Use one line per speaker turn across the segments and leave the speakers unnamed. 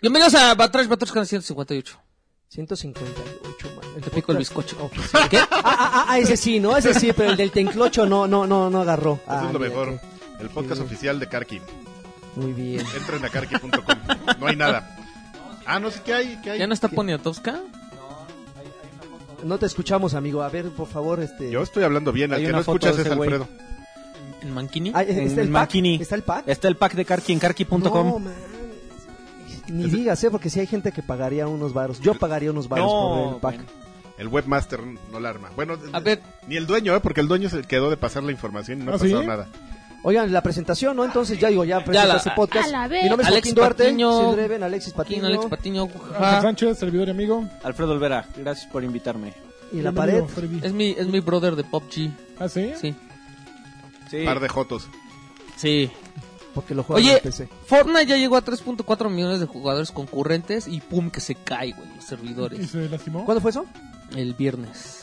Bienvenidos a Batrash, Batrash con 158.
158, man.
El te pico el bizcocho.
¿Qué? Ah, ah, ah, ese sí, ¿no? Ese sí, pero el del tenclocho no, no, no, no agarró.
Eso
Ah,
es lo
mira
mejor. El podcast oficial de Karki.
que- Muy bien.
Entren a karki.com. No hay nada. Ah, no sé qué hay. ¿Qué hay?
¿Ya no está Poniatowska?
No te escuchamos, amigo. A ver, por favor, este...
Yo estoy hablando bien. Al
Hay
que
una
no
foto
escuchas
de
es
ese güey.
Alfredo.
¿En Mankini?
Ah, ¿Está el
en
pack?
Makini.
¿Está el pack?
Ah. Está el pack de Karki en
No,
karki.com.
man. Ni digas, ¿eh? Porque si hay gente que pagaría unos varos. Yo pagaría unos varos por el pack.
bueno.
El webmaster no la arma. Bueno,
A ver.
ni el dueño, ¿eh? porque el dueño se quedó de pasar la información y no ha
¿Ah,
pasado
sí?
nada.
Oigan, la presentación, ¿no? Entonces ya digo, ya presenta
la-
este podcast.
a la vez.
Mi nombre es
Alex
Joaquín Duarte,
Patiño.
Sid Reven, Alexis
Joaquín,
Patiño,
Alex Patiño.
Ángel
jaja.
Sánchez, servidor y amigo.
Alfredo Olvera, gracias por invitarme.
y la pared.
Bienvenido, Freddy.
Es mi, es mi brother de Pop G.
¿Ah, sí?
Sí.
Sí.
Par de jotos.
Sí.
Porque lo juego en
Oye,
el PC.
Fortnite ya llegó a 3.4 millones de jugadores concurrentes y pum, que se cae, güey, los
¿Y
servidores.
se lastimó?
¿Cuándo fue eso?
El viernes.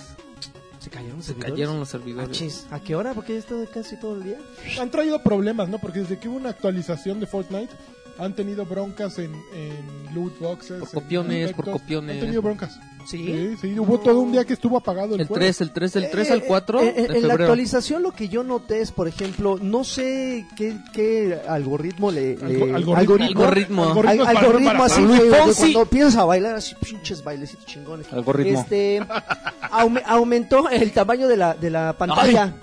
Se cayeron los
Se cayeron los servidores.
Ah, ¿A qué hora? Porque he estado casi todo el día.
Han traído problemas, ¿no? Porque desde que hubo una actualización de Fortnite, han tenido broncas en, en loot boxes.
Por
en
copiones, por
aspectos.
copiones.
Han tenido broncas.
Sí.
Sí, sí, hubo todo un día que estuvo apagado el,
El
juego.
3, el 3, el 3 al 4
Eh, eh,
de
en la
febrero.
actualización lo que yo noté es, por ejemplo, no sé qué, qué algoritmo le... le-
Algo- algoritmo.
Algoritmo.
Al-
Algoritmo para-
eh, algoritmo
para-
así
Luis
que de
Fonsi.
cuando piensas a bailar así pinches bailecitos chingones
Algoritmo.
este aume- aumentó el tamaño de la de la pantalla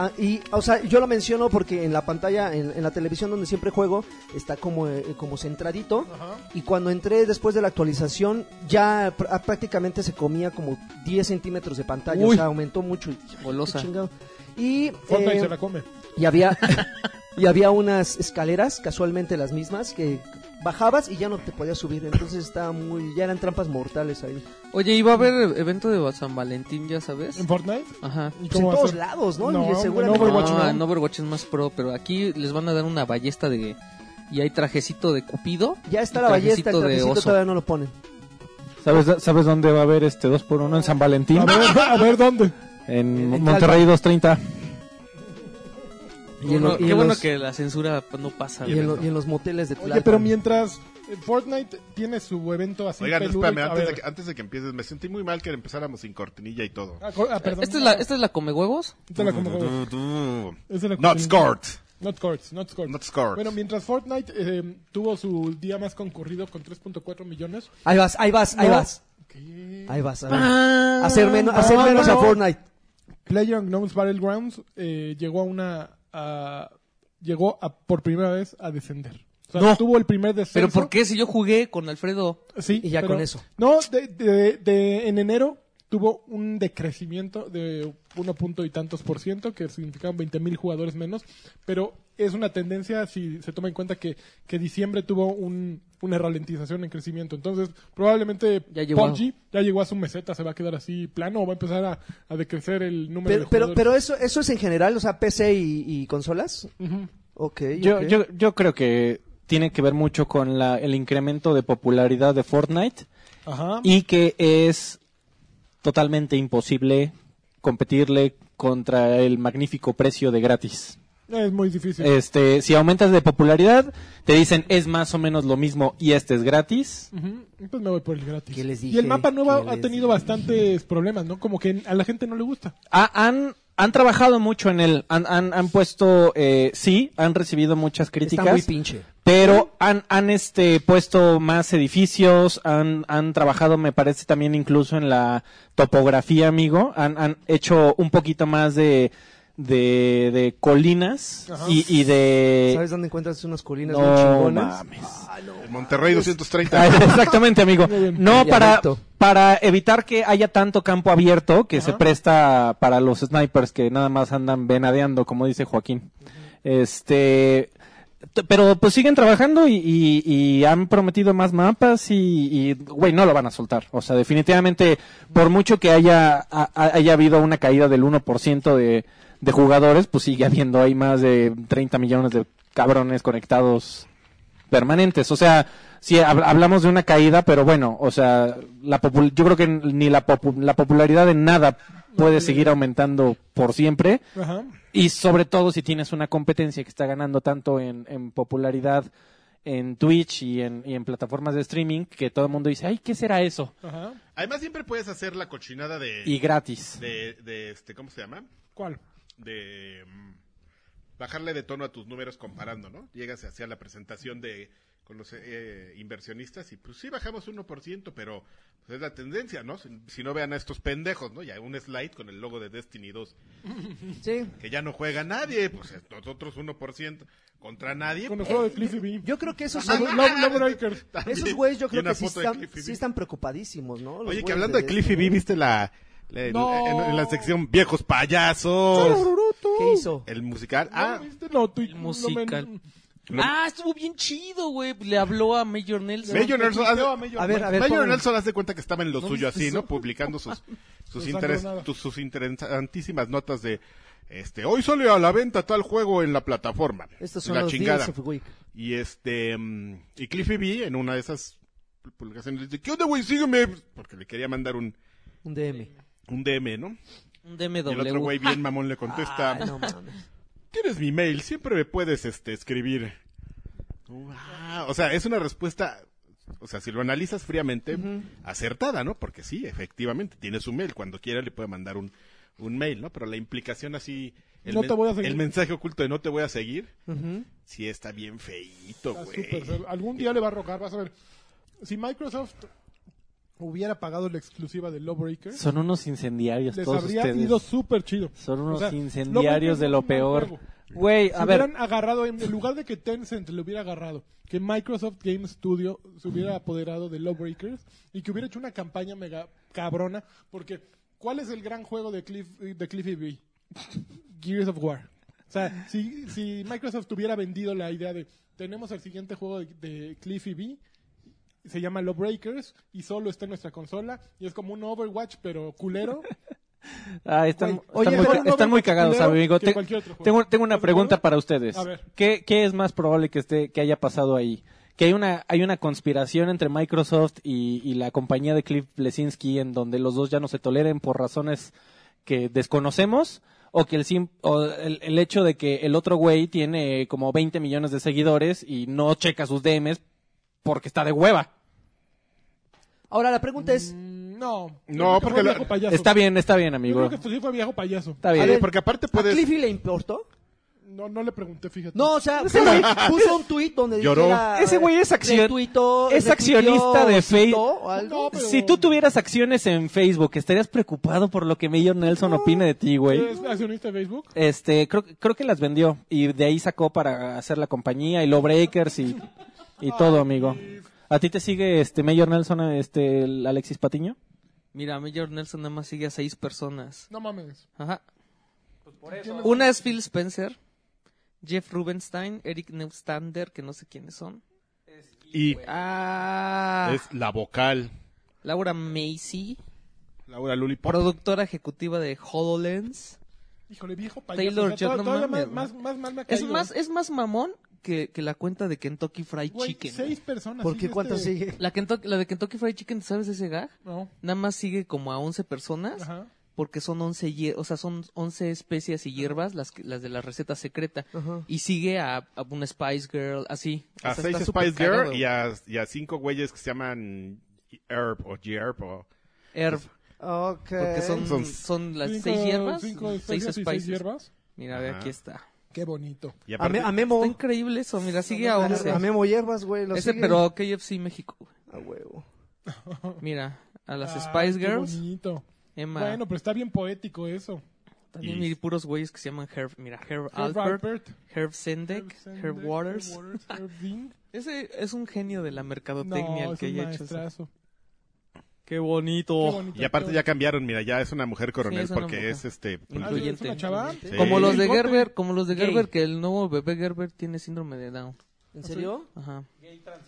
Ah, y o sea yo lo menciono porque en la pantalla en, en la televisión donde siempre juego está como eh, como centradito y cuando entré después de la actualización ya pr- ah, prácticamente se comía como 10 centímetros de pantalla
Uy.
o sea aumentó mucho y, dije, "Ay, qué
Golosa.
chingado". y
Fortnite
eh,
se la come.
y había y había unas escaleras, casualmente las mismas, que bajabas y ya no te podías subir. Entonces estaba muy, ya eran trampas mortales ahí.
Oye, iba a haber evento de San Valentín, ya sabes.
¿En Fortnite?
Ajá.
¿Y
Pues en
va a
todos
ser?
lados, ¿no?
No,
Y
bueno,
seguramente
no, Overwatch
Ah, no,
no.
en Overwatch es más pro, pero aquí les van a dar una ballesta de... Y hay trajecito de Cupido.
ya está
y
la ballesta, el
trajecito de
trajecito
oso.
todavía no lo ponen.
¿Sabes, ¿Sabes dónde va a haber este 2x1 en San Valentín?
A ver, a ver dónde.
En
En
Monterrey 230.
Y en
Bueno,
lo- y
qué
en
bueno
los-
que la censura pues, no pasa.
Y en, lo- y en los moteles de
Oye,
Tlalpan.
pero mientras eh, Fortnite tiene su evento así.
Oigan,
peludo y-
espérame,
a
antes de,
ver.
que, antes de que empieces, me sentí muy mal que empezáramos sin cortinilla y todo.
Ah, co- ah, perdón.
¿Esta es la, esta es la come huevos?
Esta la como-
Du, du, du.
esta la como-
Not scored.
Not Courts, Not Courts.
Not scored.
Bueno, mientras Fortnite eh, tuvo su día más concurrido con 3.4 millones.
Ahí vas, ahí vas, ahí
No.
vas. Ah.
¿qué?
Ahí vas, a ver. hacer menos, hacer
no,
menos
no.
a Fortnite.
PlayerUnknown's Battlegrounds eh, llegó a una a- llegó a, por primera vez a descender. O sea,
No.
tuvo el primer descenso.
¿Pero por qué si yo jugué con Alfredo?
Sí,
Y ya
pero-
con eso.
No, de, de- de- en enero tuvo un decrecimiento de uno punto y tantos por ciento, que significaban 20 mil jugadores menos, pero es una tendencia si se toma en cuenta que, que diciembre tuvo un- una ralentización en crecimiento. Entonces, probablemente
Ya llegó a-
PUBG ya llegó a su meseta, se va a quedar así plano o va a empezar a, a decrecer el número de
Pero, pero,
jugadores.
pero eso, eso es en general, o sea, PC y, y consolas. Ok,
Yo,
ok.
yo, yo creo que tiene que ver mucho con la, el incremento de popularidad de Fortnite
Ajá.
y que es totalmente imposible competirle contra el magnífico precio de gratis.
Es muy difícil.
Eh,
Este, si aumentas de popularidad, te dicen es más o menos lo mismo y este es gratis.
Ujú, Entonces me voy por el gratis.
¿Qué les
y
dije?
el mapa nuevo
¿Qué
ha
les
tenido bastantes problemas, ¿no? Como que a la gente no le gusta.
Ha- han, han trabajado mucho en él, han, han, han puesto, eh, sí, han recibido muchas críticas.
Está muy pinche.
Pero han, han este, puesto más edificios, han, han trabajado, me parece, también incluso en la topografía, amigo. Han, han hecho un poquito más de, de, de colinas
Ajá.
y, y de...
¿Sabes dónde encuentras unas colinas muy
No
chingonas?
mames.
En Monterrey 230.
Ah, Exactamente, amigo. No,
Y
para,
adicto.
para evitar que haya tanto campo abierto que se
Ajá.
presta para los snipers que nada más andan venadeando, como dice Joaquín. Este. t- Pero pues siguen trabajando y, y- y han prometido más mapas y, y, güey, no lo van a soltar. O sea, definitivamente, por mucho que haya, a- a- haya habido una caída del 1% de, de jugadores, pues sigue habiendo ahí más de 30 millones de cabrones conectados permanentes. O sea, sí, hab- hablamos de una caída, pero bueno, o sea, la popul- yo creo que ni la, popu- la popularidad de nada puede seguir aumentando por siempre.
Ajá.
Y sobre todo si tienes una competencia que está ganando tanto en, en popularidad en Twitch y en, y en plataformas de streaming que todo el mundo dice, ay, ¿qué será eso?
Ajá.
Además, siempre puedes hacer la cochinada de.
Y gratis.
de, de este, ¿cómo se llama?
¿Cuál?
de mm, bajarle de tono a tus números comparando, ¿no? Llegas hacia la presentación de con los eh, inversionistas y pues sí bajamos 1%, pero pues, es la tendencia, ¿no? Si, si no vean a estos pendejos, ¿no? Ya un slide con el logo de Destiny 2,
Sí.
que ya no juega nadie, pues es- nosotros 1% contra nadie.
Con el
pues,
juego de Cliffy B.
Yo creo que esos
Ah,
Love, Love- Love Breakers.
también.
esos güeyes yo
Y
creo
una
que sí
foto de
están,
Cliffy
sí
B.
están preocupadísimos, ¿no? Los
Oye, que
güeyes eh.
hablando de Cliffy B, ¿viste la, la-
No.
en, en la sección viejos payasos?
¿Qué hizo?
El musical. Ah,
¿No viste? No, tú- no
musical.
me-
Lo-
Ah, estuvo bien chido, güey. Le habló a Major Nelson.
Major Nelson, haz-
A ver, a ver,
Mayor
pongan-
Nelson hace cuenta que estaba en lo
¿No
suyo
viste
así,
eso?
¿no? Publicando sus sus
No
interes-
sangró nada.
tus- sus interesantísimas notas de este, hoy sale a la venta tal juego en la plataforma.
Estos son
eh, la
los
chingada.
Deals of Week.
Y este mm, y Cliffy B en una de esas publicaciones le dice, "¿Qué onda, güey? Sígueme", porque le quería mandar un
Un DM.
un DM, ¿no?
Un
Y el otro
DMW.
güey bien mamón le contesta,
Ay, no mames.
"Tienes mi mail, siempre me puedes este escribir." Tú, ah, o sea, es una respuesta o sea, si lo analizas fríamente, acertada, ¿no? Porque sí, efectivamente, tiene su mail. Cuando quiera le puede mandar un, un mail, ¿no? Pero la implicación así, el,
No te
men-
voy a seguir.
el mensaje oculto de no te voy a seguir,
Ujú.
sí está bien feíto,
Está
güey.
Ah, súper feo. Algún día le va a rogar, vas a ver. Si Microsoft hubiera pagado la exclusiva de Lawbreaker,
Son unos incendiarios
les
todos
habría
ustedes.
ido súper chido.
Son unos
O sea,
incendiarios
Lawbreaker
de
no
lo
es un mal
peor.
juego.
Güey,
si
a ver,
hubieran agarrado, en en lugar de que Tencent lo hubiera agarrado, que Microsoft Game Studio se hubiera apoderado de Lawbreakers y que hubiera hecho una campaña mega cabrona, porque ¿cuál es el gran juego de, Cliff, de Cliffy B? Gears of War. O sea, si, si Microsoft hubiera vendido la idea de tenemos el siguiente juego de, de Cliffy B, se llama Lawbreakers y solo está en nuestra consola y es como un Overwatch pero culero.
ah, están,
Güey,
están
oye,
muy,
pero
ca-
no
están
veo
muy
más
cagados,
culero
amigo.
que
Te-
cualquier otro juego.
tengo, tengo una
¿Estás de
pregunta
acuerdo?
para ustedes.
A ver.
¿Qué, qué es más probable que esté, que haya pasado ahí? Que hay una, hay una conspiración entre Microsoft y, y la compañía de Cliff Blesinski en donde los dos ya no se toleren por razones que desconocemos o que el, sim- o el, el hecho de que el otro güey tiene como 20 millones de seguidores y no checa sus DMs porque está de hueva.
Ahora la pregunta es,
Mm, No.
No,
Yo creo que
porque
fue
lo-
viejo payaso.
Está bien, está bien,
Yo
amigo.
creo que sí fue viejo payaso.
Está bien.
A ver,
Eh, Porque aparte
¿a
puedes...
Cliffy le importó?
No, no le pregunté, fíjate.
No, o sea, puso, puso un tuit donde
Lloró.
dijera,
Ese güey es accion-
retuitó,
es
retuiteó,
accionista de
citó
Face-
o algo.
No, pero-
Si tú tuvieras acciones en Facebook, ¿estarías preocupado por lo que Mayor Nelson opine de ti, güey?
¿Es accionista de Facebook?
Este, creo, creo que las vendió y de ahí sacó para hacer la compañía y Lawbreakers y, y todo, amigo. ¿A ti te sigue este Mayor Nelson, este el Alexis Patiño?
Mira, Major Nelson nada más sigue a seis personas.
No mames.
Ajá.
Pues
Una es Phil Spencer, Jeff Rubenstein, Eric Neustander, que no sé quiénes son.
Y
Ah,
es la vocal.
Laura Macy,
Laura Lollipop.
productora ejecutiva de HoloLens.
Híjole, viejo payaso.
Taylor
o sea,
Swift, no
todavía
mames,
más,
güey.
más, más mal me ha
Es
caído.
más, es más mamón que, que la cuenta de Kentucky Fried
Güey,
Chicken.
seis personas.
¿Por qué
sigue
cuántas
este-
sigue?
La, Kentucky- la de Kentucky Fried Chicken, ¿sabes ese gag?
No.
Nada más sigue como a 11 personas.
Ajá.
porque son 11, hie- o sea, son 11 especies y hierbas las, que- las de la receta secreta.
Ajá.
Y sigue a, a una Spice Girl, así.
A
O sea,
seis
está súper
Spice Girl
cagado.
y a, y a cinco güeyes que se llaman Herb o Gerb o...
Herb,
Ok.
porque son,
Son-
son, las seis hierbas,
Cinco
seis
especies y
spices.
seis hierbas.
Mira, ve,
Ajá.
aquí está.
Qué bonito.
Y
A,
aparte,
me- a
Está
Memo,
increíble eso, mira, sigue a
a,
11.
a Memo Hierbas, güey. lo
Ese,
sigue.
pero KFC México. güey.
A huevo.
Mira, a las
Ah,
Spice
qué
Girls,
bonito.
Emma,
Bueno, pero está bien poético eso.
también
Y-
mira, puros güeyes que se llaman Herb. Mira, Herb,
Herb
Alpert,
Alpert,
Herb Sendek, Herb,
Sandek,
Waters.
Herb Waters, Herb Dean.
Ese es un genio de la mercadotecnia
No,
el
es
que
un
haya hecho eso.
maestrazo.
Qué bonito.
Qué bonito.
Oh, y aparte ya cambiaron, mira, ya es una mujer coronel
Sí, es una
porque
mujer.
es este...
Ah, ¿es
Incluyente.
una chava?
Sí.
Sí.
Como los de
Bigote.
Gerber, como los de
Gay.
Gerber, que el nuevo bebé Gerber tiene síndrome de Down.
¿En serio?
Ajá.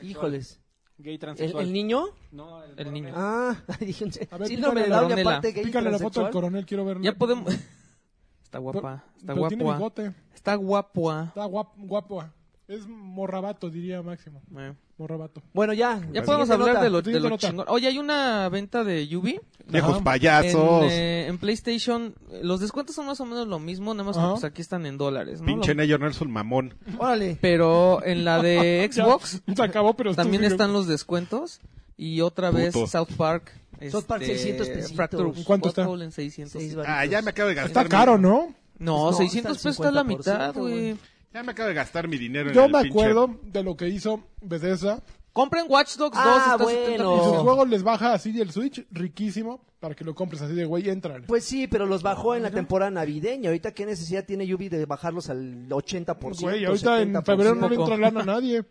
Híjoles.
Gay
¿El, el niño?
No,
El niño.
Ah, dije,
A ver,
síndrome
pícale
de
la
Down y
ronela.
aparte gay
Pícale la foto al
transexual.
coronel, quiero verlo.
Ya podemos. Está guapa.
Pero-
Está
pero Tiene
guapa.
bigote.
Está guapa.
Está guap- guapo. ah. Es morrabato, diría Máximo.
Eh.
Morrabato.
Bueno,
Ya
ya. Siguiente
podemos hablar
nota.
de lo, de
Siguiente
lo
nota.
chingón. Oye, hay una venta de Yubi
Viejos
Ajá.
payasos.
En, eh, en PlayStation. eh, Los descuentos son más o menos lo mismo, nada más que
Ajá.
pues, aquí están en dólares, ¿no?
Pinche
Lo-
Nayar Nelson mamón.
Órale.
Pero en la de
Ya,
Xbox
se acabó, pero
también
estuvo-
están los descuentos. Y otra vez
Puto.
South Park. este,
South Park, 600 pesitos.
Fracture
¿En
cuánto está?
Butthole En 600.
Seis
Ah,
varitos.
ya me acabo de gastar.
Está caro,
mi,
¿no?
No,
Pues no,
600
está el
pesos está la mitad,
50%,
güey.
güey.
Ya me acabo de gastar mi dinero en
Yo
el
me
pinche-
acuerdo de lo que hizo Bethesda.
Compren Watch Dogs 2,
Ah,
está
bueno.
70
Y sus
pesos. Ah,
Oh.
juegos les baja así del Switch, riquísimo, para que lo compres así de güey, entra.
Pues sí, pero los bajó en la temporada navideña. Ahorita, ¿qué necesidad tiene Ubi de bajarlos al 80%?
Güey, ahorita en febrero no le
70%?
entra lana a nadie.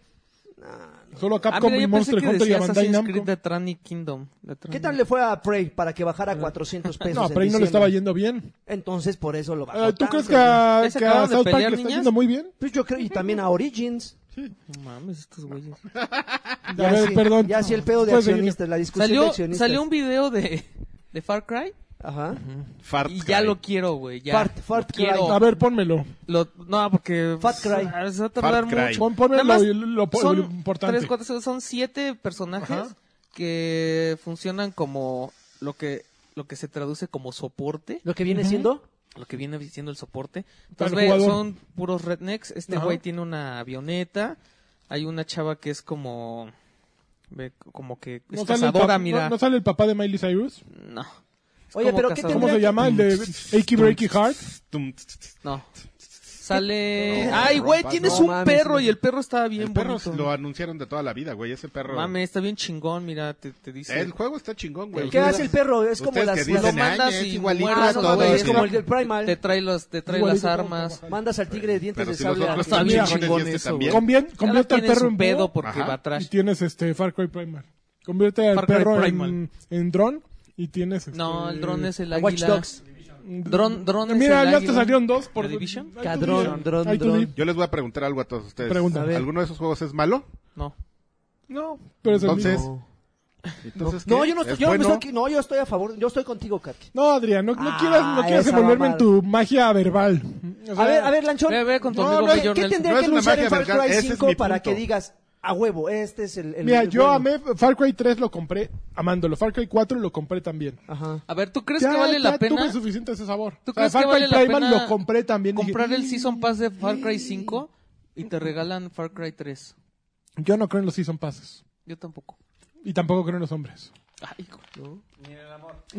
Solo
Ah,
Capcom
mira,
y
yo pensé
Monster
que
Hunter y
decías
Bandai
Assassin's Creed
Namco.
de Tranny Kingdom. de Tranny.
¿Qué tal le fue a Prey para que bajara a 400 pesos?
No,
en
pero ahí no le
diciembre?
estaba yendo bien.
Entonces, por eso lo bajó.
Eh, ¿Tú
tanto,
crees que
güey.
a,
¿Ya se
que a
acabaron de
South Park
pelear,
le está
niñas?
yendo muy bien?
Pues yo creo, y también a Origins.
No mames, estos güeyes.
A
Ah,
Ya,
ver,
sí,
perdón. Pues,
ya sí, el pedo de
Puedes seguir.
accionistas, la discusión de
Salió,
accionistas.
salió un video de, de Far Cry
Ajá.
Fart
y ya
Cry.
lo quiero, güey. ya.
Fart- Fart
Lo quiero.
Cry.
A ver, pónmelo.
Lo- no, porque...
Fat Cry.
ah, Se va a tardar
Fat Cry.
mucho.
Pon- ponme
Nada
lo-
más
lo, lo- lo
son
importante.
tres, cuatro, cinco, son siete personajes
Ajá.
que funcionan como lo que lo que se traduce como soporte,
Lo que viene siendo.
lo que viene diciendo el soporte.
Para
Entonces,
el
ve,
jugador.
son puros rednecks. Este
Ajá.
güey tiene una avioneta. Hay una chava que es como ve, como que es
No sale, el
cazadora,
pap-
mira.
no- no sale el papá de Miley Cyrus?
No. Es
Oye,
como
pero ¿qué
cazadora.
¿Cómo se llama? El de Achy Breaky Heart.
Tum,
No. Sale.
No,
Ay, güey,
rompas,
tienes
no
un
mames,
perro
no.
y el perro estaba bien
El perro
bonito.
lo anunciaron de toda la vida, güey. Ese perro.
Mame, está bien chingón, mira, te, te dice.
El juego está chingón, güey.
Pues
¿Qué hace el perro? Es como
Ustedes
las.
que
las-
dicen,
Lo mandas
"Ay, es
y
igualito
mueres,
a
Ah, no,
todos",
güey, es como
mira.
el del Primal.
Te trae, los, te trae las
Igualito como
armas.
Papá.
Mandas al tigre de dientes
Pero
de
si
sable.
los otros
a-
Está bien
Mira,
chingón
este
eso.
también.
güey.
Convien- Convierte
Cada
al
quien es
perro
un
en
pedo
búho
porque
Ajá.
va atrás.
y tienes este Far Cry Primal. Convierte al
Far Cry
perro
Primal.
en, en dron y tienes... este,
No, el dron es el
a Watch
águila.
Dogs.
un
Dron, dron es
Mira,
el
ya te
águila.
salieron dos por...
¿The Division?
Ay, tú
Cadrón,
di.
dron,
Ay, tú
dron.
di.
Yo les voy a preguntar algo a todos ustedes.
Pregunta. A
ver.
¿Alguno de esos juegos es malo?
No.
No, pero es el
Entonces-
mismo.
Entonces,
No,
¿qué?
yo no estoy,
¿Es
yo no me
bueno?
estoy aquí- no, yo estoy a favor, yo estoy contigo, Karki.
No, Adrián, no, no
Ah,
quieras, no quieras
esa
envolverme en
mamada.
tu magia verbal. O sea,
A ver, a ver, Lanchón.
Ve, ve con tu
No,
amigo
no,
Mayor
¿Qué
Nelson.
tendría
Pues, No
que
es una
anunciar en
magia
Far
vertical,
Cry
ese es
5
mi
para
punto.
que digas, a huevo, este es el. el-
Mira,
el
yo
bueno"?
amé Far Cry 3, lo compré amándolo. Far Cry 4 lo compré también.
Ajá.
A ver, ¿tú crees
Ya-
que vale la
ya
pena
Tuve suficiente ese sabor.
¿Tú
O sea,
crees
Far
que
Cry
vale la
Primal
pena
lo compré también. Dije,
comprar el Season Pass de Far Cry 5 y te regalan Far Cry 3?
Yo no creo en los Season Passes.
Yo tampoco.
Y tampoco creo en los hombres.
Ay, no.
Ni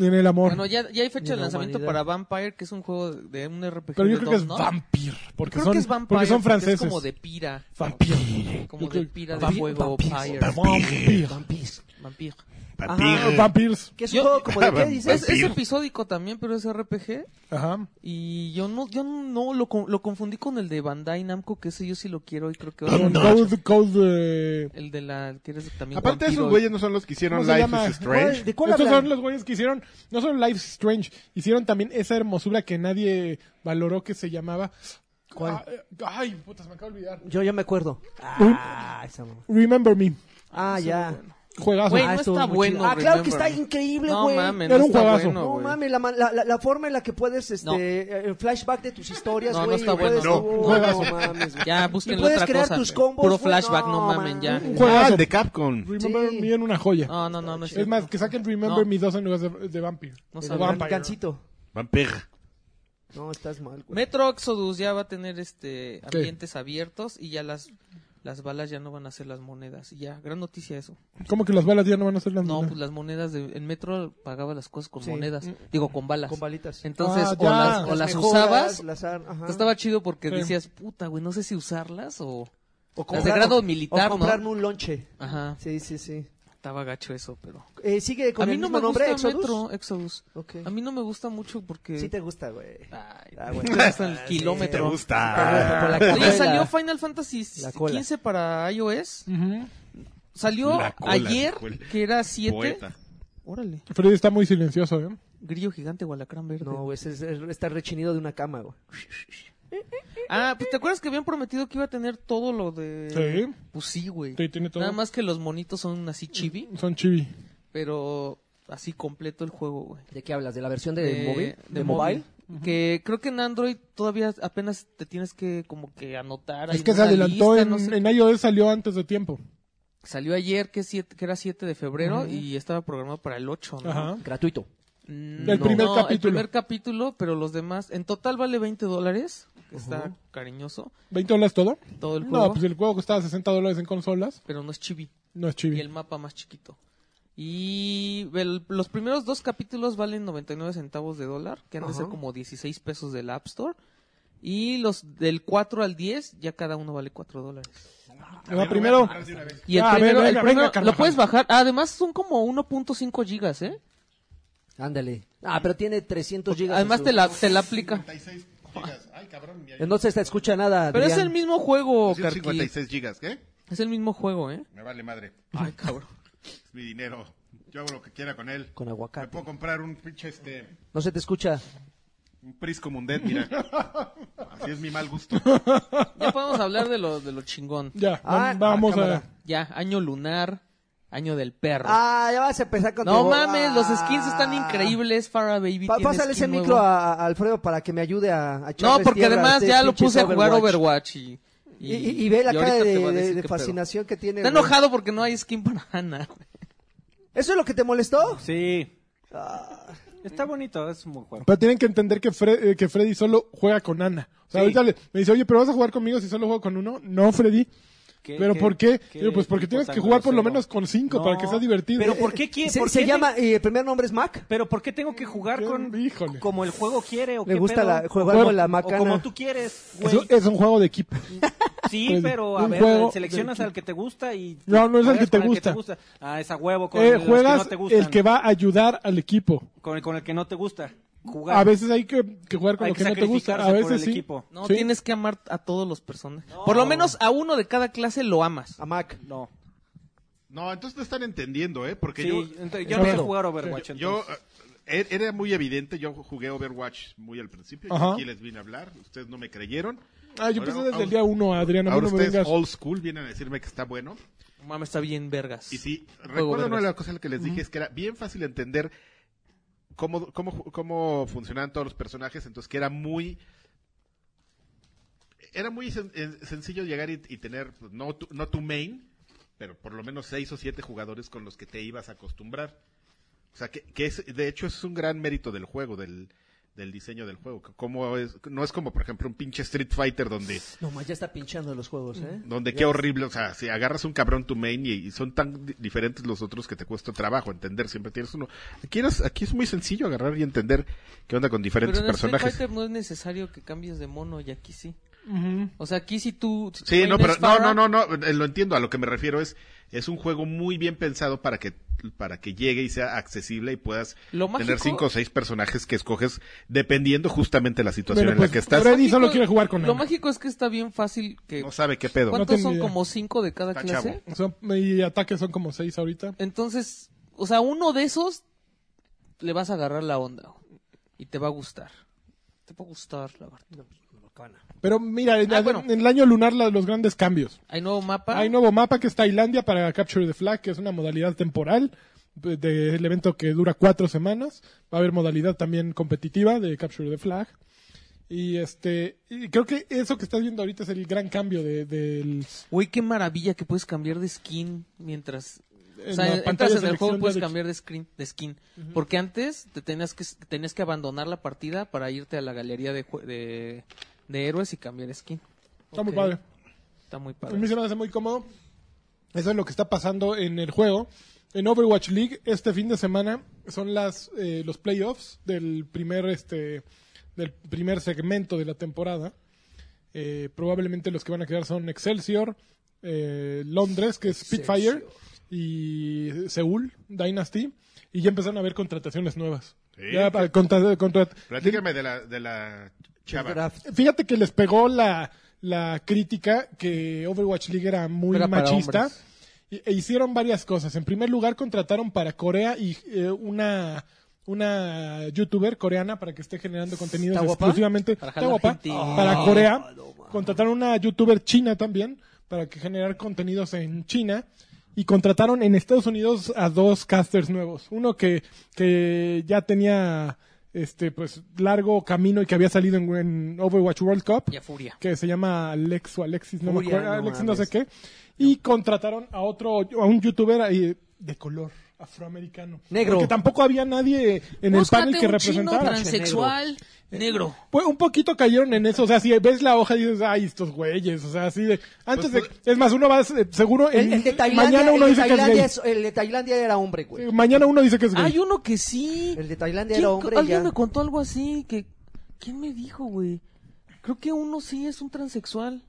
en el amor.
Bueno, ya, ya hay fecha
Ni
de
la
lanzamiento
humanidad.
para Vampire, que es un juego de de un RPG.
Pero yo
de
creo que
dos,
es
¿no?
Vampir. Porque
Creo
son,
que es Vampire,
porque son
porque
franceses.
es como de pira.
Vampir.
Como
Yo creo-
de pira de
Vampi-
fuego.
vampiro.
Vampire.
Vampir. Ah,
Vampires.
Vampire.
Ajá. Ah,
Vampirs.
Que es
Yo-
un juego como de qué dices.
Es, es episódico también, pero es RPG.
Ajá.
Y yo no, yo no lo, con- lo confundí con el de Bandai Namco, que ese yo sí lo quiero y creo que va a ser
Con Code, Code, eh,
el de la que eres también.
Aparte,
vampiro.
esos güeyes no son los que hicieron
¿Cómo se
Life
llama?
is Strange.
¿De cuál
Estos
hablan?
son los güeyes que hicieron, no solo Life is Strange, hicieron también esa hermosura que nadie valoró que se llamaba.
¿Cuál?
Ah, eh, ay, putas, me acabo de olvidar.
Yo ya me acuerdo.
¿Eh?
Ah, esa mamá.
Remember Me.
Ah, ya.
Juegazo.
Güey, no
Ah, estuvo
está
muy
bueno,
chido. Ah, claro que
Remember.
está increíble,
No
güey.
mames,
Era
no
un
está
juegazo.
bueno,
No
güey.
mames, la, ma- la, la- la forma en la que puedes, este,
No.
eh, el flashback de tus historias,
No, no
güey.
está
y puedes-
bueno.
No,
No,
juegazo.
no mames, güey.
Ya,
Y
busquen
puedes
otra
crear
cosa.
tus combos.
Puro
güey.
flashback, no,
No,
mamen,
man.
ya.
Un
Ah,
juegazo.
el de Capcom.
Remember
Sí.
Me era una joya.
No, no, Ah, no, no es
es
cierto.
más, que saquen
No.
Remember Me 2 en lugar de, de Vampire.
No
De
sabe.
El
Vampire.
gancito.
Vampir.
No, estás mal, güey.
Metro Exodus ya va a tener este ambientes abiertos y ya las las balas ya no van a ser las monedas. Y ya, gran noticia eso.
¿Cómo que las balas ya no van a ser las
No,
mismas?
pues las monedas de en Metro pagaba las cosas con
Sí.
monedas, digo con balas.
Con balitas.
Entonces,
Ah,
o
ya.
las, o las
mejoras,
usabas.
las ar- ajá.
Entonces, estaba chido porque
Sí.
decías, puta, güey, no sé si usarlas o.
O
las de grado militar,
o
¿no?
comprarme un lonche.
Ajá,
Sí, sí, sí.
estaba gacho eso, pero.
Eh, sigue con
a mí
el
no
mismo
me
nombre,
gusta
Exodus.
Metro Exodus.
Ok.
A mí no me gusta mucho porque.
Sí te gusta, güey.
Ay,
Ah,
me
bueno.
gusta el
Ah, sí.
kilómetro.
Te
Te gusta
gusta.
por la
Ah. Oye,
cajuela.
salió Final Fantasy
La cola.
15 para iOS.
Ujú.
Salió
La cola,
ayer,
dijo el
que era 7.
Poeta.
Órale.
Freddy está muy silencioso, ¿eh?
Grillo gigante, gualacrán verde.
No, güey, ese es- es- está rechinido de una cama, güey.
Ah, pues te acuerdas que habían prometido que iba a tener todo lo de.
Sí.
Pues sí, güey.
Sí, tiene todo.
Nada más que los monitos son así chibi,
Son chibi.
pero así completo el juego, güey.
¿De qué hablas? ¿De la versión
De-
de, móvil?
de
¿De, mobile?
móvil. Que creo que en Android todavía apenas te tienes que como que anotar.
Es
ahí
que se
una
adelantó
lista,
en,
no sé.
en iOS, salió antes de tiempo.
Salió ayer que, es siete- que era 7 de febrero y estaba programado para el 8, ¿no?
Ajá.
Gratuito.
Mm,
El primer
no, El
capítulo.
primer capítulo, pero los demás. En total vale 20 dólares. que Está cariñoso.
¿20 dólares todo?
Todo el juego.
No, pues el juego costaba 60 dólares en consolas.
Pero no es chibi.
No es
Y
chibi.
el mapa más chiquito. Y el- los primeros dos capítulos valen 99 centavos de dólar, que han de ser
Ajá.
como 16 pesos del App Store. Y los del 4 al 10, ya cada uno vale 4 dólares.
O
Ah,
sea, Ah, primero,
Y el
Ah,
primero,
venga,
el primero-
venga, venga, Carvajal.
lo puedes bajar. Además, son como 1.5 gigas, ¿eh?
Ándale. Ah, pero tiene 300 gigas. en
Además,
su-
te la, te la aplica.
56 gigas. Ay, cabrón. mi
No se te escucha nada.
Pero es
Adrián.
el mismo
Pues
juego, Carqui.
156 gigas, ¿qué?
Es el mismo juego, ¿eh?
Me vale madre.
Ay, cabrón.
Es mi dinero. Yo hago lo que quiera con él.
Con
Me
aguacate.
puedo comprar un pinche este.
No se te escucha.
Un Prisco Mundet, mira. Así es mi mal gusto.
Ya podemos hablar de lo, de lo chingón.
ya,
Ah,
vamos
ah,
a...
cámara.
Ya, año lunar, año del perro.
Ah, ya vas a empezar con
No
tu-
mames, los
Ah.
skins están increíbles. Farah Baby.
Pa-
tiene
pásale ese
skin
micro
nuevo.
a, a Alfredo para que me ayude a, a
No,
echarles
porque
tierra a
además
este
ya lo
pinche
puse a jugar Overwatch.
Overwatch.
y,
Y, y- y ve la
y
cara
ahorita
de,
te va a
de-
decir
de
qué pedo.
fascinación que tiene.
Está
güey.
enojado porque no hay skin para Ana.
¿Eso es lo que te molestó?
Sí. Está bonito, es un buen juego.
Ah. Pero tienen que entender que, Fre- eh, que Freddy solo juega con Ana. O sea, ahorita le- me dice, oye, pero vas a jugar conmigo si solo juego con uno. No, Freddy.
¿Qué-
¿Pero por qué? Digo, pues porque
tipo
tienes
tan
que jugar por lo
grosero?
menos con cinco
No,
para que sea divertido.
Pero por qué quiere,
Se,
por
se
qué
llama, y el primer nombre es Mac.
te- pero por qué tengo que jugar
Yo-
con
híjole.
como el juego quiere o
Le
qué
gusta
pedo?
la, jugar
Bueno,
con la
o como
macana.
tú quieres,
Es,
güey.
un- es un juego de equipo.
Sí,
Pues,
pero a
un
ver,
juego
seleccionas
de
al que te gusta y
No, no es al
juegas
que te
con
gusta.
Ah, esa huevo con
Eh,
los
juegas
que no te gustan.
el que va a ayudar al equipo.
con, el, con el que no te gusta. Jugar.
A veces hay que, que jugar con
Hay
lo
que
que no te gusta. A
sacrificarse por
veces
el
sí.
equipo.
No,
Sí.
tienes que amar a todos los personajes. Por lo menos a uno de cada clase lo amas.
A Mac.
No.
No, entonces no están entendiendo, ¿eh? Porque
Sí,
yo.
ent- yo no sé
Pero-
jugar Overwatch.
Yo,
entonces.
eh, er- era muy evidente, yo jugué Overwatch muy al principio, y
Ajá.
aquí les vine a hablar, ustedes no me creyeron.
Ah, yo empecé
Ahora-
desde el día uno, Adrián. A mí
Ahora
no me
ustedes
vengas.
old school vienen a decirme que está bueno.
No Mames, está bien vergas.
Y sí,
Juego
recuerdo una de
vergas.
las cosas que les dije es que era bien fácil entender cómo, cómo, ju- cómo funcionaban todos los personajes, entonces que era muy... Era muy sen- en- sencillo llegar y, y tener, pues, no tu, no tu main, pero por lo menos seis o siete jugadores con los que te ibas a acostumbrar. O sea, que, que es, de hecho es un gran mérito del juego, del, del diseño del juego. que Como es, no es como, por ejemplo, un pinche Street Fighter donde...
No, Mac ya está pinchando los juegos, ¿eh?
Donde qué horrible, o sea, si agarras un cabrón tu main y, y son tan di- diferentes los otros que te cuesta trabajo entender, siempre tienes uno. Aquí, eres- aquí es muy sencillo agarrar y entender qué onda con
Pero en este
diferentes
Street
personajes.
Fighter no es necesario que cambies de mono y aquí sí.
Ujú.
O sea, aquí sí tú... si tu
Sí,
main
no, pero
es
no,
Farah,
no, no, no, eh, lo entiendo, a lo que me refiero es es un juego muy bien pensado para que para que llegue y sea accesible y puedas
Lo
tener
mágico-
cinco o seis personajes que escoges dependiendo justamente la situación
Bueno,
en
pues,
la que estás.
Freddy
mágico-
solo quiere jugar con
Lo
Ana.
mágico es que está bien fácil que...
No sabe qué pedo.
No
¿Cuántos
tengo
son?
idea.
¿Como cinco de cada
Está
clase?
chavo.
Son- y ataques son como seis ahorita.
Entonces, o sea, uno de esos le vas a agarrar la onda y te va a gustar. Te va a gustar, la verdad.
Pero mira, en,
Ah, bueno.
en el año lunar la- los grandes cambios.
Hay nuevo mapa.
Hay nuevo mapa que es Tailandia para Capture the Flag, que es una modalidad temporal de- del evento que dura cuatro semanas. Va a haber modalidad también competitiva de Capture the Flag. Y este, y creo que eso que estás viendo ahorita es el gran cambio de, del
Güey, qué maravilla que puedes cambiar de skin mientras...
en
o sea,
la
entras
pantalla
en el
selección
juego
ya
puedes
de-
cambiar de, screen, de skin. Porque antes te tenías, que, tenías que abandonar la partida para irte a la galería de, jue- de, de héroes y cambiar skin.
Está muy
Ok.
padre.
Está muy
A mí
padre.
se me hace muy cómodo. Eso es lo que está pasando en el juego. En Overwatch League, este fin de semana, son las eh, los playoffs del primer este del primer segmento de la temporada. Eh, probablemente los que van a quedar son Excelsior, eh, Londres, que es Spitfire, y Seúl, Dynasty. Y ya empezaron a haber contrataciones nuevas.
Sí.
Ya para- contra- contra-
Platícame de la, de la chava.
Draft.
Fíjate que les pegó la, la crítica que Overwatch League era muy
Era para
machista.
hombres.
Y- E hicieron varias cosas. En primer lugar, contrataron para Corea y eh, una una youtuber coreana para que esté generando contenidos
¿Está guapa?
exclusivamente
Para
¿Está
jalar
guapa?
gente.
para
Ah,
Corea. Contrataron una youtuber china también para que generar contenidos en China. Y contrataron en Estados Unidos a dos casters nuevos. Uno que, que ya tenía este pues largo camino y que había salido en, en Overwatch World Cup
Y a Furia.
que se llama Alex o Alexis, no
Furia,
me acuerdo,
no
Alexis no sé
mames.
qué, y contrataron a otro, a un youtuber ahí de color afroamericano.
Negro.
Porque tampoco había nadie en
Búscate
el panel que
un chino
representara.
transexual negro.
Pues un poquito cayeron en eso, o sea, si ves la hoja y dices, ay, estos güeyes, o sea, así de... Antes de... Es más, uno va eh, seguro...
Pues, El,
en-
el de Tailandia,
mañana uno
el, de
dice que es
Tailandia
gay.
es- el de Tailandia era hombre, güey.
Eh, Mañana uno dice que es
Hay
gay.
uno que sí.
El de Tailandia
¿Quién-
era hombre y
Alguien
ya.
me contó algo así que ¿quién me dijo, güey? Creo que uno sí es un transexual.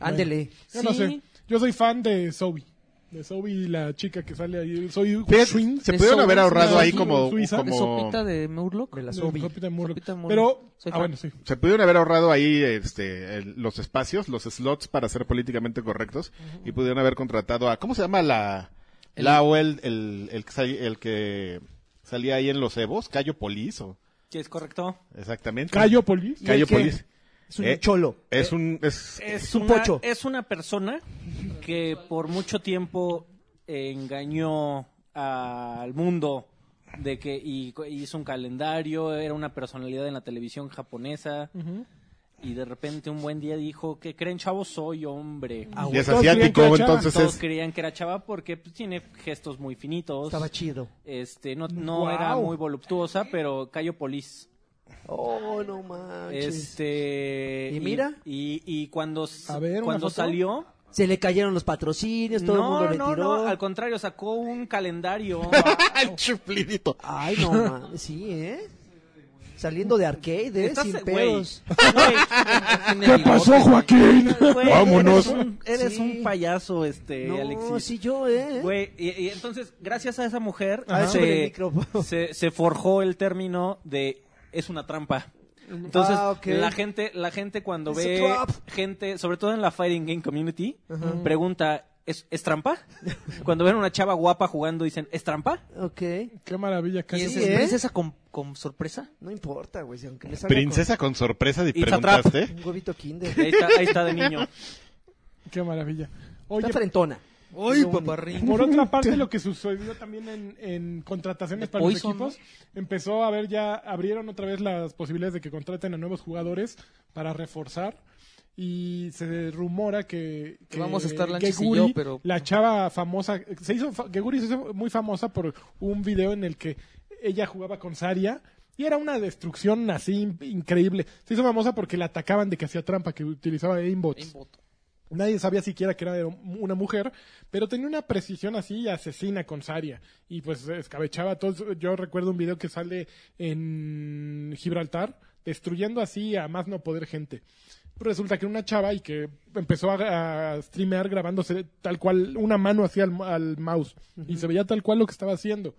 Ándele.
Yo no
sí.
sé. Yo soy fan de Zoe. De Zoe, la chica que sale ahí. Soy
¿Ves?
Swing.
Se pudieron
Eso,
haber ahorrado
una-
ahí como,
Suiza.
¿De
como
sopita de Murloc?
De la
de
zombie.
Sopita Murloc.
Sopita Murloc.
Pero...
Soy
Ah,
fan.
bueno, sí.
se pudieron haber ahorrado ahí este el- los espacios, los slots para ser políticamente correctos y pudieron haber contratado a ¿cómo se llama la la o el, el, el que sal- el que salía ahí en los Evos, Cayo Polis o
Sí, es correcto.
exactamente.
Cayo Polis.
Ca-
Cayo
¿Y el qué?
Polis.
Es un
Eh,
cholo.
Es un es,
Es
Es
un
una,
pocho.
Es una persona que por mucho tiempo engañó al mundo de que y, co- hizo un calendario, era una personalidad en la televisión japonesa y de repente un buen día dijo que creen chavos soy hombre.
Ah,
y
güey,
es
Todos querían que
asiático,
era chava.
entonces
Todos
es
creían que era chava porque pues, tiene gestos muy finitos.
Estaba Mm, chido.
Este no, no
Guau.
era muy voluptuosa, pero Cayo Polis.
Oh, no manches.
Este
¿Y mira?
y, y cuando s-
A ver, ¿una
cuando
foto?
salió
Se le cayeron los patrocinios, todo el
no,
mundo le
no,
tiró.
no, al contrario, sacó un calendario.
el chiflidito.
Ay, no mames, sí, ¿eh? Saliendo de arcade, ¿eh?
Estás-
Sin
güey,
pedos.
¿Qué pasó,
Joaquín?
Güey,
Vámonos.
Eres un, eres
Sí.
un payaso, este,
No,
Alexis.
sí, yo, ¿eh?
Güey, y, y entonces, gracias a esa mujer,
Ah, súbele el
se,
micrófono.
se- se forjó el término de es una trampa. Entonces,
Ah, ok.
la gente, la gente cuando
It's a
ve
trap.
gente, sobre todo en la fighting game community, pregunta ¿es, es trampa? cuando ven una chava guapa jugando dicen ¿es trampa?
Ok,
Qué maravilla,
¿Y
Cayo.
es,
Sí,
es
¿eh?
princesa con, con sorpresa?
no importa, güey, si aunque me salga
Princesa con sorpresa y
It's a trap.
con
preguntaste.
Un huevito kinder.
Ahí está, ahí está de niño.
Qué maravilla. Oye,
Está frentona.
¡Ay, paparrín!
por otra parte, lo que sucedió también en, en contrataciones para
Poison,
los equipos, empezó a ver ya, abrieron otra vez las posibilidades de que contraten a nuevos jugadores para reforzar. Y se rumora que,
Que vamos a estar Lanchis y
Geguri,
yo, pero-
la chava famosa, se hizo, fa- Geguri se hizo muy famosa por un video en el que ella jugaba con Saria y era una destrucción así in- increíble. Se hizo famosa porque la atacaban de que hacía trampa, que utilizaba aimbots. Nadie sabía siquiera que era una mujer, pero tenía una precisión así asesina con Saria. Y pues escabechaba todo. Yo recuerdo un video que sale en Gibraltar, destruyendo así a más no poder gente. Resulta que una chava y que empezó a, a streamear grabándose tal cual, una mano así al, al mouse. Y se veía tal cual lo que estaba haciendo.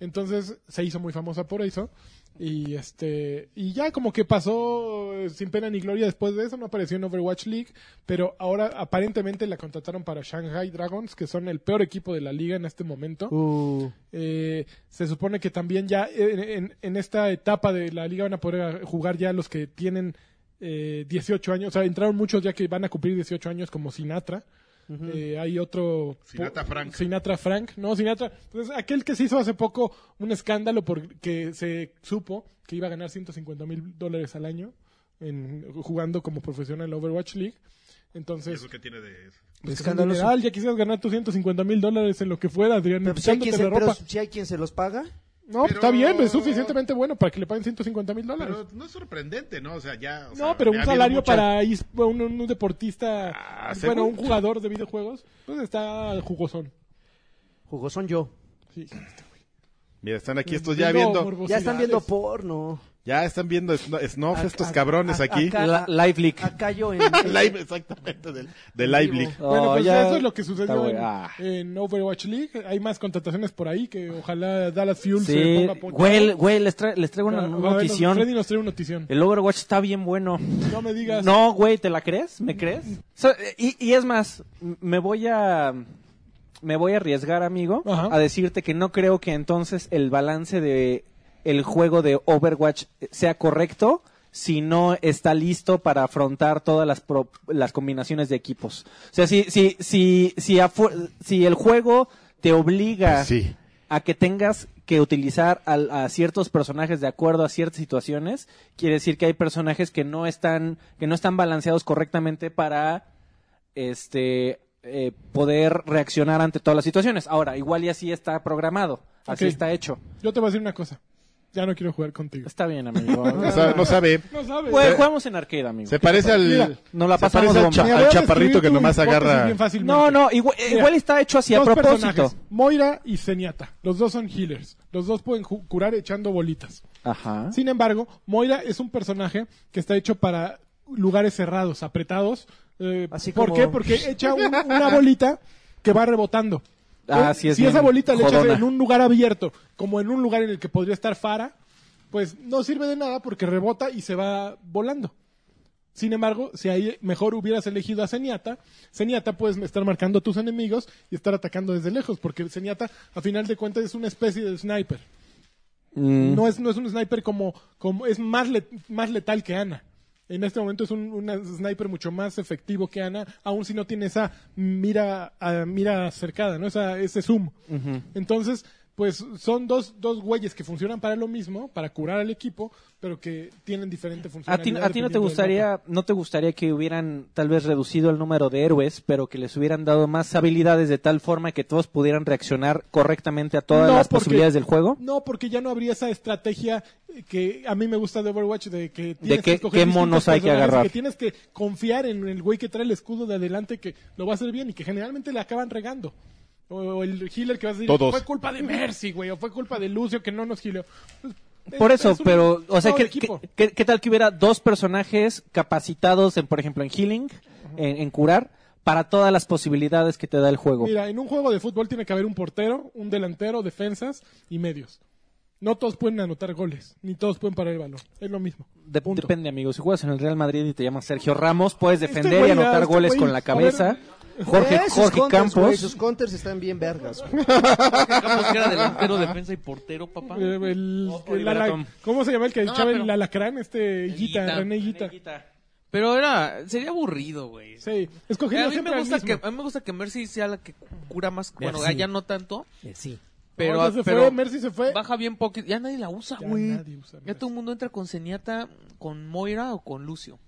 Entonces se hizo muy famosa por eso. Y este y ya como que pasó eh, sin pena ni gloria después de eso, no apareció en Overwatch League, pero ahora aparentemente la contrataron para Shanghai Dragons, que son el peor equipo de la liga en este momento.
Uh.
Eh, se supone que también ya en, en- en esta etapa de la liga van a poder jugar ya los que tienen eh, 18 años, o sea, entraron muchos ya que van a cumplir 18 años como Sinatra. Eh, hay otro
Sinatra Frank.
Sinatra Frank, no, Sinatra, pues aquel que se hizo hace poco un escándalo porque se supo que iba a ganar 150 mil dólares al año en, jugando como profesional en la Overwatch League. Entonces,
que tiene de
pues,
Escandaloso.
general, ya quisieras ganar tus 150 mil dólares en lo que fuera, Adrián,
Pero si hay, quien
quitándote
se,
la
pero
ropa.
si hay quien se los paga.
No, pues, está bien, es suficientemente bueno para que le paguen 150 mil dólares.
Pero no es sorprendente, ¿no? O sea, ya. o sea,
No, pero
ha
un
habido
salario
mucha-
para is- un, un deportista,
Ah, según-
bueno, un jugador de videojuegos, pues está jugosón.
Jugosón yo.
Sí.
Mira, están aquí estos ya
Viendo
viendo.
morbosidades.
Ya están viendo porno.
Ya están viendo sno- snuff
Ac-
estos
ac-
cabrones
ac-
aquí.
acá-
La- live leak.
Acá yo en...
Live, exactamente, del, del Live League.
Bueno,
Oh,
pues
ya
eso es lo que
está,
sucedió
güey.
en,
Ah.
en Overwatch League. Hay más contrataciones por ahí que ojalá Dallas Fuel se
Sí,
ponga punta.
güey, güey, les, tra- les traigo
Ah,
una
va, nos- Freddy
notición.
nos trae una notición.
El Overwatch está bien bueno.
No me digas.
No, güey, ¿te la crees? ¿Me crees? So- y, y es más, m- me voy a me voy a arriesgar, amigo,
Ajá.
a decirte que no creo que entonces el balance de el juego de Overwatch sea correcto si no está listo para afrontar todas las pro- las combinaciones de equipos. O sea, si si si si, afu- si el juego te obliga
Sí.
a que tengas que utilizar al- a, ciertos personajes de acuerdo a ciertas situaciones, quiere decir que hay personajes que no están, que no están balanceados correctamente para este eh, poder reaccionar ante todas las situaciones. Ahora, igual y así está programado, así
Ok.
está hecho.
Yo te voy a decir una cosa. Ya no quiero jugar contigo.
Está bien, amigo.
Ah.
No, sa- no sabe.
No sabes.
Jue- jugamos en arcade, amigo.
Se parece al,
Mira,
nos la
se
pasamos
parece al,
bomba.
cha-
Mira,
al
voy a
chaparrito
describir
que
tu
nomás
hipótesis
agarra.
bien fácilmente.
No, no, igual,
Mira,
igual está hecho así a
Dos
propósito.
personajes, Moira y Zenyatta. Los dos son healers. Los dos pueden ju- curar echando bolitas.
Ajá.
Sin embargo, Moira es un personaje que está hecho para lugares cerrados, apretados. Eh,
Así
¿Por
como-
qué? Porque echa un- una bolita que va rebotando.
Ah,
Eh,
sí, es
si
bien
esa bolita le echas
jodona.
en un lugar abierto, como en un lugar en el que podría estar Fara, pues no sirve de nada porque rebota y se va volando. Sin embargo, si ahí mejor hubieras elegido a Zenyatta, Zenyatta puedes estar marcando tus enemigos y estar atacando desde lejos, porque Zenyatta, a final de cuentas, es una especie de sniper.
Mm.
No es, no es un sniper como, como es más, le- más letal que Ana. En este momento es un, una sniper mucho más efectivo que Ana, aun si no tiene esa mira, ah, mira cercada, ¿no? Esa, ese zoom. Entonces, pues son dos, dos güeyes que funcionan para lo mismo, para curar al equipo, pero que tienen diferente
¿A ti,
funcionalidad.
a ti no te
dependiendo del mapa.
gustaría, no te gustaría que hubieran tal vez reducido el número de héroes, pero que les hubieran dado más habilidades de tal forma que todos pudieran reaccionar correctamente a todas
No,
las
porque-
posibilidades del juego?
No, porque ya no habría esa estrategia eh, que a mí me gusta de Overwatch de que tienes
qué-
escoger
qué
distintos
monos hay que
personajes,
agarrar.
que tienes que confiar en el güey que trae el escudo de adelante que lo va a hacer bien y que generalmente le acaban regando. O, o el healer que va a decir,
Todos.
fue culpa de Mercy, güey, o fue culpa de Lucio que no nos healó. Pues,
Por
es-
eso,
es un
pero, o sea,
juego de
¿qué,
equipo.
qué- qué- qué tal que hubiera dos personajes capacitados, en, por ejemplo, en healing, en, en curar, para todas las posibilidades que te da el juego?
Mira, en un juego de fútbol tiene que haber un portero, un delantero, defensas y medios. No todos pueden anotar goles, ni todos pueden parar el balón. Es lo mismo.
De-
Punto.
depende, amigo. Si juegas en el Real Madrid y te llamas Sergio Ramos, puedes
Este
defender
güey
y
ya,
anotar
este
goles
güey,
con la
a
cabeza.
Eh,
Jorge,
sus
Jorge
counters, güey,
Campos.
sus counters están bien vergas. güey.
Jorge Campos pues que era delantero, defensa y portero, papá.
Eh, el-
O- o
el ala-
Liberatón.
¿Cómo se llama el que
No,
echaba
pero-
el alacrán? Este Higuita,
Higuita.
René Higuita.
Pero era, sería aburrido, güey.
Sí,
a,
escogería
mí
siempre
me
al
gusta que,
mismo.
a mí me gusta que Mercy sea la que cura más. Bueno,
Mercy.
ya no tanto,
Eh,
Sí.
pero,
Oye, se
pero
fue, Mercy se fue.
baja bien poquito. Ya nadie la usa,
Ya
güey.
nadie usa
Ya
Mercy.
todo el mundo entra con Zenyatta, con Moira o con Lucio.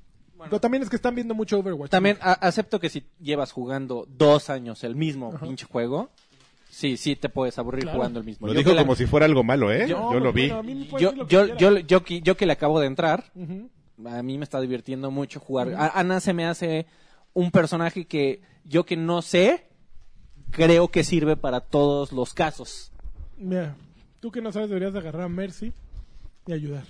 Pero también es que están viendo mucho Overwatch.
También a- acepto que si llevas jugando dos años el mismo pinche juego, sí, sí te puedes aburrir
Claro.
jugando el mismo.
Lo
Yo
dijo
que la-
como si fuera algo malo, ¿eh?
No,
Yo,
pues
lo vi.
bueno, a mí me puedes
yo,
decir lo que
yo,
quieras.
yo, yo que- yo que le acabo de entrar,
Ujú.
a mí me está divirtiendo mucho jugar. A- Ana se me hace un personaje que yo que no sé, creo que sirve para todos los casos.
Mira, tú que no sabes deberías de agarrar a Mercy y ayudar.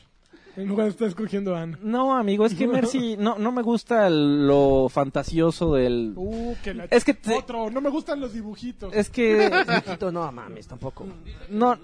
En lugar de estar escogiendo a Ana.
No, amigo, es que Mercy no, no me gusta lo fantasioso del...
Uh, que la...
Es que te-
Otro, no me gustan los dibujitos.
Es que...
Quito, Eh, no mames, tampoco.
No,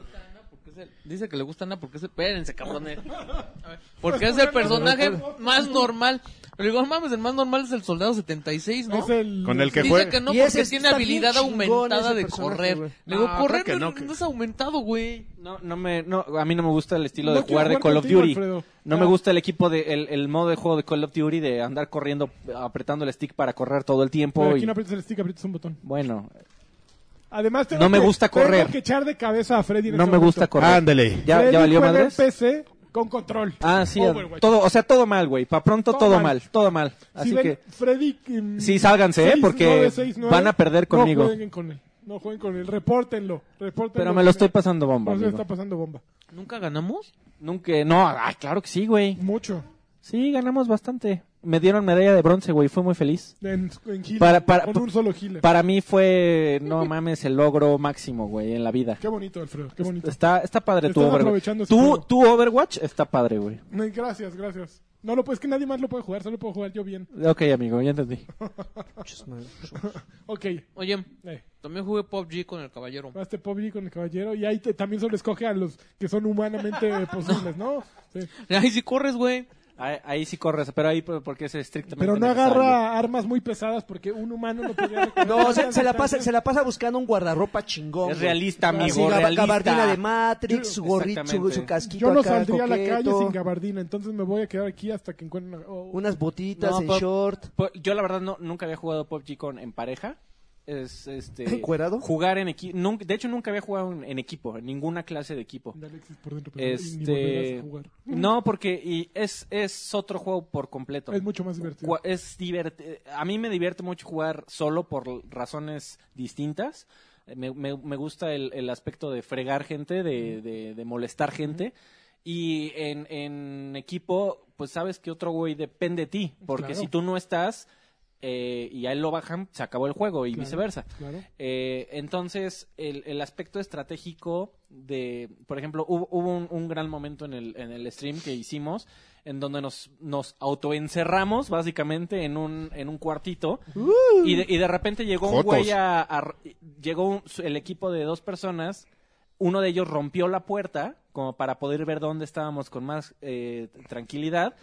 Porque es el- dice que le gusta Ana porque es el... Espérense, eh. cabrones. A ver, Porque es el personaje más normal. Pero digo, mames, el más normal es el Soldado 76, ¿no?
Es el...
Con el que
Dice
fue.
que no
Y
porque
ese sí
tiene
está bien
habilidad
chingón
aumentada
ese
de
personaje,
correr.
güey.
Le digo,
No,
correr
creo que
no,
no, que-
no es aumentado, güey.
No, no me, no, a mí no me gusta el estilo de
No
jugar de
quiero jugar
Call of
contigo,
Duty.
Alfredo.
No
Ya.
me gusta el equipo de, el, el modo de juego de Call of Duty de andar corriendo, apretando el stick para correr todo el
Pero
tiempo.
aquí
y-
no aprietas el stick, aprietas un botón.
Bueno,
Además, tengo
No me
que-
gusta correr.
Tengo que echar de cabeza a Freddy. en
no
este
me gusta
momento.
correr.
Ándale.
¿Ya,
Freddy
ya valió
juega en
madres?
PC con control.
Ah, sí,
Overwatch.
todo, o sea, todo mal, güey. Pa' pronto
Todo
todo,
mal.
mal. todo mal. Así
si ven
que,
Freddy. mm,
Sí, sálganse, ¿eh? Porque van a perder conmigo.
No jueguen con él. No jueguen con él. Repórtenlo. repórtenlo.
pero me lo estoy pasando
No
bomba,
se
amigo.
está pasando bomba.
¿Nunca ganamos?
Nunca, no, ah, claro que sí, güey.
Mucho.
Sí, ganamos bastante. Me dieron medalla de bronce, güey, fue muy feliz.
En, en healer,
Para- para-
con un solo healer.
Para mí fue, no mames, el logro máximo, güey, en la vida.
Qué bonito, Alfredo. Qué bonito.
Está, está padre tu
Están
Overwatch.
aprovechando ese
Tu,
juego.
tu Overwatch está padre, güey.
Ay, Gracias, gracias. No, lo, pues es que nadie más lo puede jugar. Solo puedo jugar yo bien.
Ok, amigo, ya entendí.
Muchos mal-
Ok. Eh, este
Oye, también jugué PUBG con el caballero.
Vaste Pobre con el caballero. Y ahí te- también solo escoge a los que son humanamente posibles, ¿no? Sí.
Ay, si corres, güey.
Ahí, ahí sí corres, pero ahí por- porque es estrictamente
Pero no
necesario.
agarra armas muy pesadas porque un humano no podría.
No, se, se la pasa, se la pasa buscando un guardarropa chingón.
Es
güey.
realista, amigo,
Así, gab-
realista.
gabardina de Matrix, su gorrito, su,
Exactamente.
su casquito
Yo no
acá,
saldría a la calle
coqueto,
sin gabardina, entonces me voy a quedar aquí hasta que oh, encuentre una... o-
Unas botitas
No,
en
pop-
short.
Po- Yo la verdad no, nunca había jugado PUBG con en pareja. es este
¿Encuerado?
jugar en equipo. De hecho, nunca había jugado en, en equipo, en ninguna clase de equipo.
De Alexis por dentro, pero ni volverás
Este,
a jugar.
no, porque y es, es otro juego por completo.
Mm. Es mucho más divertido.
Gua- Es diverti- A mí me divierte mucho jugar solo por l- razones distintas. Eh, Me, me- me gusta el, el aspecto de fregar gente, de, de- de molestar gente. Y en, en equipo, pues sabes que otro güey depende de ti. Porque
Claro.
si tú no estás eh, y a él lo bajan, se acabó el juego y
Claro,
viceversa.
Claro.
Eh, entonces, el, el aspecto estratégico de, por ejemplo, hubo, hubo un, un gran momento en el, en el stream que hicimos en donde nos, nos autoencerramos básicamente en un, en un cuartito y, de, y de repente llegó un
Jotos.
güey a, a- llegó un- el equipo de dos personas, uno de ellos rompió la puerta como para poder ver dónde estábamos con más eh, tranquilidad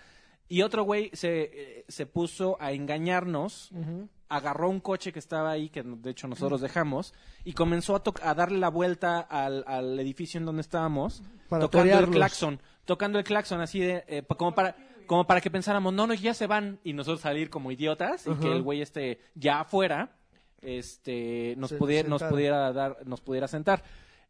y otro güey se, eh, se puso a engañarnos
Ujú.
agarró un coche que estaba ahí, que de hecho nosotros dejamos, y comenzó a, toc- a darle la vuelta al, al edificio en donde estábamos,
Para
tocando
torearlos.
el claxon, tocando el claxon así de, eh, pa- como para como para que pensáramos, no, no, ya se van, y nosotros salir como idiotas, y que el güey esté ya afuera, este, nos,
Se-
pudiera, nos
sentado.
pudiera dar, nos pudiera sentar.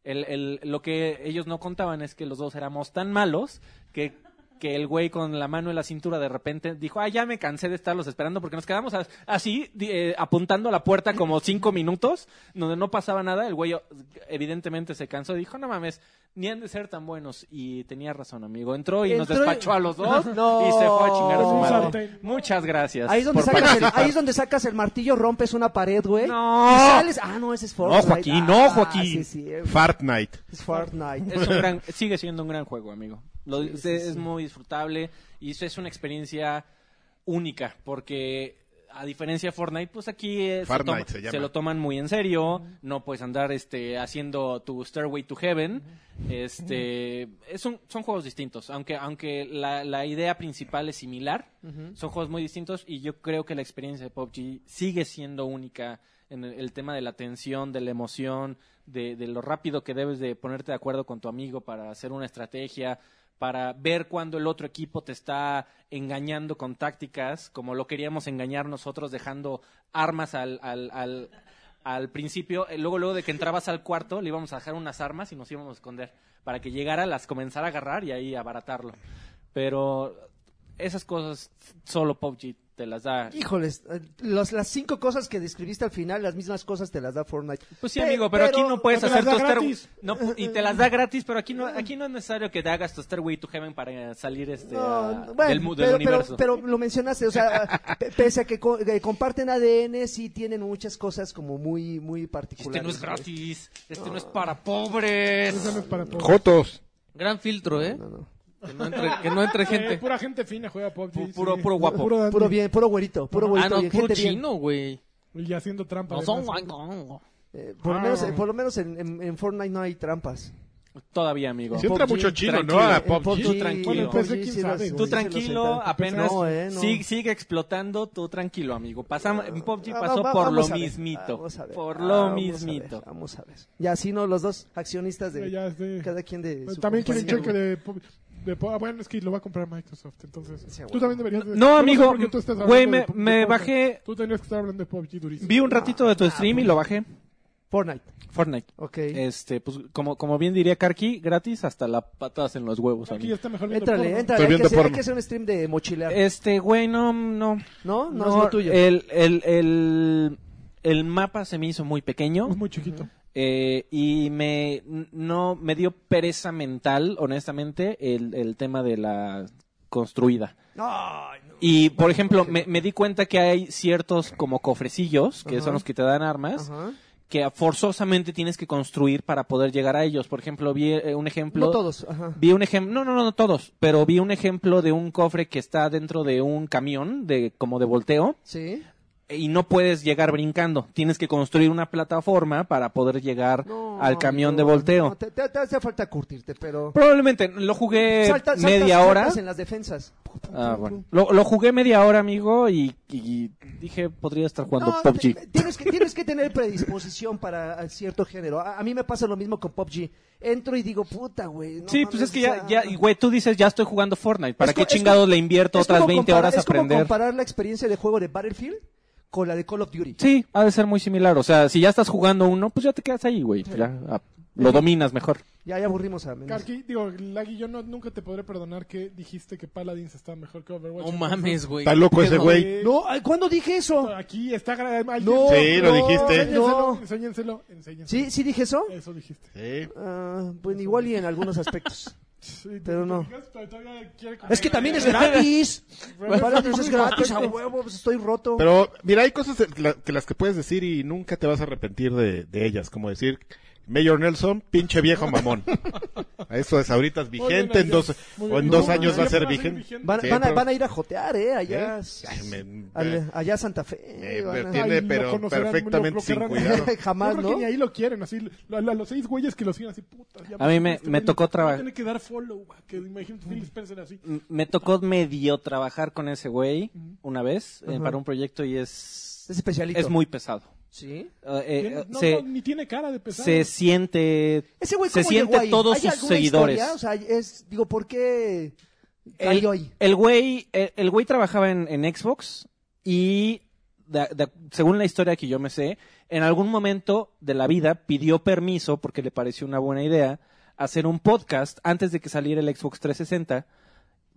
El, el- lo que ellos no contaban es que los dos éramos tan malos que, que el güey con la mano en la cintura de repente dijo, ah, ya me cansé de estarlos esperando porque nos quedamos a- así di- eh, apuntando a la puerta como cinco minutos donde no pasaba nada. El güey eh, evidentemente se cansó y dijo, no mames, ni han de ser tan buenos. Y tenía razón, amigo. Entró y nos
Entró y-
despachó a los dos
No.
y se fue a chingar a su
Con un
madre.
sartén.
Muchas gracias.
Ahí es, donde
por
sacas el,
participar.
ahí es donde sacas el martillo, rompes una pared, güey.
No.
Y sales- Ah, no, ese es Fortnite.
Joaquín, no,
Ah,
Joaquín.
sí, sí, eh,
Fartnite.
es Fortnite.
Es un gran- sigue siendo un gran juego, amigo. Lo- es, es muy disfrutable y eso es una experiencia única porque a diferencia de Fortnite, pues aquí eh, se,
Fortnite
toma-
se llama.
se lo toman muy en serio, no puedes andar este haciendo tu Stairway to Heaven. Este, es un- son juegos distintos, aunque aunque la, la idea principal es similar, son juegos muy distintos y yo creo que la experiencia de PUBG sigue siendo única en el, el tema de la tensión, de la emoción, de, de lo rápido que debes de ponerte de acuerdo con tu amigo para hacer una estrategia, para ver cuando el otro equipo te está engañando con tácticas, como lo queríamos engañar nosotros dejando armas al, al, al, al principio, eh, luego luego de que entrabas al cuarto le íbamos a dejar unas armas y nos íbamos a esconder para que llegara, las comenzara a agarrar y ahí abaratarlo. Pero esas cosas solo PUBG te las da.
Híjoles, eh, los- las cinco cosas que describiste al final, las mismas cosas te las da Fortnite.
Pues sí,
Pe-
amigo, pero, aquí no puedes
no te
hacer
las
tu
da
Star
gratis.
no, y te las da gratis, pero aquí no aquí no es necesario que te hagas tu Stairway to Heaven para salir este
No,
a-
bueno,
del, mu- del
pero,
universo.
Pero, pero lo mencionaste, o sea, pe- pese a que, co- que comparten ADN, sí tienen muchas cosas como muy, muy particulares.
Este no es
güey.
gratis, este no es para pobres.
Eso no es para todos.
Jotos.
Gran filtro, ¿eh?
No, no.
Que no entre, que no entre
Eh,
gente.
pura gente fina juega PUBG.
Pu- puro- puro guapo.
dandy.
Puro bien, puro güerito, puro
Ah,
güerito,
no,
bien,
puro
gente bien.
chino, güey.
Y haciendo trampa.
No son
además.
guangos.
Eh, por, lo menos,
Ah.
eh, por lo menos en, en- en Fortnite no hay trampas.
Todavía, amigo.
Sí entra
PUBG,
mucho chino,
tranquilo,
¿no? A
En
PUBG.
Tú Ah, tranquilo.
en
Bueno,
pues,
PUBG
¿quién
sí
sabe,
las-
güey?
Tú
sí las
tranquilo,
sentaron.
apenas
No, eh, no.
Sigue, sigue explotando, tú tranquilo, amigo. Pasamos, PUBG
Ah,
pasó
va- va-
por
vamos
lo
a ver,
mismito.
vamos a ver,
Por
ah,
lo
vamos a ver,
mismito.
Vamos a ver. Ya, sí, no, los dos accionistas de
Ya, sí.
cada quien de su
También quieren
compañía,
cheque
güey.
de, pu- de pu- ah, bueno, es que lo va a comprar Microsoft, entonces.
Sí, güey.
Tú también deberías. de-
No,
sé
amigo,
por qué tú estás
güey,
hablando
me-
de pu- de
me
PUBG.
bajé-
Tú tenías que estar hablando de PUBG durísimo.
Vi un ratito
Ah,
de tu stream y lo bajé.
Fortnite.
Fortnite.
Ok.
Este, pues como, como bien diría Karki, gratis hasta las patas en los huevos,
Aquí ya
amigo.
está mejor viendo
Éntrale,
porno.
éntrale. Hay
viendo
que, hacer, hay
porno.
que hacer un stream de mochilear.
Este, güey, no, no. eh,
¿No? No, es lo tuyo.
El, el, el, el mapa se me hizo muy pequeño.
Es muy chiquito.
Eh, y me n- no me dio pereza mental, honestamente, el, el tema de la construida. Y, por ejemplo, me, me di cuenta que hay ciertos como cofrecillos, que
Ajá.
son los que te dan armas,
Ajá.
que forzosamente tienes que construir para poder llegar a ellos. Por ejemplo, vi eh, un ejemplo...
No todos. Ajá.
Vi un ejemplo, no, no, no, no todos, pero vi un ejemplo de un cofre que está dentro de un camión, de como de volteo,
Sí.
y no puedes llegar brincando. Tienes que construir una plataforma para poder llegar
No,
al camión de
no,
volteo.
no, te, te- te hace falta curtirte, pero.
Probablemente lo jugué
Salta- saltas-
Eh, media
saltas
hora.
en las defensas.
Ah, bueno. lo, lo jugué media hora, amigo, y, y dije podría estar jugando
No,
PUBG.
te- tienes, que, tienes que tener predisposición para eh, cierto género. A, a mí me pasa lo mismo con PUBG. Entro y digo, puta, güey. no
sí, pues
mames,
es que
o
ya,
sea,
ya, y, güey, tú dices ya estoy jugando Fortnite. ¿Para
Es
qué
co- es
chingados
como-
le invierto
es como
otras 20
comparar-
horas a
Es como
aprender?
comparar la experiencia de juego de Battlefield con la de Call of Duty.
Sí, ha de ser muy similar. O sea, si ya estás jugando uno, pues ya te quedas ahí, güey. Ya ah, lo dominas mejor.
Ya, ya aburrimos a menos.
Karki, digo, Lagui, yo no, nunca te podré perdonar que dijiste que Paladins está mejor que Overwatch.
No mames, güey.
Está loco ese güey.
Eh,
No, ay, ¿cuándo dije eso?
Aquí está. gra- alguien-
No,
Sí, lo dijiste.
Enséñenselo,
No.
enséñenselo, enséñenselo.
¿Sí, sí dije eso?
Eso dijiste.
Sí.
Ah, bueno, igual y en algunos aspectos.
Sí,
Pero no.
fijas? Todavía- todavía quiere
Es que también es gratis. Paladins es gratis, a huevo, pues estoy roto.
Pero, mira, hay cosas de- la- que las que puedes decir y nunca te vas a arrepentir de, de ellas. Como decir, Mayor Nelson, pinche viejo mamón. Eso es ahorita es
Muy bien,
vigente, en dos,
gracias. Muy
o en
bien.
dos
No,
años va a ser
siempre
vigente.
Van,
Sí,
van a,
pero-
van a ir a jotear, ¿eh? Allá,
¿Eh? Ay, me-
al- allá a Santa Fe.
Eh,
van a-
pero tiene,
Ay, lo
pero
conocerán,
perfectamente
lo
sin
bloquearán.
cuidado.
Jamás,
yo creo
¿no?
que ni ahí lo quieren, así, lo- lo- los seis güeyes que lo siguen así, puta. ya
A mí me-
este
me
güey
tocó Mm.
le-
trabajar.
Tiene que dar follow, güey, que imagínate Phil Spencer así.
M- Me tocó medio trabajar con ese güey una vez eh,
Ajá.
para un proyecto y es,
Es especialito.
es muy pesado.
Sí.
Eh, eh,
Tiene- no,
se,
no, ni tiene cara de pesado.
se siente
Ese güey,
Se
¿cómo
siente
llegó ahí?
todos
¿Hay
sus
alguna
seguidores.
historia? O sea, es, digo, ¿por qué
el,
cayó ahí?
el güey el, el güey trabajaba en, en Xbox y de- de- según la historia que yo me sé en algún momento de la vida pidió permiso porque le pareció una buena idea hacer un podcast antes de que saliera el Xbox 360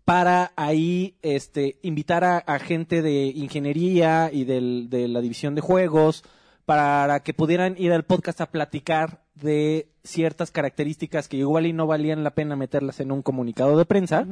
para ahí este invitar a, a gente de ingeniería y del- de la división de juegos para que pudieran ir al podcast a platicar de ciertas características que igual y no valían la pena meterlas en un comunicado de prensa,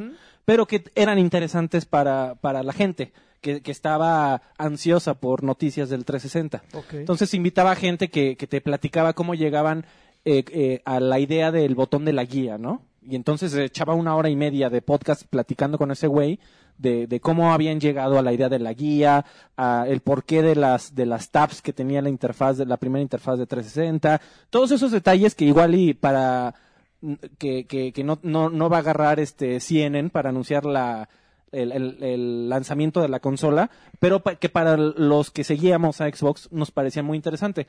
pero que eran interesantes para, para la gente que, que estaba ansiosa por noticias del 360.
Ok.
Entonces invitaba a gente que, que te platicaba cómo llegaban eh, eh, a la idea del botón de la guía, ¿no? Y entonces eh, echaba una hora y media de podcast platicando con ese güey de, de cómo habían llegado a la idea de la guía, a el porqué de las, de las tabs que tenía la interfaz, de la primera interfaz de 360, todos esos detalles que igual y para mm, que, que, que no, no, no va a agarrar este CNN para anunciar la, el, el- el lanzamiento de la consola, pero pa- que para los que seguíamos a Xbox nos parecía muy interesante.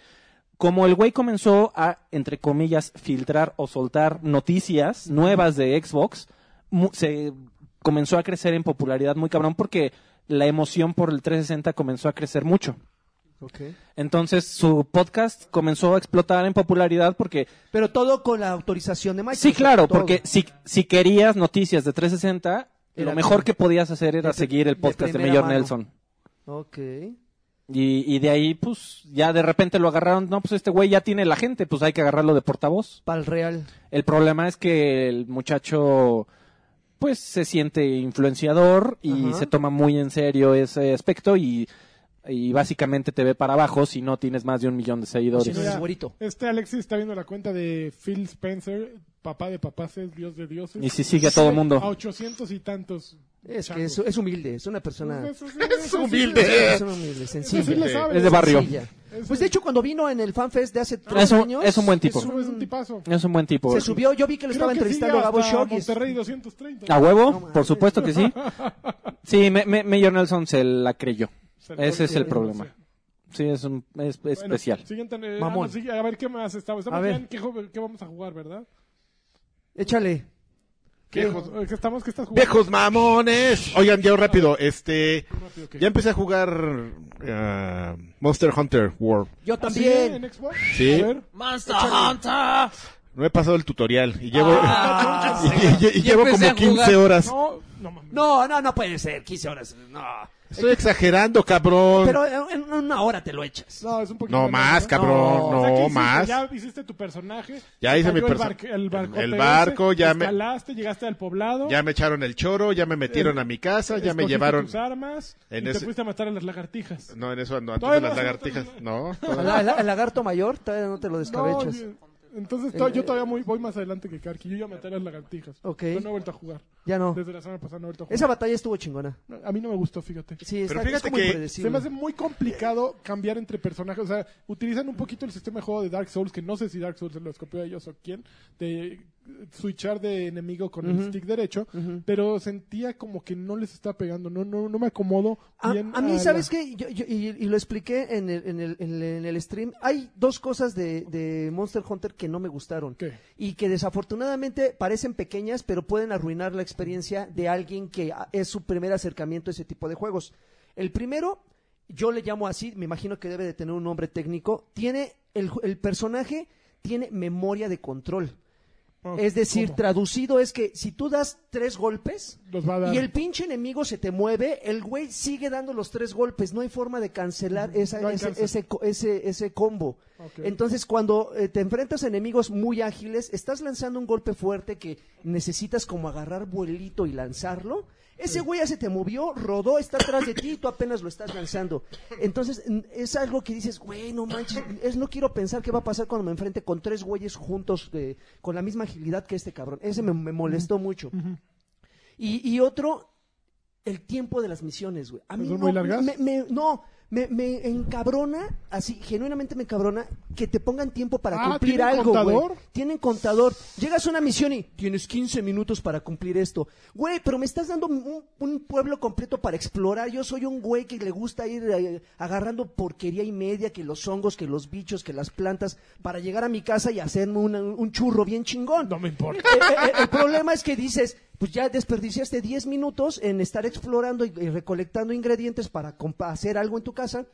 Como el güey comenzó a, entre comillas, filtrar o soltar noticias nuevas de Xbox, mu- se comenzó a crecer en popularidad muy cabrón porque la emoción por el 360 comenzó a crecer mucho.
ok.
Entonces su podcast comenzó a explotar en popularidad porque
Pero todo con la autorización de Microsoft.
Sí, claro,
Pues todo.
porque si, si querías noticias de 360,
Era
lo mejor
como-
que podías hacer era
de-
seguir el
de
podcast de,
primera
Mayor
mano.
Nelson.
Ok.
Y, y de ahí, pues, ya de repente lo agarraron. No, pues este güey ya tiene la gente, pues hay que agarrarlo de portavoz.
Para el Real.
El problema es que el muchacho, pues, se siente influenciador y
Ajá.
se toma muy en serio ese aspecto y, y básicamente te ve para abajo si no tienes más de un millón de
Si
seguidores.
no
Mira,
eres güerito.
Este Alexis está viendo la cuenta de Phil Spencer, papá de papaces, dios de dioses.
Y si sigue a todo
Sí, A
mundo.
800 y tantos.
Es que
changos.
es, es humilde, es una persona.
Pues eso sí, eso sí,
humilde.
Es una humilde,
eso sí
sencilla.
le sabe.
Es de barrio.
Sencilla.
Eso
Pues
sí.
de hecho, cuando vino en el FanFest de hace tres
Es un-
años.
es un buen tipo.
Es un, es un tipazo.
Es un buen tipo.
Se subió, yo vi que lo
Creo
estaba
que
entrevistando a
sigue
Gabo
hasta
Shock.
Monterrey 230.
¿A huevo?
No, man.
Por supuesto que sí. Sí, me, me- Mayor Nelson se la creyó.
Se le-
Ese es el
Sí.
problema. Sí, es, un, es es
Bueno,
especial.
Siguiente,
Mamón.
eh, vamos, sigue- a ver qué más estamos. Estamos
A
ya
ver.
en qué, jo- qué vamos a jugar, ¿verdad?
Échale.
Viejos,
Eh, ¿Qué estamos? ¿Qué estás jugando?
viejos mamones. Oigan, ya rápido, este,
Rápido, ¿qué?
ya empecé a jugar ah, Monster Hunter World.
Yo
¿Ah, sí,
también.
¿En Xbox?
Sí.
A ver.
Monster Hunter.
No he pasado el tutorial y llevo,
Ah,
y- y- y- y
Ya
llevo
empecé
como
a jugar.
15 horas.
No, no mames.
No, no, no puede ser. 15 horas. No.
Estoy exagerando, cabrón.
Pero en en una hora te lo echas.
No, es un poquito
No
menos,
más,
¿no?
cabrón,
No.
no,
O sea, ¿qué hiciste?
más.
Ya hiciste tu personaje.
Ya hice
cayó
mi
el
perso-
barco- El barco.
el barco, ya me-
escalaste, llegaste al poblado.
Ya me echaron el choro, ya me metieron
Eh,
a mi casa, ya me
escogiste
llevaron.
tus armas
en
y
ese-
te fuiste a matar a las lagartijas.
No, en eso ando, antes de
Todavía
las
no,
lagartijas. No,
El,
todavía-
el- el lagarto mayor, todavía no te lo descabechas.
No, yo- entonces to-
El-
yo todavía muy- voy más adelante que Karki. Yo ya maté a las lagartijas.
Ok.
Yo no he vuelto a jugar.
ya no.
Desde la semana pasada no he vuelto a jugar.
Esa batalla estuvo chingona.
No, A mí no me gustó, fíjate.
Sí, está,
Pero
es
fíjate
como
que
Se me
impredecible.
hace muy complicado cambiar entre personajes. O sea, utilizan un poquito el sistema de juego de Dark Souls, que no sé si Dark Souls se lo escopió a ellos o quién, de eh, switchar de enemigo con el stick derecho, pero sentía como que no les está pegando. No, no, no me acomodo.
A,
bien
a mí,
la-
¿sabes qué? Yo- yo- y, y lo expliqué en el, en, el, en el- en el stream. Hay dos cosas de, de Monster Hunter que no me gustaron.
¿Qué?
Y que desafortunadamente parecen pequeñas, pero pueden arruinar la experiencia de alguien que ah, es su primer acercamiento a ese tipo de juegos. El primero yo le llamo así, me imagino que debe de tener un nombre técnico, tiene el, ju- el personaje tiene memoria de control.
Ah,
Es decir,
¿cómo?
traducido es que si tú das tres golpes
Los va a dar.
y el pinche enemigo se te mueve, el güey sigue dando los tres golpes. No hay forma de cancelar esa-
no hay
ese,
cárcel.
ese, co- ese, ese combo.
Ok.
Entonces, cuando eh, te enfrentas a enemigos muy ágiles, estás lanzando un golpe fuerte que necesitas como agarrar vuelito y lanzarlo. Ese güey ya se te movió, rodó, está atrás de ti y tú apenas lo estás lanzando. Entonces, n- es algo que dices, güey, no manches, es, no quiero pensar qué va a pasar cuando me enfrente con tres güeyes juntos eh, con la misma agilidad que este cabrón. Ese me, me molestó mucho. Y, y otro, el tiempo de las misiones, güey. A mí
¿Son
no,
muy largas?
Me, me- no, me, me encabrona, así, genuinamente me encabrona que te pongan tiempo para
Ah,
cumplir
¿tienen
algo,
contador?
güey. Tienen contador. Llegas a una misión y tienes 15 minutos para cumplir esto. Güey, pero me estás dando un, un pueblo completo para explorar. Yo soy un güey que le gusta ir eh, agarrando porquería y media, que los hongos, que los bichos, que las plantas, para llegar a mi casa y hacerme una- un churro bien chingón.
No me importa.
Eh, eh, eh, el problema es que dices, pues ya desperdiciaste 10 minutos en estar explorando y, y recolectando ingredientes para compa- hacer algo en tu casa.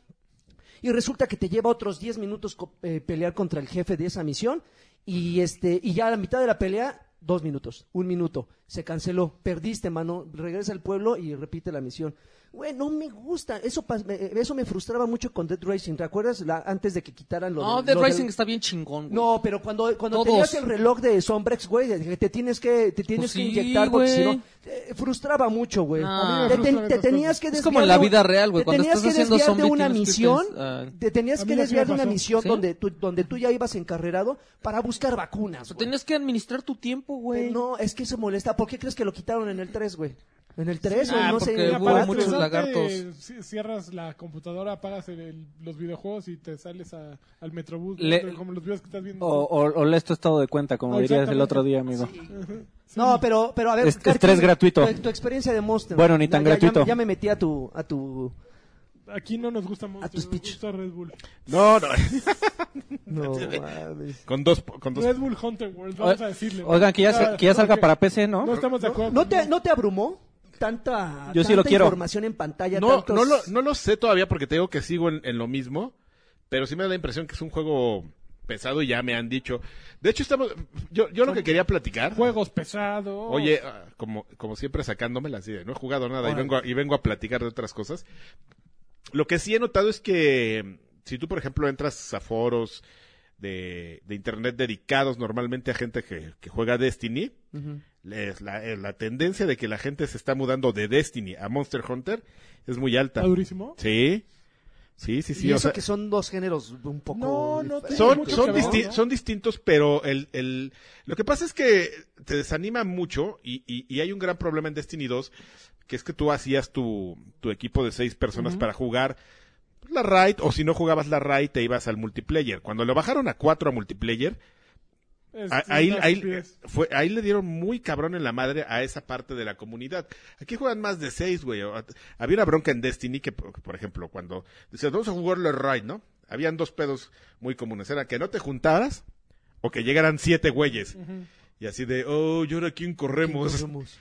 Y resulta que te lleva otros 10 minutos co- eh, pelear contra el jefe de esa misión. Y, este, y ya a la mitad de la pelea, dos minutos, un minuto. Se canceló, perdiste, mano. Regresa al pueblo y repite la misión. Güey, no me gusta. Eso, pas- me- eh, eso me frustraba mucho con Dead Racing. ¿Te acuerdas? La- antes de que quitaran lo
No,
del-
Dead
lo del-
Rising está bien chingón, güey.
no, pero cuando, cuando
Todos.
tenías el reloj de Sombrex, güey, de que te tienes que, te tienes
Pues
que
sí,
inyectar porque
güey.
si no, te frustraba mucho, güey.
Ah.
Te, ten-
A mí me frustran
te
esas
tenías que desviar.
Es como en la
de un-
vida real, güey,
te
cuando
tenías
estás
que
haciendo
desviar de
zombie,
una
tienes que
misión,
pensar.
te
A
tenías
mí
que
así me
desviar de una
pasó.
misión
¿Sí?
donde tú, donde tú ya ibas encarrerado para buscar vacunas,
O sea,
güey.
tenías que administrar tu tiempo, güey.
Pero No, es que se molesta. ¿Por qué crees que lo quitaron en el 3, güey? En el 3, güey,
ah,
no sé.
porque
en el
hubo
cuatro.
muchos
estresarte,
lagartos.
ci- Cierras la computadora, apagas el- el- los videojuegos y te sales a- al Metrobús.
Le-
¿no? como los videos que estás viendo.
O, o, o lees tu estado de cuenta, como
Ah,
dirías el
exactamente.
otro día, amigo.
No, pero, pero a ver.
Es- es
Karki,
tres gratuito.
Tu, tu experiencia de Monster.
Bueno, ni tan
Ya- ya-
gratuito.
ya me metí a tu, a tu.
Aquí no nos gusta mucho.
tu speech.
Nos gusta Red Bull.
No, no. eh.
No, mames.
Con dos, po- con dos.
Red Bull Hunter World,
O-
vamos a decirle. ¿no?
Oigan, que ya, se-
Ah,
que ya salga
porque
para PC, ¿no?
No estamos de acuerdo.
¿No te, ¿No te abrumó tanta,
Yo sí lo
tanta
quiero.
información en pantalla?
No,
tantos-
no lo, no lo sé todavía porque te digo que sigo en, en lo mismo, pero sí me da la impresión que es un juego pesado y ya me han dicho. De hecho, estamos, yo, yo lo que quería platicar.
Juegos pesados.
Oye, ah, como, como siempre sacándomela así de no he jugado nada y vengo, a, y vengo a platicar de otras cosas. Lo que sí he notado es que mm, si tú, por ejemplo, entras a foros de, de internet dedicados normalmente a gente que, que juega Destiny, les- la, eh, la tendencia de que la gente se está mudando de Destiny a Monster Hunter es muy alta.
¿Está durísimo?
Sí, sí, sí,
Y
sí. o
eso
sea,
que son dos géneros un poco...
No, no
diferentes.
tiene
son,
mucho
son,
que ver,
disti-
¿no?
son distintos, pero el, el, lo que pasa es que te desanima mucho y, y, y hay un gran problema en Destiny 2, que es que tú hacías tu, tu equipo de seis personas para jugar la raid, o si no jugabas la raid, te ibas al multiplayer. Cuando lo bajaron a cuatro a multiplayer,
Es-
a-
es
ahí,
una
ahí,
estupidez.
fue, ahí le dieron muy cabrón en la madre a esa parte de la comunidad. Aquí juegan más de seis, güey. O- Había una bronca en Destiny que, por por ejemplo, cuando decías, vamos a jugar la raid, ¿no? Habían dos pedos muy comunes. Era que no te juntaras o que llegaran siete güeyes. Y así de, oh, ¿y ahora quién corremos?
Corremos.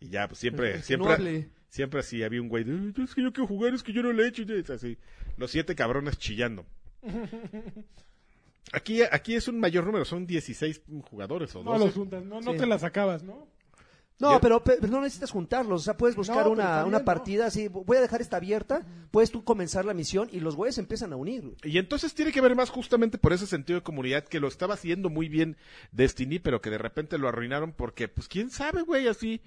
Y ya, pues
El
siempre,
que no
siempre,
hable.
siempre así había un güey de, "Ay, es que yo quiero jugar, es que yo no le he hecho, y así. Los siete cabrones chillando. Aquí, aquí es un mayor número, son 16 jugadores o
No los
12.
juntas, no, no
Sí.
te las sacabas, ¿no?
No,
Yo-
pero, pe- no necesitas juntarlos. O sea, puedes buscar
No, pero
una,
también
una
no.
partida así. Voy a dejar esta abierta. Puedes tú comenzar la misión y los güeyes se empiezan a unir. güey.
Y entonces tiene que ver más justamente por ese sentido de comunidad que lo estaba haciendo muy bien Destiny, pero que de repente lo arruinaron porque, pues quién sabe, güey, así.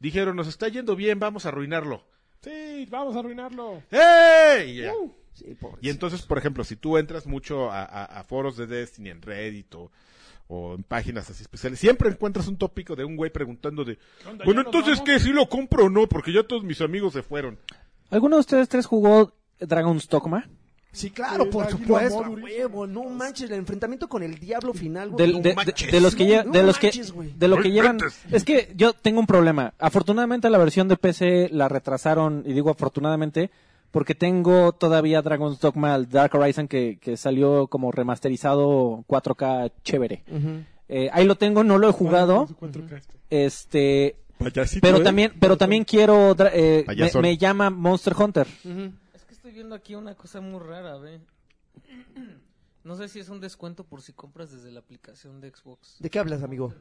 Dijeron, nos está yendo bien, vamos a arruinarlo.
Sí, vamos a arruinarlo.
¡Ey! Y
Uh.
ya.
Sí, pobre.
pues.
Y entonces, por ejemplo, si tú entras mucho a, a- a foros de Destiny en Reddit o, o en páginas así especiales, siempre encuentras un tópico de un güey preguntando de,
onda,
bueno,
ya nos
entonces,
vamos?"
¿qué? ¿Si lo compro o no? Porque ya todos mis amigos se fueron.
¿Alguno de ustedes tres jugó Dragon's Dogma?
Sí, claro,
Sí,
por
Águila
supuesto.
Amor,
a
durísimo.
huevo, no manches, el enfrentamiento con el diablo final. güey.
Del-
No
de, de-
manches.
de los que llevan
No
de los que
manches, güey.
de lo
No
que llevan
inventes.
es que yo tengo un problema afortunadamente la versión de PC la retrasaron y digo afortunadamente porque tengo todavía Dragon's Dogma el Dark Horizon que, que salió como remasterizado 4K chévere Eh, ahí lo tengo no lo he jugado
pues.
este pero también pero también quiero dra- eh, me,
Payasón.
me llama Monster Hunter
estoy viendo aquí una cosa muy rara, ve. No sé si es un descuento por si compras desde la aplicación de Xbox.
¿De qué hablas, amigo?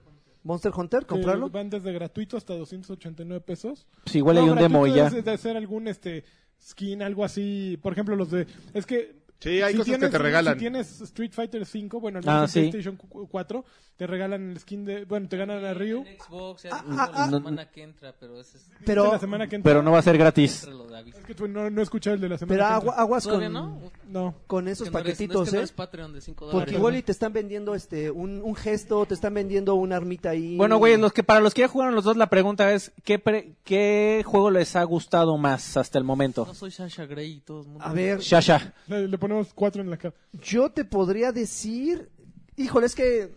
¿Monster Hunter? ¿Comprarlo?
Que Eh, Van desde gratuito hasta 289 pesos.
Pues igual hay
No,
un demo y
gratuito
ya.
es De hacer algún este skin, algo así. Por ejemplo, los de. Es que.
Sí, hay cosas que te regalan.
Si tienes Street Fighter 5, bueno, al
Ah,
menos
sí.
en PlayStation 4, te regalan el skin de. Bueno, te ganan a Ryu.
En Xbox, ya
Ah,
digo la semana que entra, pero ese es
Pero,
La semana que entra.
Pero no va a ser gratis.
entre lo de aviso.
Es que tú no, no he escuchado el de la semana
pero
que
agua-
entra.
aguas
Todavía
con,
no.
No.
con esos
Que no eres- no
paquetitos,
es que no
¿eh?
eres Patreon de 5 dólares.
Porque igual y te están vendiendo este un, un gesto, te están vendiendo una armita ahí.
Bueno, güey, los que, para los que ya jugaron los dos, la pregunta es: ¿qué, pre- ¿qué juego les ha gustado más hasta el momento?
No soy Sasha Grey y todo el mundo.
A ver,
Shasha.
Le, le ponemos cuatro en la cara.
yo te podría decir, híjole, es que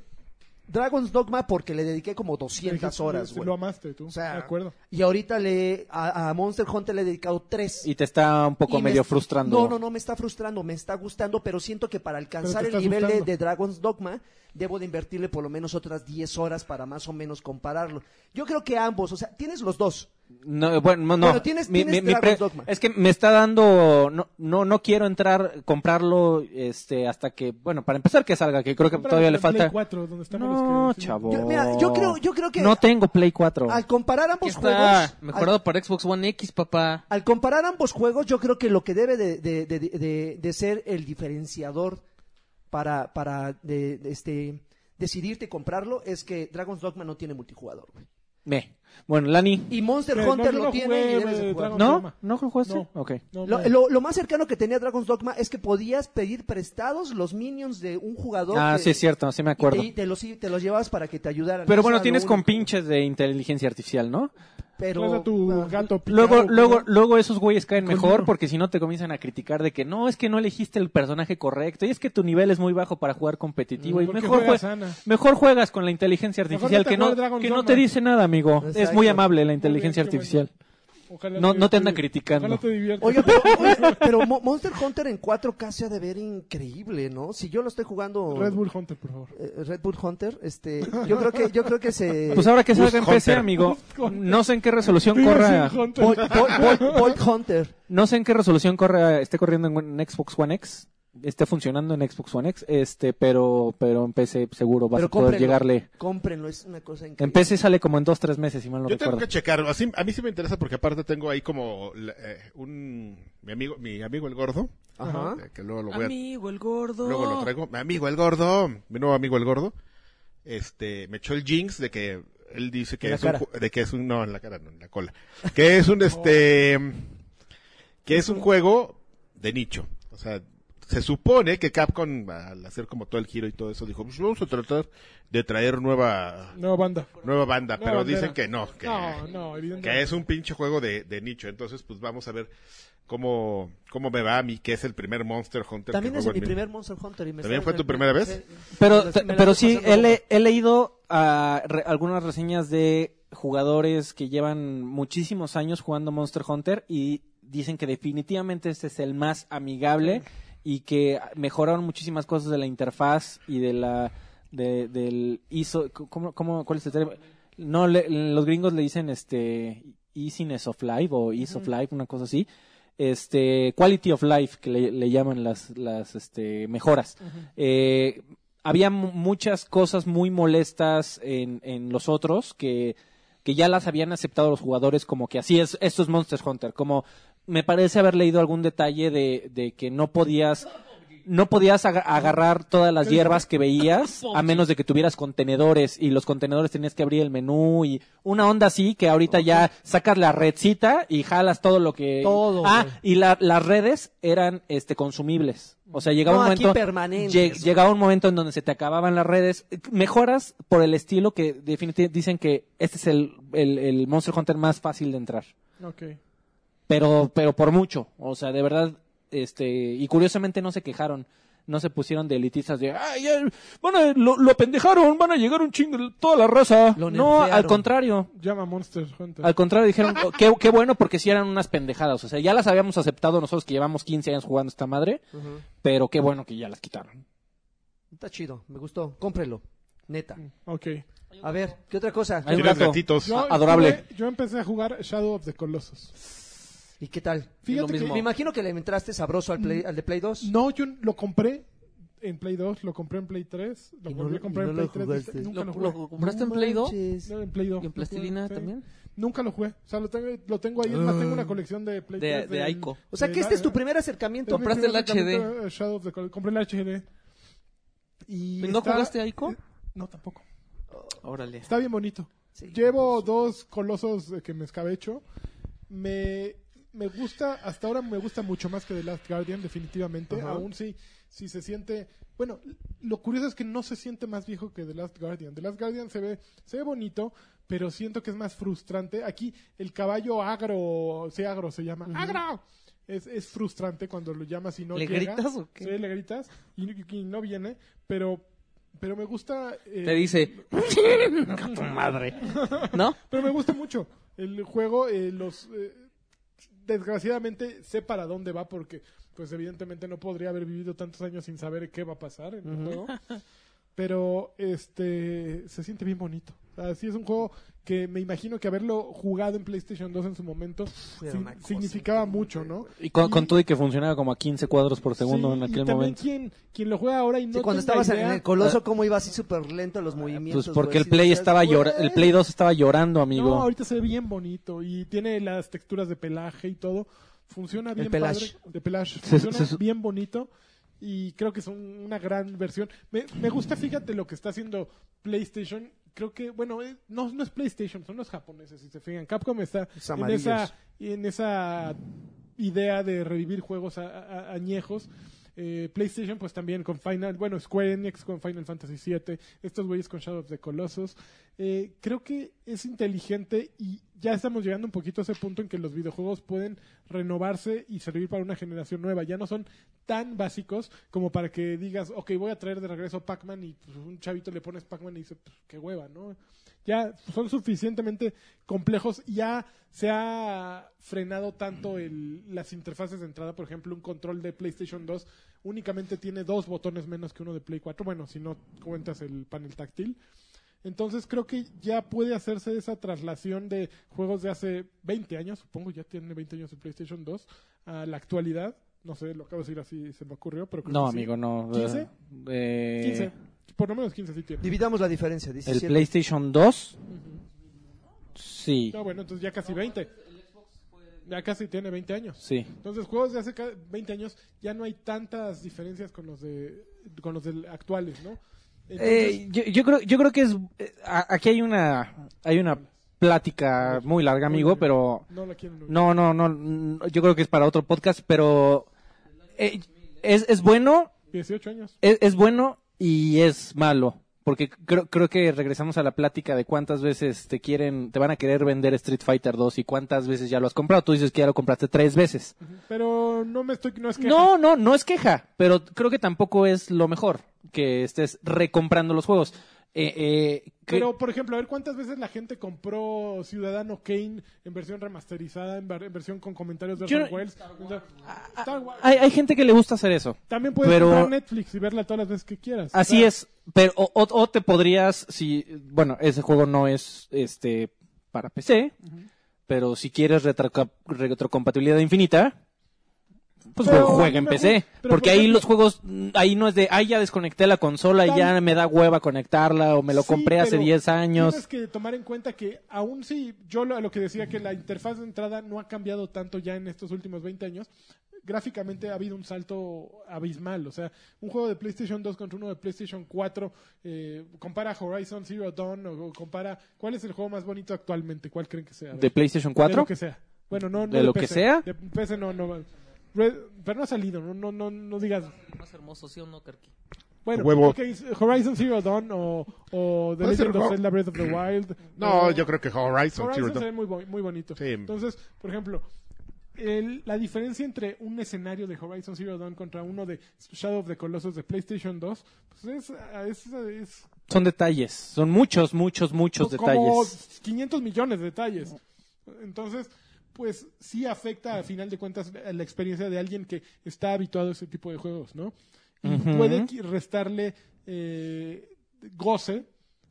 Dragon's Dogma porque le dediqué como 200 horas,
Lo
güey.
amaste tú.
O sea,
de acuerdo.
Y ahorita le a, a Monster Hunter le he dedicado 3.
Y te está un poco medio frustrando.
No, no, no me está frustrando, me está gustando, pero siento que para alcanzar
Pero te
el
está
nivel de,
asustando.
de Dragon's Dogma debo de invertirle por lo menos otras 10 horas para más o menos compararlo. Yo creo que ambos, o sea, tienes los dos.
No, bueno, no.
Bueno, tienes- tienes Dragon's Dogma.
Es que me está dando, no, no, no quiero entrar, comprarlo, este, hasta que, bueno, para empezar que salga, que creo que todavía le falta.
Play 4, donde están
No,
los que- sí.
chavo.
Yo- mira, yo creo- yo creo que-
No tengo Play 4.
Al comparar
Que
ambos
está
juegos, al-
mejorado para Xbox One X, papá.
Al comparar ambos juegos, yo creo que lo que debe de, de- de- de- de ser el diferenciador para, para de- de este, decidirte comprarlo es que Dragon's Dogma no tiene multijugador. güey.
Me. Bueno, Lani.
Y Monster
Que no,
Hunter
yo
lo
no
tiene
jugué,
y debes de
eh,
jugar.
Dragon-
¿No?
Dogma.
¿No jugaste? Ok.
No,
Lo,
no.
lo- lo más cercano que tenía Dragon's Dogma es que podías pedir prestados los minions de un jugador.
Ah,
que-
sí, es cierto, sí me acuerdo.
Y te, te los, te los llevabas para que te ayudaran.
Pero bueno,
Eso era
tienes
lo único.
compinches de inteligencia artificial, ¿no?
Traes
Pero
a tu
ah,
gato picado,
Luego,
güey.
luego, luego esos güeyes caen
Con
mejor
uno.
porque si no te comienzan a criticar de que no, es que no elegiste el personaje correcto y es que tu nivel es muy bajo para jugar competitivo y
Mm, Porque
mejor,
juegas
jue-
sana.
mejor juegas con la inteligencia
Mejor
artificial
vete a
que no,
jugar Dragon's
que no
Dogma.
te dice nada, amigo. Es muy
Exacto.
amable la
bien,
inteligencia
qué bueno.
artificial.
Ojalá
No- no te anda
ojalá
criticando.
te diviertas.
Oye, pero, oye, pero Mo- Monster Hunter en 4K se ha de ver increíble, ¿no? Si yo lo estoy jugando
Red Bull Hunter, por favor.
eh, Red Bull Hunter, este, yo creo que yo creo que se
Pues ahora que salga en
Hunter.
PC, amigo, no sé en qué resolución
Viva
corra,
Sin Hunter.
Bolt, Bolt- Bolt- Bolt Hunter.
no sé en qué resolución corra, esté corriendo en, en Xbox One X, esté funcionando en Xbox One X, este, pero, pero en PC seguro vas
Pero
a poder
cómprenlo,
llegarle.
cómprenlo, es una cosa
En
increíble.
PC sale como en dos, tres meses, si mal no
Yo tengo
recuerdo.
que checarlo. Así, a mí sí me interesa porque aparte tengo ahí como la- eh, un mi amigo, mi amigo el gordo,
Ajá.
eh, que luego lo voy a,
Amigo, el gordo.
luego lo traigo. Mi amigo el gordo, mi nuevo amigo el gordo, este, me echó el jinx de que él dice que
En la
es un,
cara.
ju- de que es un no en la cara, no en la cola, que es un este, que es un juego de nicho, o sea. Se supone que Capcom, al hacer como todo el giro y todo eso, dijo, "Pues vamos a tratar de traer nueva,
No, banda.
nueva banda,
Nueva
pero
bandera.
dicen que no, que,
No, no, evidentemente.
que es un pinche juego de, de nicho. Entonces, pues vamos a ver cómo, cómo me va a mí, que es el primer Monster Hunter.
También
que
es
juego
mi
en
primer Monster Hunter y me
¿También
está-
fue tu primera vez?
Sí. Me
Pero,
la-
t-
me la
pero
estoy
sí,
pasando
he, le-
bomba.
he leído ah, re- algunas reseñas de jugadores que llevan muchísimos años jugando Monster Hunter y dicen que definitivamente este es el más amigable y que mejoraron muchísimas cosas de la interfaz y de la de- del ISO ¿cómo, cómo- cuál es el término? No, le- los gringos le dicen este easiness of life o ease of life, una cosa así. Este quality of life que le, le llaman las las este mejoras. Eh, había mu- muchas cosas muy molestas en, en los otros que, que ya las habían aceptado los jugadores como que así es, esto es Monster Hunter, como me parece haber leído algún detalle de, de que no podías no podías aga- agarrar todas las hierbas que veías a menos de que tuvieras contenedores y los contenedores tenías que abrir el menú y una onda así que ahorita ya sacas la redcita y jalas todo lo que
Todo,
ah
güey.
y la- las redes eran este consumibles o sea llegaba
No,
un
aquí
momento
permanentes,
lleg-
güey.
llegaba un momento en donde se te acababan las redes. Mejoras por el estilo que definitivamente dicen que este es el, el, el Monster Hunter más fácil de entrar.
Ok.
Pero, pero por mucho. O sea, de verdad, este, y curiosamente no se quejaron. No se pusieron de elitistas de, ay, eh, van a- lo, lo pendejaron, van a llegar un chingo, toda la raza.
Lo
no, al
nerfearon.
contrario.
Llama Monster Hunter.
Al contrario, dijeron, "Oh, qué, qué bueno porque sí eran unas pendejadas. O sea, ya las habíamos aceptado nosotros que llevamos 15 años jugando esta madre,
Ujú.
pero qué bueno que ya las quitaron.
Está chido, me gustó, cómprelo, neta.
Ok.
A ver, ¿qué otra cosa?
Hay un
¿Tienes
gato.
gatitos.
Yo
adorable.
estuve- yo empecé a jugar Shadow of the Colossus.
¿Y qué tal?
Fíjate que-
Me imagino que le entraste sabroso al, Play- al de Play 2.
No, yo lo compré en Play 2, lo compré en Play 3, lo
Y no
volví
lo-
a comprar
y
en
no
Play
lo
3.
jugaste.
nunca
¿Lo,
lo, jugué.
lo compraste en Play 2?
manches.
No, en Play 2.
¿Y en plastilina también?
Nunca lo jugué. O sea, lo tengo, lo tengo ahí. Es
Ah.
más, tengo una colección de Play
De-
3.
de
del-
Aiko.
O sea,
de
que este
la-
es tu primer
es mi
acercamiento.
Compraste
primer
el HD.
acercamiento a Shadow of the Colossus. Compré el HD. Y
¿No
está- eh,
jugaste Aiko?
No, tampoco.
Órale.
Está bien bonito.
Sí.
Llevo dos colosos eh, que me escabecho. Me, me gusta, hasta ahora me gusta mucho más que The Last Guardian, definitivamente. Aún si, si se siente. Bueno, lo curioso es que no se siente más viejo que The Last Guardian. The Last Guardian se ve, se ve bonito, pero siento que es más frustrante. Aquí el caballo agro, sí, agro se llama. ¡Agro! Es, es frustrante cuando lo llamas y no
¿Le
llega.
gritas o qué?
Sí, le gritas y, y- y no viene, pero, pero me gusta. eh,
Te dice,
tu madre.
¿no?
pero me gusta mucho el juego. eh, los eh, desgraciadamente sé para dónde va porque, pues evidentemente no podría haber vivido tantos años sin saber qué va a pasar en el juego. Pero este se siente bien bonito. O sea, sí es un juego que me imagino que haberlo jugado en PlayStation 2 en su momento
Era
sin-
una cosa
significaba mucho, ¿no?
Y con, con todo y que funcionaba como a 15 cuadros por segundo
Mm. Sí,
en
y
aquel
también
momento.
Quien, quien lo juega ahora y no
Sí, cuando
tenga
estabas
idea-
en el coloso, ¿cómo iba así súper lento los movimientos?
Pues porque
güey?
el
Sí,
Play
decías,
estaba
güey.
llora- el Play 2 estaba llorando,
No,
amigo.
ahorita se ve bien bonito y tiene las texturas de pelaje y todo. Funciona bien
pelage.
padre. De pelage.
Se-
Funciona
se-
bien bonito y creo que es un- una gran versión. Me, me gusta, fíjate lo que está haciendo PlayStation. Creo que, bueno, eh, no, no es PlayStation, son los japoneses, si se fijan. Capcom está
Los
en
amarillos.
esa, en esa idea de revivir juegos a- a- a- añejos. Eh, PlayStation, pues también con Final, bueno, Square Enix con Final Fantasy VII, estos güeyes con Shadow of the Colossus. Eh, creo que es inteligente y ya estamos llegando un poquito a ese punto en que los videojuegos pueden renovarse y servir para una generación nueva. Ya no son tan básicos como para que digas, ok, voy a traer de regreso Pac-Man y pues, un chavito le pones Pac-Man y dice, pues, qué hueva, ¿no? Ya son suficientemente complejos y ya se ha frenado tanto el- las interfaces de entrada. Por ejemplo, un control de PlayStation 2 únicamente tiene dos botones menos que uno de Play 4. Bueno, si no cuentas el panel táctil. Entonces creo que ya puede hacerse esa traslación de juegos de hace 20 años, supongo ya tiene 20 años el PlayStation 2, a la actualidad. No sé, lo acabo de decir así, se me ocurrió, pero creo
No,
que sí.
amigo, no.
¿Quince?
Eh,
15. Por lo menos 15 sí tiene.
Dividamos la diferencia,
El
17.
PlayStation 2. Sí,
No, bueno, entonces ya casi 20. Ya casi tiene 20 años.
sí.
Entonces, juegos de hace ca- 20 años ya no hay tantas diferencias con los de con los del actuales, ¿no? Entonces,
Eh, yo, yo creo, yo creo que es. eh, a- aquí hay una, hay una plática Ah, muy larga, amigo, pero
no la quieren oír.
No, no, no. mm, Yo creo que es para otro podcast, pero eh, es, es bueno,
18 años.
es, es bueno y es malo. Porque creo, creo que regresamos a la plática de cuántas veces te quieren, te van a querer vender Street Fighter 2 y cuántas veces ya lo has comprado. Tú dices que ya lo compraste tres veces.
Pero no me estoy no es que
No, no, no es queja, pero creo que tampoco es lo mejor que estés recomprando los juegos. Eh, eh, que-
Pero, por ejemplo, a ver cuántas veces la gente compró Ciudadano Kane en versión remasterizada, en, ver- en versión con comentarios de
Yo
Orson
no-
Welles. O sea, Star Wars.
hay, hay gente que le gusta hacer eso.
También puedes
pero-
comprar Netflix y verla todas las veces que quieras.
Así
Claro.
es, pero o, o- o te podrías si bueno, ese juego no es este para PC, pero si quieres retroca- retrocompatibilidad infinita, pues
Pero
jue- juega
a
en
mí me
PC,
gu- pero
porque
por
ahí
ejemplo-
los juegos mm, ahí no es de ay ya desconecté la consola y
Tan-
ya me da hueva conectarla o me lo
Sí,
compré hace
pero
10
Tienes
años.
que tomar en cuenta que, aún si yo lo, lo que decía que la interfaz de entrada no ha cambiado tanto ya en estos últimos 20 años, gráficamente ha habido un salto abismal. O sea, un juego de PlayStation 2 contra uno de PlayStation 4, eh, compara Horizon Zero Dawn o, o compara. ¿Cuál es el juego más bonito actualmente? ¿Cuál creen que sea? A ver.
De PlayStation
De
4,
lo que sea. Bueno, no, no
¿De lo que
PC.
sea?
De PC no, no. Red- pero no ha salido, no, no, no, no digas.
El más hermoso, ¿sí o no, Karki?
Bueno,
Huevo.
ok, es Horizon Zero Dawn o, o The
Puede ser
Legend of
Ho-
Zelda Breath of the Wild.
No,
o-
yo creo que Horizon, Zero
Horizon se
Dawn.
ve muy, bo- muy bonito.
Sí.
Entonces, por ejemplo, el- la diferencia entre un escenario de Horizon Zero Dawn contra uno de Shadow of the Colossus de PlayStation 2, pues es, es- es
son detalles, son muchos muchos muchos
Pues como
detalles.
500 millones de detalles. Entonces, pues sí afecta a final de cuentas a la experiencia de alguien que está habituado a ese tipo de juegos, ¿no? Y
Ujú.
puede qui- restarle eh, goce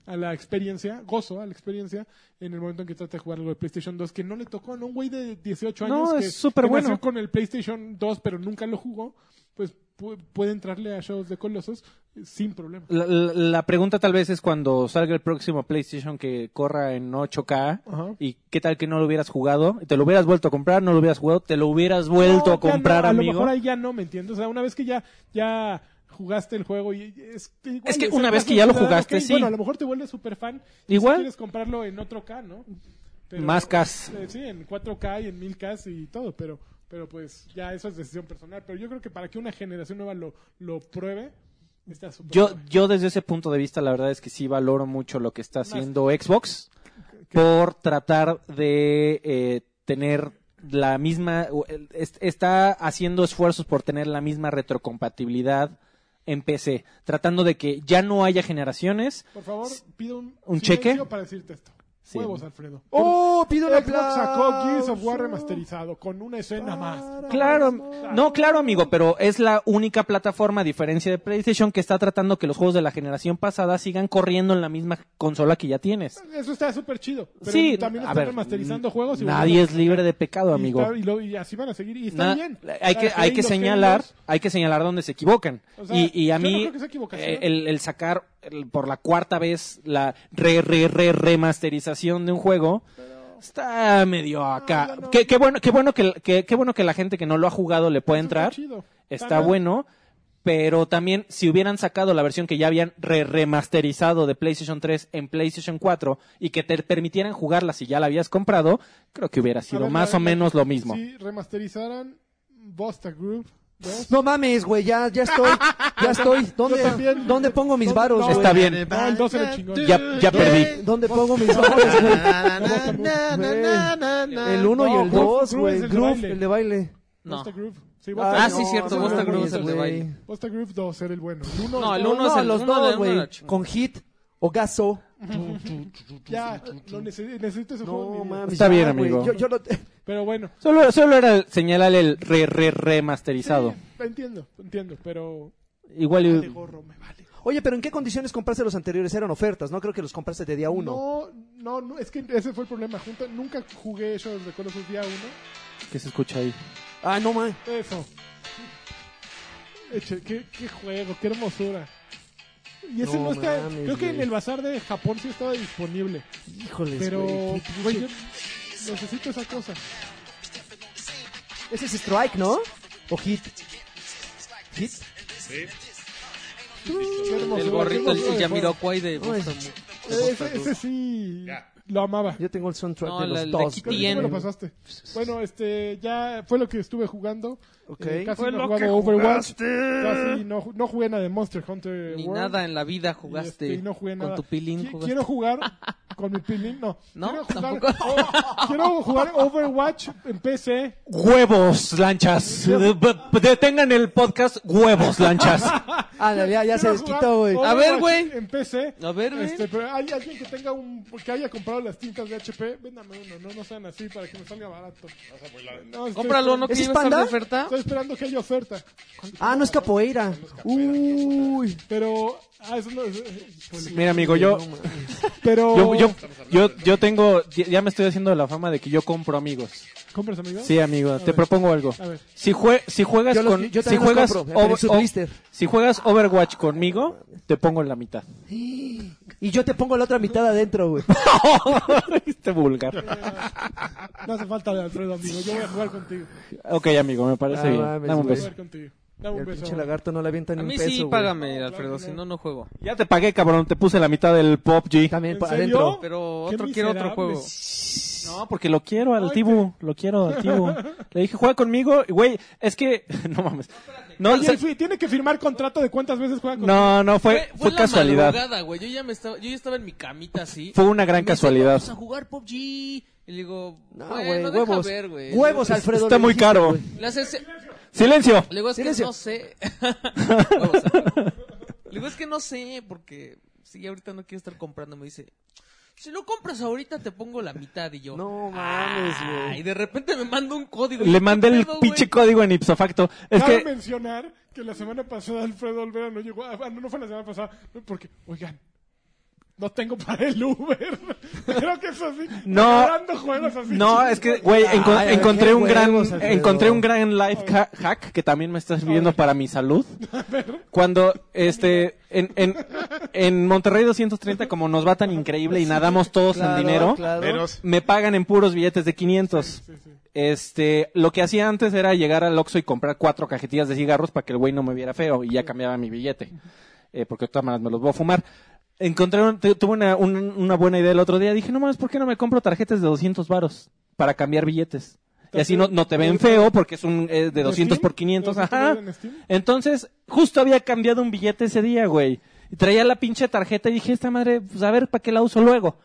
a la experiencia, gozo a la experiencia en el momento en que trata de jugar algo de PlayStation 2 que no le tocó, ¿no? Un güey de 18
No,
años que,
es súper
que nació
bueno.
con el PlayStation 2 pero nunca lo jugó, pues pu- puede entrarle a Shadows de Colossus eh, sin problema.
La, la- la pregunta tal vez es cuando salga el próximo PlayStation que corra en 8K
Ajá.
y qué tal que no lo hubieras jugado, te lo hubieras vuelto a comprar, no lo hubieras jugado, te lo hubieras vuelto
No,
a
ya no,
comprar,
a
amigo.
lo mejor ahí ya no, ¿me entiendes? O sea, una vez que ya, ya jugaste el juego y es que, igual,
Es que
o sea,
una vez
vas
que ya lo
considerar,
jugaste,
ok,
sí.
Bueno, a lo mejor te vuelves super fan.
Igual.
Si quieres comprarlo en otro K, ¿no? Pero-
Más Ks.
Eh, Sí, en 4K y en 1000K y todo, pero, pero pues ya eso es decisión personal. Pero yo creo que para que una generación nueva lo, lo pruebe, está súper
Yo,
padre.
yo desde ese punto de vista, la verdad es que sí valoro mucho lo que está haciendo Xbox por tratar de eh, tener la misma, o el- es- está haciendo esfuerzos por tener la misma retrocompatibilidad en PC, tratando de que ya no haya generaciones.
Por favor, pido un,
¿Un
silencio
cheque?
para decirte esto.
Sí.
Huevos, Alfredo.
¡Oh, pido la
Xbox sacó Gears of War remasterizado con una escena más.
Claro, no, claro, amigo, pero es la única plataforma, a diferencia de PlayStation, que está tratando que los juegos de la generación pasada sigan corriendo en la misma consola que ya tienes.
Eso está súper chido. Pero
sí,
también
a
están
ver,
remasterizando juegos. y
nadie
volviendo-
es libre de pecado,
y
amigo.
está- Y, lo- y así van a seguir. Y está
Na-
bien.
Hay que,
Para
hay que
los
señalar,
genios-
hay que señalar dónde se equivocan.
O sea,
y, y a
yo no
mí,
creo que sea equivocación.
eh, el, el sacar el- por la cuarta vez la re, re, re, remasterización de un juego está medio acá.
ya no.
Qué, qué bueno, qué bueno que, que- qué bueno que la gente que no lo ha jugado le pueda
Está
entrar.
chido.
Está
También-
bueno. Pero también, si hubieran sacado la versión que ya habían re- remasterizado de PlayStation 3 en PlayStation 4 y que te permitieran jugarla si ya la habías comprado, creo que hubiera
A
sido
ver,
más
la-
o
la-
menos lo mismo.
Si remasterizaran Bosta Group. ¿ves?
No mames, güey, ya, ya estoy. Ya estoy. ¿Dónde,
también.
¿dónde pongo mis
¿Dónde-
varos?
no,
güey? ¿Eh?
Está bien.
No, Ah, el 12 era chingón.
Ya, ya perdí.
¿Dónde pongo mis varos? güey? El 1 y el
Groove,
2,
Groove
güey.
es el de
Groove,
baile.
el de baile.
No.
Bosta Group. Sí,
Ah,
Bosta
sí,
Group.
cierto,
no
Bosta
mames,
Groove es el de
güey.
baile.
Bosta Group 2 era el bueno. El uno-
No, el
No,
uno es el-
los
uno de
dos,
uno
güey.
era chingón.
Con hit o gaso.
Ya, lo necesito, necesito ese juego. en mi vida.
Está
ya,
bien,
güey.
amigo.
Yo, yo lo te-
Pero bueno.
Solo, solo era el- señalar el re, re, remasterizado.
Sí, entiendo, entiendo, pero...
Igual. y-
Vale gorro, me vale.
Oye, pero ¿en qué condiciones compraste los anteriores? Eran ofertas, ¿no? Creo que los compraste de día uno.
No, no, no, es que ese fue el problema. Junto- nunca jugué Shadows of the Colossus día uno.
¿Qué se escucha ahí?
Ah, no, man.
Eso. Eche, qué, qué juego, qué hermosura. Y ese no,
No
está.
mames,
creo que en
güey.
el bazar de Japón sí estaba disponible.
Híjoles,
Pero,
güey, qué
güey, yo
pinche-
necesito esa cosa.
Ese es Strike, ¿no? O Hit. Hit.
Qué hermosura,
El
qué
gorrito, el,
hermosura
el
de juego.
Yamiroquai de Boston.
Ese, ese sí.
Ya.
Lo amaba.
Yo tengo el soundtrack
No,
de los
la- la
dos.
Creo que
Kitty
güey.
tú me lo
Bien.
pasaste. Bueno, este, ya fue lo que estuve jugando.
Ok.
Eh, casi
Fue
no he jugado Overwatch. Casi no, no jugué nada de Monster Hunter
Ni
World.
nada en la vida
Y,
jugaste.
este, y no jugué nada.
Con tu pilín
Qui-
jugaste.
Quiero jugar con mi pilín, no.
No,
quiero, jugar,
tampoco.
oh, quiero jugar Overwatch en PC.
¡Huevos, lanchas! Detengan el podcast, huevos, lanchas.
Ah, ya, ya se
Quiero jugar
desquitó, güey.
A ver, güey.
En PC.
A ver, güey.
Este, pero hay alguien que tenga un, que haya comprado las tintas de HP, véndame uno, no, no sean así para que me salga barato. No, estoy
Cómpralo, ¿no?
esperando-
Que
¿Ese es
iba a estar de
panda?
oferta.
Estoy esperando que haya oferta.
Ah, no es capoeira. Uh, Uy.
Pero, ah, eso no es- híjole.
Mira, amigo, yo,
Pero,
yo, yo, yo, yo tengo. Ya ya me estoy haciendo la fama de que yo compro amigos.
¿compras, amigo?
Sí, amigo, te propongo algo.
A ver.
Si, jue- si juegas
Yo los-
con.
yo
Si
también los
juegas,
compro, pero en su blister.
si juegas Overwatch conmigo, te pongo en la mitad.
Y yo te pongo la otra mitad adentro, güey.
este vulgar.
No hace falta de Alfredo, amigo. Yo voy a jugar contigo.
Ok, amigo, me parece
Ah,
bien.
mames,
Dame un beso.
Voy a
Pues-
jugar contigo. Dame
El
un beso.
pinche lagarto no le avienta ni
A
un
mí
peso,
sí,
güey.
págame,
No,
Alfredo,
claro que
si
no.
no, no juego.
Ya te pagué, cabrón. Te puse la mitad del Pop G.
También
¿En
para
serio?
adentro.
Pero
Qué
otro, quiero otro
miserables.
juego.
No, porque lo quiero al
Ay,
Tibu. Lo quiero al Tibu. Le dije, juega conmigo. Y, Güey, es que. No mames. No,
Oye,
o sea,
él fui- tiene que firmar contrato de cuántas veces juega contigo.
no, no, fue, fue
la
casualidad.
madrugada, güey. Yo ya me estaba, yo ya estaba en mi camita así.
Fue una gran
Y me dice,
casualidad.
Vamos a jugar PUBG. Y le digo,
No,
"Bueno,
güey,
deja
huevos.
ver, güey".
Huevos, Alfredo.
Está
le
muy
dijiste,
caro.
güey.
Le hace ese-
Silencio.
le digo, es que
Silencio.
no sé. Huevos, Alfredo. le digo, es que no sé, porque sí, ahorita no quiero estar comprando. Me dice, si no compras ahorita, te pongo la mitad. Y yo,
No mames,
Y
güey.
de repente me manda un código.
Le mandé
¿Qué
el
pedo, güey?
pinche código en ipso facto. Es
Cabe
que.
mencionar ah, que la semana pasada Alfredo Olvera no llegó. a- Ah, no, no fue la semana pasada. Porque, oigan, No tengo para el Uber. Creo que eso sí.
No.
Comprando juegos así.
No, es que, güey,
Ay,
encon-
a ver,
encontré
qué
un gran,
huevos, Alfredo.
encontré un gran life ca- hack que también me está sirviendo para mi salud. Cuando, este, en, en, en Monterrey 230, como nos va tan increíble y nadamos todos
Claro,
en dinero,
claro.
Menos.
me pagan en puros billetes de 500. Este, lo que hacía antes era llegar al Oxxo y comprar cuatro cajetillas de cigarros para que el güey no me viera feo y ya cambiaba mi billete. Eh, porque de todas maneras me los voy a fumar. Encontré, un- tu- tuve una, un- una buena idea el otro día. Dije, no mames, ¿por qué no me compro tarjetas de 200 varos para cambiar billetes? Y así no, no te ven feo porque es un eh, de 200 por 500.
¿Los
Ajá.
en Steam?
Entonces, justo había cambiado un billete ese día, güey. Y Traía la pinche tarjeta y dije, esta madre, pues a ver, ¿para qué la uso luego?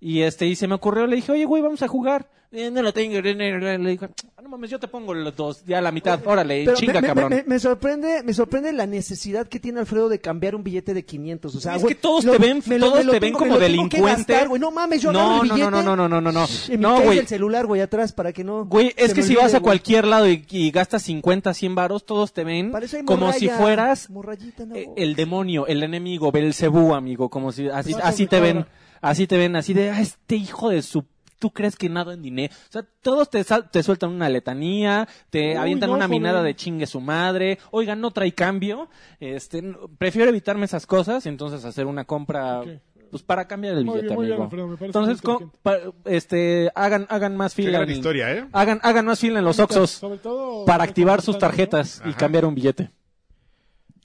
Y este, y se me ocurrió, le dije, oye, güey, vamos a jugar. "Eh, no la tengo, le dije, "Ah, no mames, yo te pongo los dos, ya a la mitad, órale,
Pero
chinga,
me, me-
cabrón.
me- me sorprende, me sorprende la necesidad que tiene Alfredo de cambiar un billete de 500. O sea,
Es
güey,
que todos
lo-
te ven-
me
todos
me
te ven
tengo-
como
me lo tengo que
delincuente.
gastar, güey. no mames, yo
No,
agarro el
no, no,
billete,
no, no, no, no, no.
y me
No,
cae
güey.
el celular, güey, atrás para que no.
Güey, es
se
que
me
si
olvide,
vas a
güey.
cualquier lado y, y gastas 50, 100 varos, todos te ven
Para eso hay
como si
morralla,
fueras
morrallita, no,
eh,
güey.
el demonio, el enemigo, Belcebú, amigo, como si así,
Una
así te ven,
computadora.
así te ven, así de, ah, este hijo de su, tú crees que nada en dinero, o sea, todos te, sal- te sueltan una letanía, te
Uy,
avientan
no,
una
joven.
minada de chingue su madre, oigan, no trae cambio, este, n- prefiero evitarme esas cosas, entonces hacer una compra,
Ok.
pues para cambiar el
Muy bien,
billete,
muy bien,
amigo.
Alfredo, me parece
entonces,
muy
co- pa- este, hagan, hagan más
Qué
fila.
gran
en-
historia,
Ah,
¿eh?
Hagan, hagan más fila en los Oxxos
Sobre todo-
para activar sus tarjetas y
Ajá.
cambiar un billete.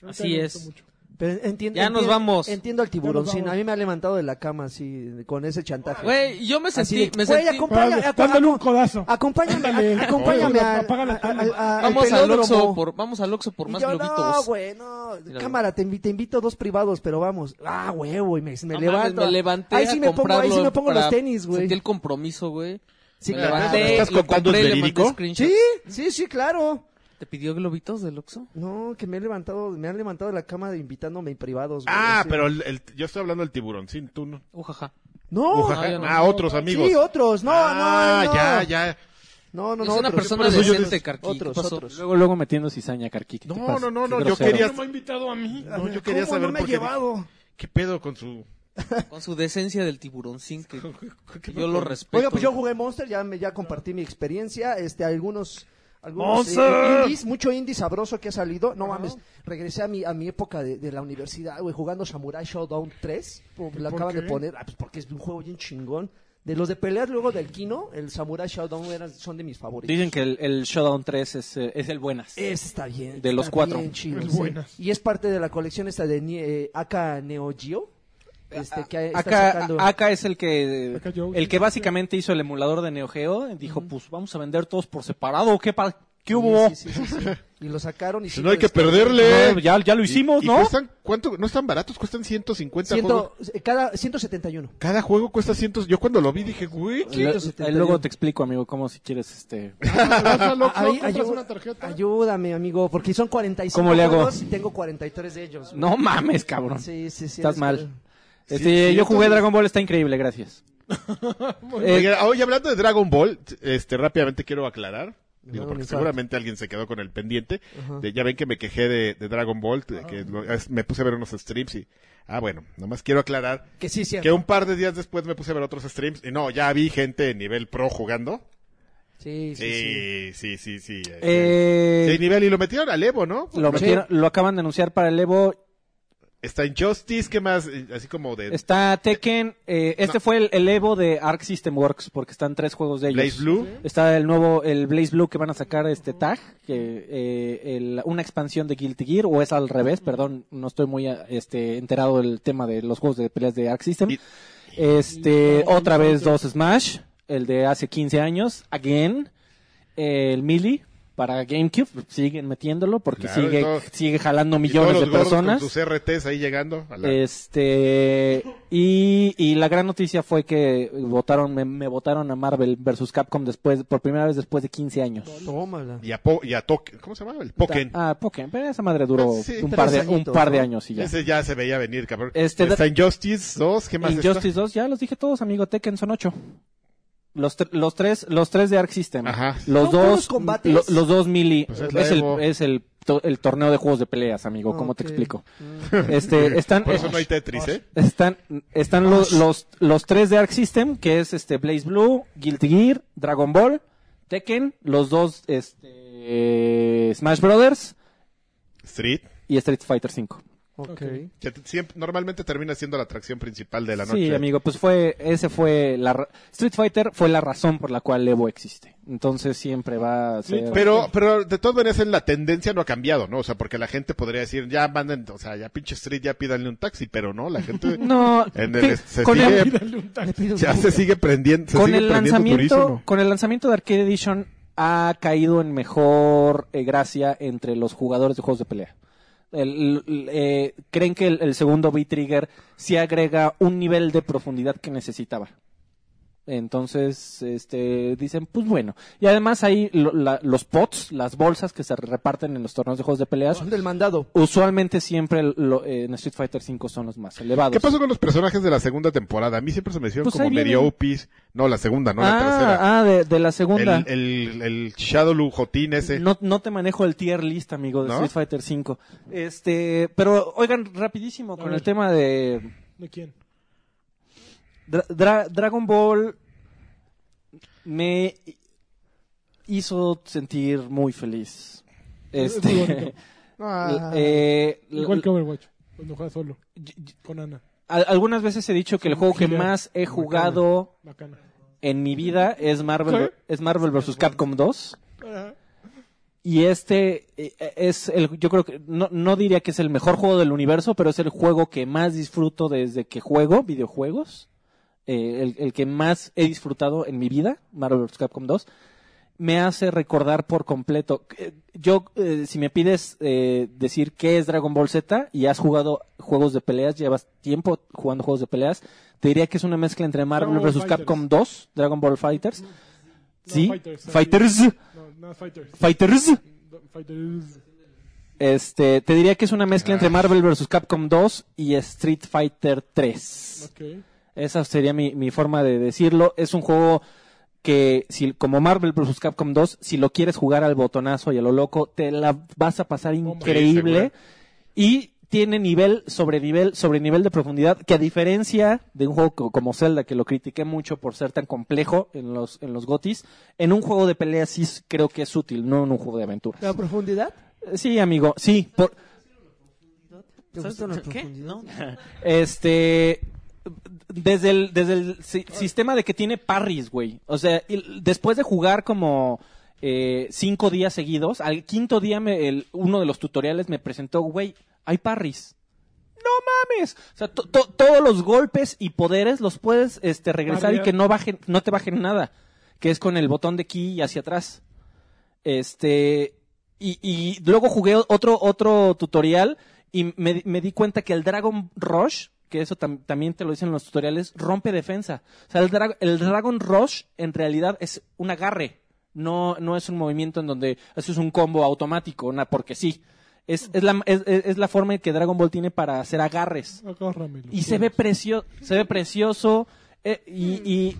Ahorita
Así
me
es.
gustó mucho.
Pero entiendo,
Ya nos
entiendo-
vamos.
Entiendo al tiburón,
Ya nos
sí, a
vamos.
mí me ha levantado de la cama así con ese chantaje.
Güey, yo me
Así
sentí,
de,
me
güey,
sentí.
acompáñame,
Dale,
aco-
dándole un
aco-
codazo.
acompáñame,
Ándale.
a- acompáñame
Oye,
al-
apaga la
al-
tele.
al- al
Vamos al
pelódromo.
Oxxo por, vamos al Oxxo por
Y
más
yo, No,
globitos.
güey, no.
Míralo.
Cámara, te, invi- te invito a dos privados, pero vamos. Ah, huevo, y me, me
No mames,
levanto.
me levanté
ahí sí
a
me pongo, ahí sí me
comprarlo
pongo
para-
los tenis, güey.
Sentí el compromiso, güey.
Sí,
me
claro.
levanté,
¿Estás
lo
contando
compré,
el
le mandé
verídico?
screenshot.
Sí, sí, sí, claro.
¿Te pidió globitos del Oxxo?
No, que me he levantado, me han levantado de la cama de invitándome en privados. güey,
Ah,
sí.
pero el- el- yo estoy hablando del tiburón, sí, tú no.
Ujaja.
No,
Ujaja.
no, yo no.
Ah, otros amigos.
sí, otros. No,
ah,
no, no.
ya, ya.
No, no,
Es
no.
una
otros.
persona
Otros.
decente, Carqui. ¿Qué
Otros,
pasó?
otros.
Luego, luego metiendo cizaña, Carqui. ¿qué te
No,
pasa?
no, no,
Qué
no, yo
grosero.
quería,
No me ha invitado a mí.
no, yo quería
¿Cómo
saber
no me
por
ha
qué dije-
llevado?
qué pedo con su
Con su decencia del tiburoncín, que, que yo lo respeto.
Oiga, pues yo jugué Monster, ya, me, ya compartí mi experiencia. Este, algunos. Algunos, eh, indies, mucho indie sabroso que ha salido. No mames, regresé a mi, a mi época de, de la universidad, güey, jugando Samurai Showdown 3.
¿Por-
Lo
por
acaban de
qué?
poner, ah, pues porque es un juego bien chingón. De los de peleas luego del Kino, el Samurai Showdown eran, son de mis favoritos.
Dicen que el, el Showdown 3 es, eh, es el buenas.
Ese está bien.
De los
está
cuatro.
bien chido,
Es
sí.
buenas.
Y es parte de la colección esta de Ni- eh, Aka Neo Geo. Este,
Ah,
que está
Acá,
sacando.
acá es el que
Acá yo-
el que básicamente hizo el emulador de Neo Geo. Dijo, pues vamos a vender todos por separado. ¿Qué, pa- qué hubo?
Sí, sí, sí, sí, sí. Y lo sacaron y sí
No
lo
hay que
descargué.
perderle.
No, ya- ya lo
Y-
hicimos,
y
¿no?
cuestan- ¿cuánto? No están baratos, cuestan 150 juegos.
Ciento, eh, cada 171.
Cada juego cuesta 100. Yo cuando lo vi dije, güey, ¿qué?
Lo-
171.
ahí luego te explico, amigo, cómo si quieres este
Vas al Oxxo,
Ay,
compras
ayú-
una tarjeta.
Ah, Ayúdame, amigo, porque son 45
¿Cómo le hago?
juegos y tengo 43 de ellos. güey.
No mames, cabrón.
Sí, sí, sí.
Estás
eres-
mal.
Sí,
Este,
sí,
yo jugué
entonces-
Dragon Ball, está increíble, gracias. Eh,
Oiga, hoy hablando de Dragon Ball, este rápidamente quiero aclarar. Digo,
No,
porque
ni
seguramente alguien se quedó con el pendiente. De- ya ven que me quejé de, de Dragon Ball, de que lo- es- me puse a ver unos streams y... Ah, bueno, nomás quiero aclarar
Que sí, sí.
que un par de días después me puse a ver otros streams y no, ya vi gente de nivel pro jugando.
Sí, sí, sí.
Sí, sí, sí, sí. eh,
eh,
sí, nivel y lo metieron al Evo, ¿no?
lo, metieron- lo acaban de anunciar para el Evo.
Está Injustice, ¿qué más? Eh, Así como de
Está Tekken. eh, este
No.
fue el, el Evo de Arc System Works, porque están tres juegos de ellos.
Blaze Blue.
Está el nuevo, el Blaze Blue que van a sacar este tag, que eh, el- una expansión de Guilty Gear, o es al revés, perdón, no estoy muy a- este, enterado del tema de los juegos de peleas de Arc System.
Y-
este,
No,
otra
no,
vez
no.
dos Smash, el de hace 15 años, Again, el Melee para GameCube, siguen metiéndolo porque
Claro, y
sigue,
todo-
sigue jalando
y todos
millones
los
de
gordos
personas. Eh,
Con sus RTs ahí llegando. a la-
Este y, y la gran noticia fue que votaron me, me votaron a Marvel versus Capcom después por primera vez después de 15 años.
Tómala.
Y a, Po- y a Token. ¿Cómo se llama? El Poken.
Ah, Pokémon, pero esa madre duró
Sí,
un
tres
par de un
añitos,
par de
¿no?
años y ya.
Ese ya se veía venir, cabrón.
Este,
está Injustice 2, ¿qué más está?
Injustice 2, ya los dije todos, amigo, Tekken son 8. Los, tr- los tres los tres de Arc System.
Ajá.
Son puros
Los dos
combates.
lo- los dos mili
Pues es
es,
la
el
Evo.
es el to- el torneo de juegos de peleas, amigo, ¿cómo te
Ok.
explico?
Mm,
Este están
Por eso no hay Tetris, ¿eh?
están están los, los los tres de Arc System, que es este Blaze Blue, Guilty Gear, Dragon Ball, Tekken, los dos este eh, Smash Brothers
Street.
y Street Fighter 5.
Ok.
que t- siempre- normalmente termina siendo la atracción principal de la noche.
Sí, amigo, pues fue ese fue la ra- Street Fighter fue la razón por la cual Evo existe. Entonces siempre va a ser
Pero, pero de todas maneras la tendencia no ha cambiado, ¿no? O sea, porque la gente podría decir, ya manden, o sea, ya pinche Street, ya pídanle un taxi, pero no, la gente
No,
en
que-
el, se
con
sigue,
el-
Pídale un taxi.
Le pido un
ya se sigue prendiendo, se
con
sigue
el
prendiendo
lanzamiento
durísimo.
con el lanzamiento de Arcade Edition ha caído en mejor eh, gracia entre los jugadores de juegos de pelea. El- el- eh, creen que el, el segundo B-Trigger sí agrega un nivel de profundidad que necesitaba. Entonces, este, dicen, pues bueno. Y además ahí lo- la- los pots, las bolsas que se reparten en los torneos de juegos de peleas,
Son del mandado.
usualmente siempre lo- eh, en Street Fighter 5 son los más elevados.
¿Qué pasó con los personajes de la segunda temporada? A mí siempre se me hicieron
Pues
como
ahí vienen.
medio opis. No, la segunda, no la tercera.
ah, ah, de, de la segunda.
el, el, el Shadow Lujotín ese.
No, no te manejo el tier list, amigo, de
¿No?
Street Fighter 5. Este, pero oigan, rapidísimo, con
ver.
el tema de
¿De quién?
Dra- Dra- Dragon Ball me hizo sentir muy feliz.
Es muy
Este,
bonito.
eh,
Igual que Overwatch. Cuando juega solo.
y- y-
Con Ana.
al- algunas veces he dicho que el juego que
Killer.
más he
Bacana.
jugado
Bacana.
en mi vida es Marvel,
¿Qué?
es Marvel vs. Capcom 2.
Ah,
Y este eh, es el, yo creo que, no, no diría que es el mejor juego del universo, pero es el juego que más disfruto desde que juego videojuegos. Eh, el, el que más he disfrutado en mi vida, Marvel vs. Capcom 2. Me hace recordar por completo. Eh, Yo, eh, si me pides eh, decir qué es Dragon Ball Z y has jugado juegos de peleas, llevas tiempo jugando juegos de peleas, te diría que es una mezcla entre Marvel
Dragon Ball
vs. Capcom 2, Dragon Ball Fighters.
No,
sí,
Fighters. eh.
Fighters,
No, no, Fighters.
Fighters.
Fighters.
Este, te diría que es una mezcla entre
Ah.
Marvel vs. Capcom 2 y Street Fighter 3.
Ok.
Esa sería mi, mi forma de decirlo. Es un juego que, si, como Marvel vs. Capcom 2, si lo quieres jugar al botonazo y a lo loco, te la vas a pasar increíble.
seguro.
y tiene nivel sobre nivel sobre nivel de profundidad, que a diferencia de un juego co- como Zelda, que lo critiqué mucho por ser tan complejo en los, en los gotis, en un juego de peleas sí s- creo que es útil, no en un juego de aventuras.
¿La profundidad?
Sí, amigo, sí, por,
¿Te gusta la
¿Qué?
profundidad?
No.
Este. Desde el, desde el si- sistema de que tiene parries, güey. O sea, y- después de jugar como eh, cinco días seguidos, al quinto día me- el- uno de los tutoriales me presentó, güey, hay parries. ¡No mames! O sea, to- to- todos los golpes y poderes los puedes este, regresar y
Parrear.
que no, bajen, no te bajen nada. Que es con el botón de key y hacia atrás. Este. Y, y luego jugué otro, otro tutorial y me, me di cuenta que el Dragon Rush, que eso tam- también te lo dicen en los tutoriales, rompe defensa. O sea, el, dra- el Dragon Rush en realidad es un agarre. No, no es un movimiento en donde haces un combo automático, na- porque sí. Es, es, la, es, es- es la forma en que Dragon Ball tiene para hacer agarres.
Agárramelo.
Y se ve, precio, se ve precioso. eh, y, y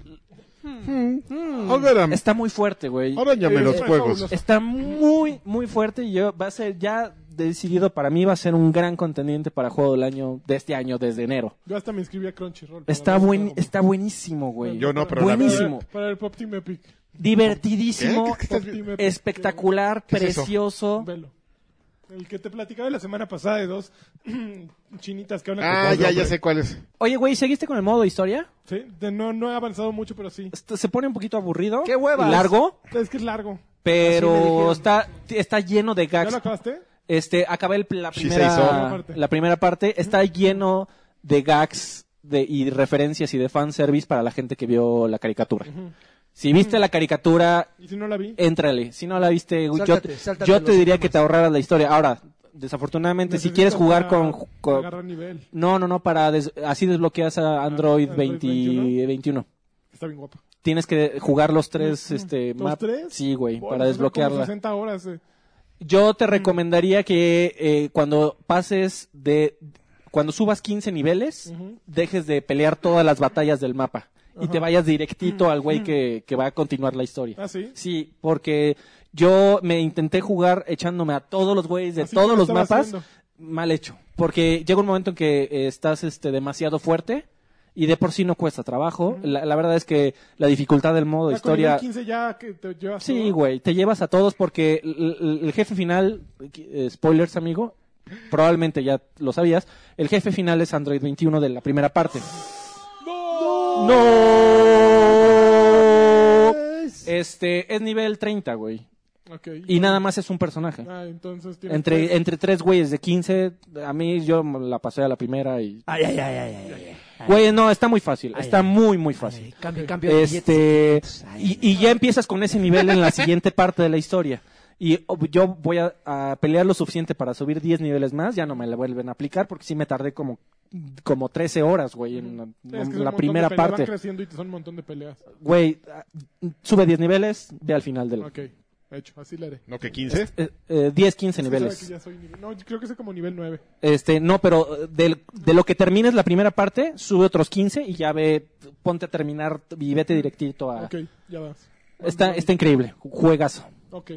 Ahora,
está muy fuerte, güey.
Ah, ahora llame
Eh,
los
eh,
juegos.
Está muy, muy fuerte y yo va a ser ya decidido para mí, va a ser un gran contendiente para juego del año, de este año, desde enero.
Yo hasta me inscribí a Crunchyroll. para
Está
ver
buen,
Dragon Ball.
está buenísimo, güey.
Yo no, pero la-
buenísimo.
Para, para el Pop Team Epic.
¿Qué?
Divertidísimo,
¿Qué estás
Pop Team
viendo?
Epic.
espectacular,
¿Qué es eso?
precioso.
Velo. El que te platicaba la semana pasada de dos chinitas que hablan
Ah,
con
ya, ya
hombre.
sé cuál es.
Oye, güey, ¿seguiste con el modo historia?
Sí, de- no, no he avanzado mucho, pero sí.
Est- Se pone un poquito aburrido.
¡Qué huevas!
y Largo,
Es que es largo.
Así me
pero
dijeron.
está, está lleno de
¿Ya lo
gags.
acabaste?
Este, acabé el- la
Sí,
primera,
se hizo.
la primera parte. Está lleno de gags de, y referencias y de fanservice para la gente que vio la caricatura. Si viste la caricatura,
Y si no la vi.
Eh, éntrale. Si no la viste, yo-
Sáltate,
yo,
sáltate
te
los
diría que te ahorraras la historia. Ahora, desafortunadamente, si quieres
Necesito
jugar
para-
con... con-
Agarrar nivel.
no, no, no, para des- así desbloqueas a Android,
Android
20
21.
21.
Está bien guapa.
Tienes que jugar los tres, este,
¿Los
map-
tres?
Sí, güey,
Bueno,
para
son como
desbloquearla.
60 horas. eh.
Yo te recomendaría que eh, cuando pases de... Cuando subas 15 niveles,
Ujú.
dejes de pelear todas las batallas del mapa. y te vayas directito al güey que, que va a continuar la historia.
Mm. ¿Ah, sí?
Sí, porque yo me intenté jugar echándome a todos los güeyes de
Así como
todos los
¿Ah, estabas
mapas.
haciendo.
Mal hecho. Porque llega un momento en que eh, estás este, demasiado fuerte y de por sí no cuesta trabajo. la, la verdad es que la dificultad del modo
Ya con el
historia...
15 ya que te llevas
Sí,
todo.
güey, te llevas a todos porque el, el- el jefe final, eh, spoilers amigo, probablemente ya lo sabías, el jefe final es Android 21 de la primera parte.
¡No!
Este es nivel 30, güey.
Ok.
Y nada más es un personaje.
Ah, entonces tienes tres.
Entre, entre tres güeyes de 15, a mí yo me la pasé a la primera y...
Ay, ay, ay, ay, ay, ay.
Güey, no, está muy fácil, está muy, muy fácil.
Cambio, cambio de billetes.
Este, y, y ya empiezas con ese nivel en la siguiente parte de la historia. Y ob- yo voy a, a pelear lo suficiente para subir 10 niveles más, ya no me la vuelven a aplicar porque sí me tardé como, como 13 horas, güey, en la,
Es que son un
la
montón de
primera
peleas,
parte.
Van creciendo y son un montón de peleas.
Güey, ah, sube 10 niveles, ve al final del...
Ok, hecho, así le haré.
No, que 15.
eh, eh, 10, 15
Es que sabe
niveles.
que ya soy nivel- No, yo creo que soy como nivel 9.
Este, no, pero eh, del- de lo que termines la primera parte, sube otros 15 y ya ve, ponte a terminar y vete directito a...
Ok, ya vas.
Está, está increíble, juegas.
Ok.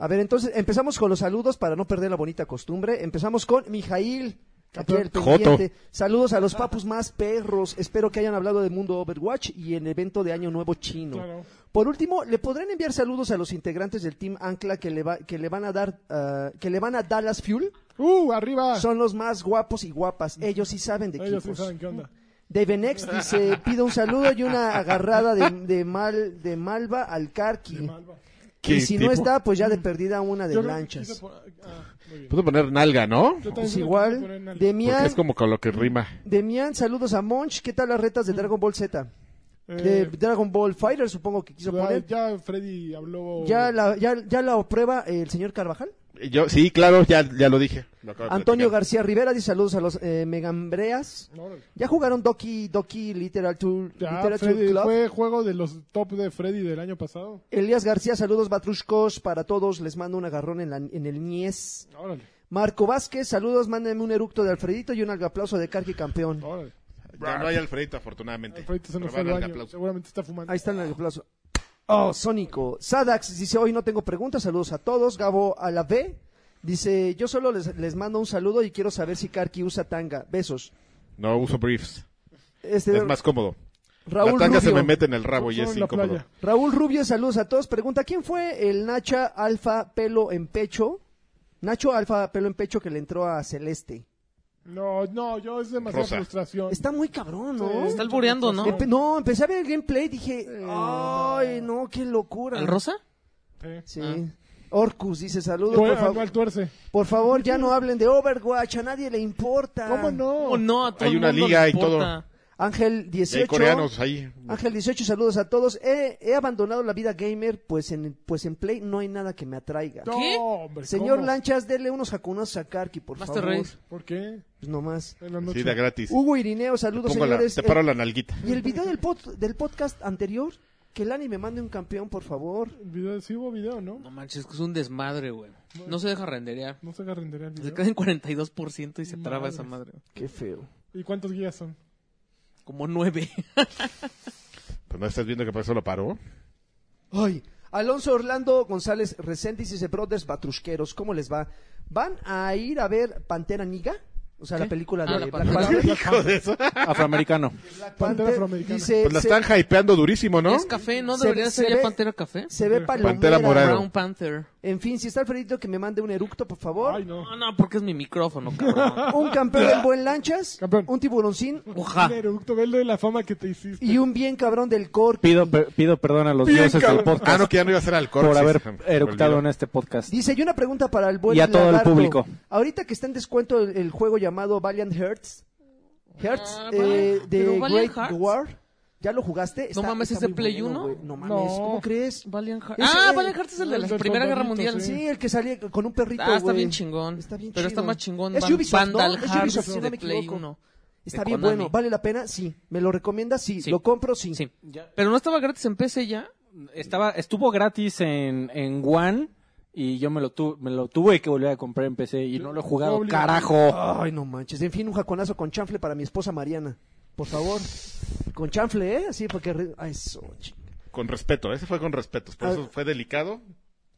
A ver, entonces empezamos con los saludos para no perder la bonita costumbre. Empezamos con Mijail. Aquí el pendiente. Saludos a los papus más perros. Espero que hayan hablado del mundo Overwatch y el evento de Año Nuevo Chino.
Claro.
Por último, le podrán enviar saludos a los integrantes del Team Ancla que le, va- que le van a dar ah, que le van a Dallas Fuel.
¡Uh, arriba!
Son los más guapos y guapas. Ellos sí saben de
Ellos sí
equipos.
saben qué onda.
Dave Next dice, pido un saludo y una agarrada de, de mal, de malva al Karki.
Malva.
Y
¿Qué
si
tipo?
no está, pues ya de perdida una de
Mm. Yo creo que quise
lanchas.
po- ah, muy bien.
Puedo poner nalga, ¿no?
Yo también
Pues Es igual.
Pues creo que quise poner en algo.
Porque
Demian,
es como con lo que rima.
Demian, saludos a Monch. ¿Qué tal las retas de Dragon Ball Z? De
Mm. Eh,
Dragon Ball Fighter, supongo que quiso
ya-
poner.
Ya Freddy habló.
¿Ya la, ya, ya la prueba el señor Carvajal?
Yo, sí, claro, ya, ya lo dije. Lo acabo de
Antonio
platicar.
García Rivera dice saludos a los eh, Megambreas.
Órale.
¿Ya jugaron Doki Doki Literature,
Ya,
Literature
Freddy,
Club?
fue juego de los top de Freddy del año pasado.
Elías García, saludos Batrushkos para todos. Les mando un agarrón en, la- en el Nies.
Órale,
Marco Vázquez, saludos. Mándenme un eructo de Alfredito y un aplauso de Carqui Campeón.
órale.
Ya no hay Alfredito, afortunadamente.
Alfredito se
Pero
nos fue al
van al
baño.
aplauso.
Seguramente está fumando.
Ahí está el aplauso. Oh, Sónico. Sadax dice, hoy no tengo preguntas, saludos a todos. Gabo a la B dice, yo solo les, les mando un saludo y quiero saber si Karki usa tanga. Besos.
No uso briefs.
Este,
Es más cómodo.
Raúl
la tanga
Rubio.
se me mete en el rabo y
Solo
es
en la
incómodo.
playa.
Raúl Rubio, saludos a todos. Pregunta, ¿quién fue el Nacha Alfa Pelo en Pecho? Nacho Alfa Pelo en Pecho que le entró a Celeste.
No, no, yo es demasiada
Rosa.
frustración.
Está muy cabrón, ¿no?
Está albureando, ¿no?
Empe- no, empecé a ver el gameplay y dije, ay, no, qué locura.
¿Al rosa?
Sí.
Sí.
Ah.
Orcus dice, saludos,
Fue
por
algo
favor.
al tuerce.
Por favor, ya no hablen de Overwatch, a nadie le importa.
¿Cómo no?
¿Cómo Oh, no? A todo
Hay
el
una
mundo
liga
le
y todo.
importa.
Ángel
Y hay
18.
coreanos ahí.
Ángel 18, saludos a todos. He, he abandonado la vida gamer, pues en pues en Play no hay nada que me atraiga.
No,
¿Qué?
hombre,
Señor
¿cómo?
Lanchas, dele unos jacunazos a Karki, por
Master
favor.
Race.
¿Por qué?
Pues nomás.
En la noche.
Sí, da gratis.
Hugo Irineo, saludos
Pongo la-
señores.
te paro
Eh,
la nalguita.
Y el video del, pod- del podcast anterior, que el anime mande un campeón, por favor.
El video, sí hubo video, ¿no?
No manches, que es un desmadre, güey. No se deja renderear.
No se agarra el
Se
video.
queda en 42% y se traba esa madre. güey.
Qué feo.
¿Y cuántos guías son?
Como nueve.
Pues no estás viendo que por eso lo paró.
Ay, Alonso Orlando González Reséndiz dice Brothers Batrusqueros, ¿cómo les va? ¿Van a ir a ver Pantera Niga? O sea, la película de
Ah, la
Black
Pantera.
Panther.
Hijo de eso.
Afroamericano.
Black
Pantera
Panther
afroamericana.
dice,
Pues la
se,
están hypeando durísimo, ¿no?
Es café, ¿no?
Se-
Debería
se
ser ya
ve-
Pantera Café.
se ve palomera.
Pantera morada.
Brown Panther.
En fin, si está Alfredito, que me mande un eructo, por favor.
Ay, no.
No, no, porque es mi micrófono, cabrón.
Un campeón en buen lanchas,
Campeón.
un tiburoncín
Oja.
Un eructo, ve lo de la fama que te hiciste.
y un bien cabrón del corpi.
Pido, per- pido perdón a los
Bien,
dioses del
cabrón.
podcast
Ah, no, que ya no iba a ser alcohol.
por
sí,
haber
se me
eructado
olvidó.
en este podcast.
Dice, y una pregunta para el buen
Y a todo el
lagarto.
público.
Ahorita que está en descuento el, el juego llamado Valiant Hearts, Hearts
Ah,
eh,
Valiant-
de
¿pero
Great
Valiant Hearts?
War, ¿ya lo jugaste? Está-
mames,
está
¿es de
muy
Play
bueno,
1?
güey. No mames, ¿cómo crees?
Valiant Heart-
Ese-
Ah, Valiant Heart es el de la
Del
Primera Guerra
soldadito,
Mundial.
sí.
Sí, el que salía con un perrito,
Ah, está
güey.
bien chingón.
Está bien
Pero está
chido.
más chingón.
Es
Van-
Ubisoft, ¿no?
Vandal
Es
Hearts
Ubisoft, si no
de
me
Play
equivoco.
1.
Está
de
bien
Konami.
bueno, ¿vale la pena? Sí. ¿Me lo recomiendas? Sí.
Sí.
¿Lo compro? Sí.
Sí. Pero no estaba gratis en PC ya.
Estaba, estuvo gratis en, en One y yo me lo, tu- me lo tuve que volver a comprar en PC y no lo he jugado,
Obligado. Ah.
carajo.
Ay, no manches. En fin, un jaconazo con chanfle para mi esposa Mariana. Por favor. con chanfle, ¿eh? Así, porque... re- Ay, eso, chi-
Con respeto, ese fue con respeto. Por
Ah.
eso fue delicado,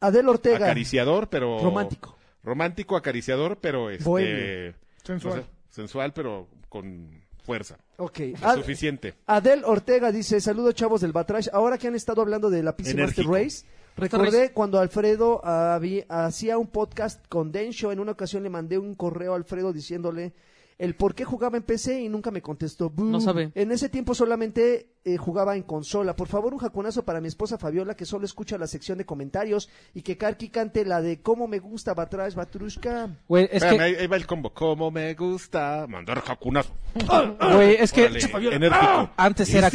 Adel Ortega.
acariciador, pero.
Romántico.
Romántico, acariciador, pero este.
Bohemio.
Sensual.
no sé, sensual, pero con fuerza.
Ok.
Es
Ah,
Ad-
suficiente.
Adel Ortega dice, saludos chavos del Batrash. Ahora que han estado hablando de la PC Master
Enérgico.
Race, recordé cuando Alfredo ah, habí- hacía un podcast con Densho. En una ocasión le mandé un correo a Alfredo diciéndole el por qué jugaba en PC y nunca me contestó. Bú.
No sabe.
En ese tiempo solamente eh, jugaba en consola. Por favor, un jacunazo para mi esposa Fabiola que solo escucha la sección de comentarios y que Karki cante la de cómo me gusta Batrash, Batrushka.
Güey, es
Espérame,
que,
ahí, ahí va el combo. Como me gusta mandar jacunazo.
Ah, güey, es que ¡ah!
Órale, enérgico.
antes era,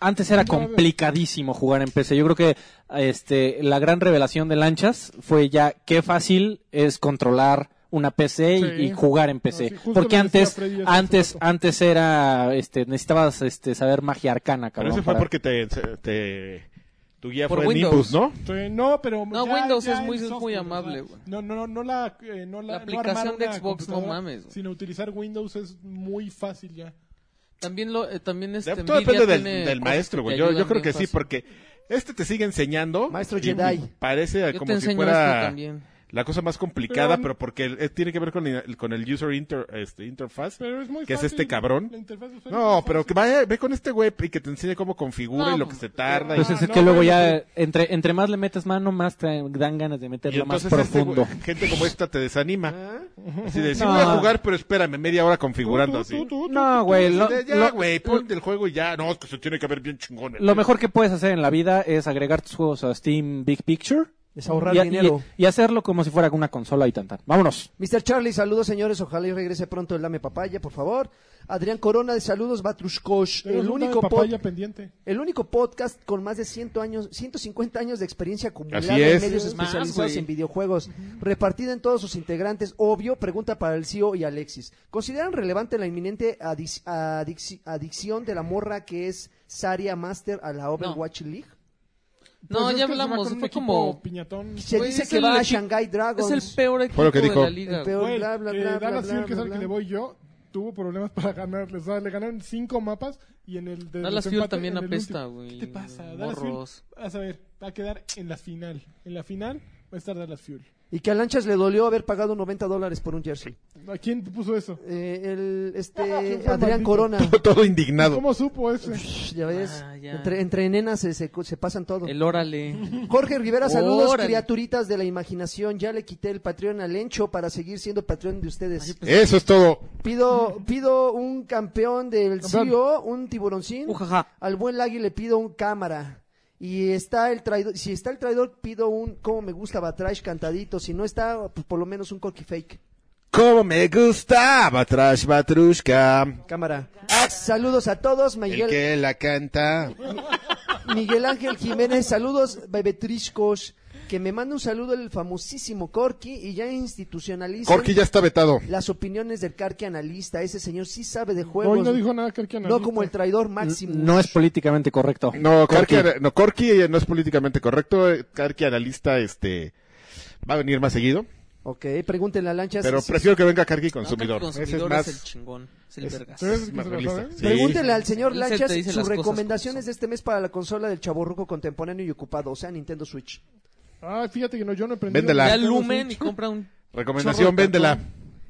antes era complicadísimo jugar en PC. Yo creo que este, la gran revelación de Lanchas fue ya qué fácil es controlar una PC y-
Sí.
y, jugar en
Ah,
PC.
sí, justo
Porque
lo decía
antes,
Freddy hace
antes,
rato.
antes era, este, necesitabas este, saber magia arcana,
Pero
cabrón.
ese fue
para-
porque te, te- tu guía
Por
fue
Windows.
Nimbus, ¿no?
Sí, No, pero
No, Windows es muy- es muy amable,
o sea,
güey.
No, no, no, no la, eh, no la,
La
no
aplicación
armar
de
una
Xbox, no
computadora,
mames, güey.
Sino utilizar Windows es muy fácil ya.
También, lo, eh, también este,
Todo
Nvidia
depende del,
tiene
del
cosas
maestro,
que
güey.
te
Yo, yo
ayudan
creo que
bien
sí,
fácil.
porque este te sigue enseñando.
Maestro
y-
Jedi.
y Parece
Yo te
como si
enseño esto
fuera
también.
la cosa más complicada,
Pero-
pero, porque el- eh, tiene que ver con el, con el user inter- este, interfaz.
Pero es muy
¿Qué es
fácil,
este cabrón?
la interfaz de usuario es
No,
muy
pero que
fácil.
vaya, ve con este güey y que te enseñe cómo configura
No,
y lo que se tarda.
Pues
y,
Ah,
es
no,
que luego
bueno,
ya, entre, entre más le metes mano, más te dan ganas de
y
meterlo más
entonces este
profundo.
güey- gente como esta te desanima.
¿Ah?
Así de, sí
No.
voy a jugar, pero espérame, media hora configurando
Tú, tú,
así.
tú, tú,
No,
tú, "Eh,
güey,
Así
lo,
de, ya,
lo-
güey, ponte el juego y ya. No, es que se tiene que ver bien chingón.
lo mejor que puedes hacer en la vida es agregar tus juegos a Steam Big Picture
Es ahorrar
y, y-
dinero.
y hacerlo como si fuera una consola y tan tan. Vámonos.
Mr. Charlie, saludos señores, ojalá y regrese pronto el Dame Papaya, por favor. Adrián Corona, de saludos, Batrushkosh,
Tenemos
el
una
único,
papaya
pod-
pendiente.
el único podcast con más de 100 años, 150 años de experiencia acumulada
Así
en
es.
medios
Más,
especializados
güey.
en videojuegos, repartida en todos sus integrantes, obvio, pregunta para el CEO y Alexis. ¿Consideran relevante la inminente adic- adic- adicción de la morra que es Saria Master a la Overwatch League?
No,
Pues es
ya
que se va
hablamos,
con un
fue
equipo
como-
Piñatón.
Se
Güey,
dice
es
que
el
va a
equi-
Shanghai Dragons.
Es el peor
Fue lo
equipo
que dijo.
de la liga.
El peor-
güey.
Güey,
bla, bla,
que
bla, bla,
Dallas
bla,
Fuel, que es
bla,
al
bla.
que le voy yo, tuvo problemas para ganar. O sea, le ganaron cinco mapas y en el de
Dallas Fuel
Fuel
también apesta, güey.
¿Qué te pasa? Dallas Fuel,
Morros.
vas a ver, va a quedar en la final. En la final va a estar Dallas Fuel.
Y que a Lanchas le dolió haber pagado 90 dólares por un jersey.
¿A quién puso eso?
Eh, el, este,
Ah,
¿Quién fue el
Adrián
maldito?
Corona.
Todo indignado.
¿Cómo supo ese?
Ya ves,
Ah, ya.
Entre, entre nenas se, se, se pasan todo.
El órale.
Jorge Rivera, saludos,
Órale.
criaturitas de la imaginación. Ya le quité el Patreon al Encho para seguir siendo Patreon de ustedes.
Eso es todo.
Pido, pido un campeón del
Campeón.
CEO, un tiburoncín.
Ujaja.
Al buen Lagui le pido un cámara. Y está el traidor, si está el traidor, pido un como me gusta Batrash cantadito. Si no está, pues por lo menos un corky fake.
¿Cómo me gusta? Batrash Batrushka.
Cámara. Ah, saludos a todos,
El
Miguel.
que la canta.
Miguel Ángel Jiménez, saludos, bebetriscos. Que me manda un saludo el famosísimo Corky y ya institucionaliza
Corky ya está vetado.
las opiniones del Carque analista. Ese señor sí sabe de juegos.
Hoy no dijo nada, creo que
No
analista.
como el traidor máximo.
No es políticamente correcto.
No, Corky,
Corky.
no, Corky eh, no es políticamente correcto. eh, Corky analista, este, va a venir más seguido.
Ok, pregúntenle a Lanchas.
Pero
si-
prefiero que venga Corky
No, creo que
consumidor.
el
Ese es
consumidor es,
más,
el chingón. Es el
es-
vergas.
¿Tú eres
es
el
más
que se lo
realista.
sabe?
Sí.
Pregúntenle al señor
Él se te
Lanchas
dice las
sus
cosas como
recomendaciones
son.
de este mes para la consola del chaborruco contemporáneo y ocupado, o sea, Nintendo Switch.
Ah, fíjate que no, yo no he aprendido.
Véndela.
Ya
nada.
lumen y compra un...
Recomendación, véndela.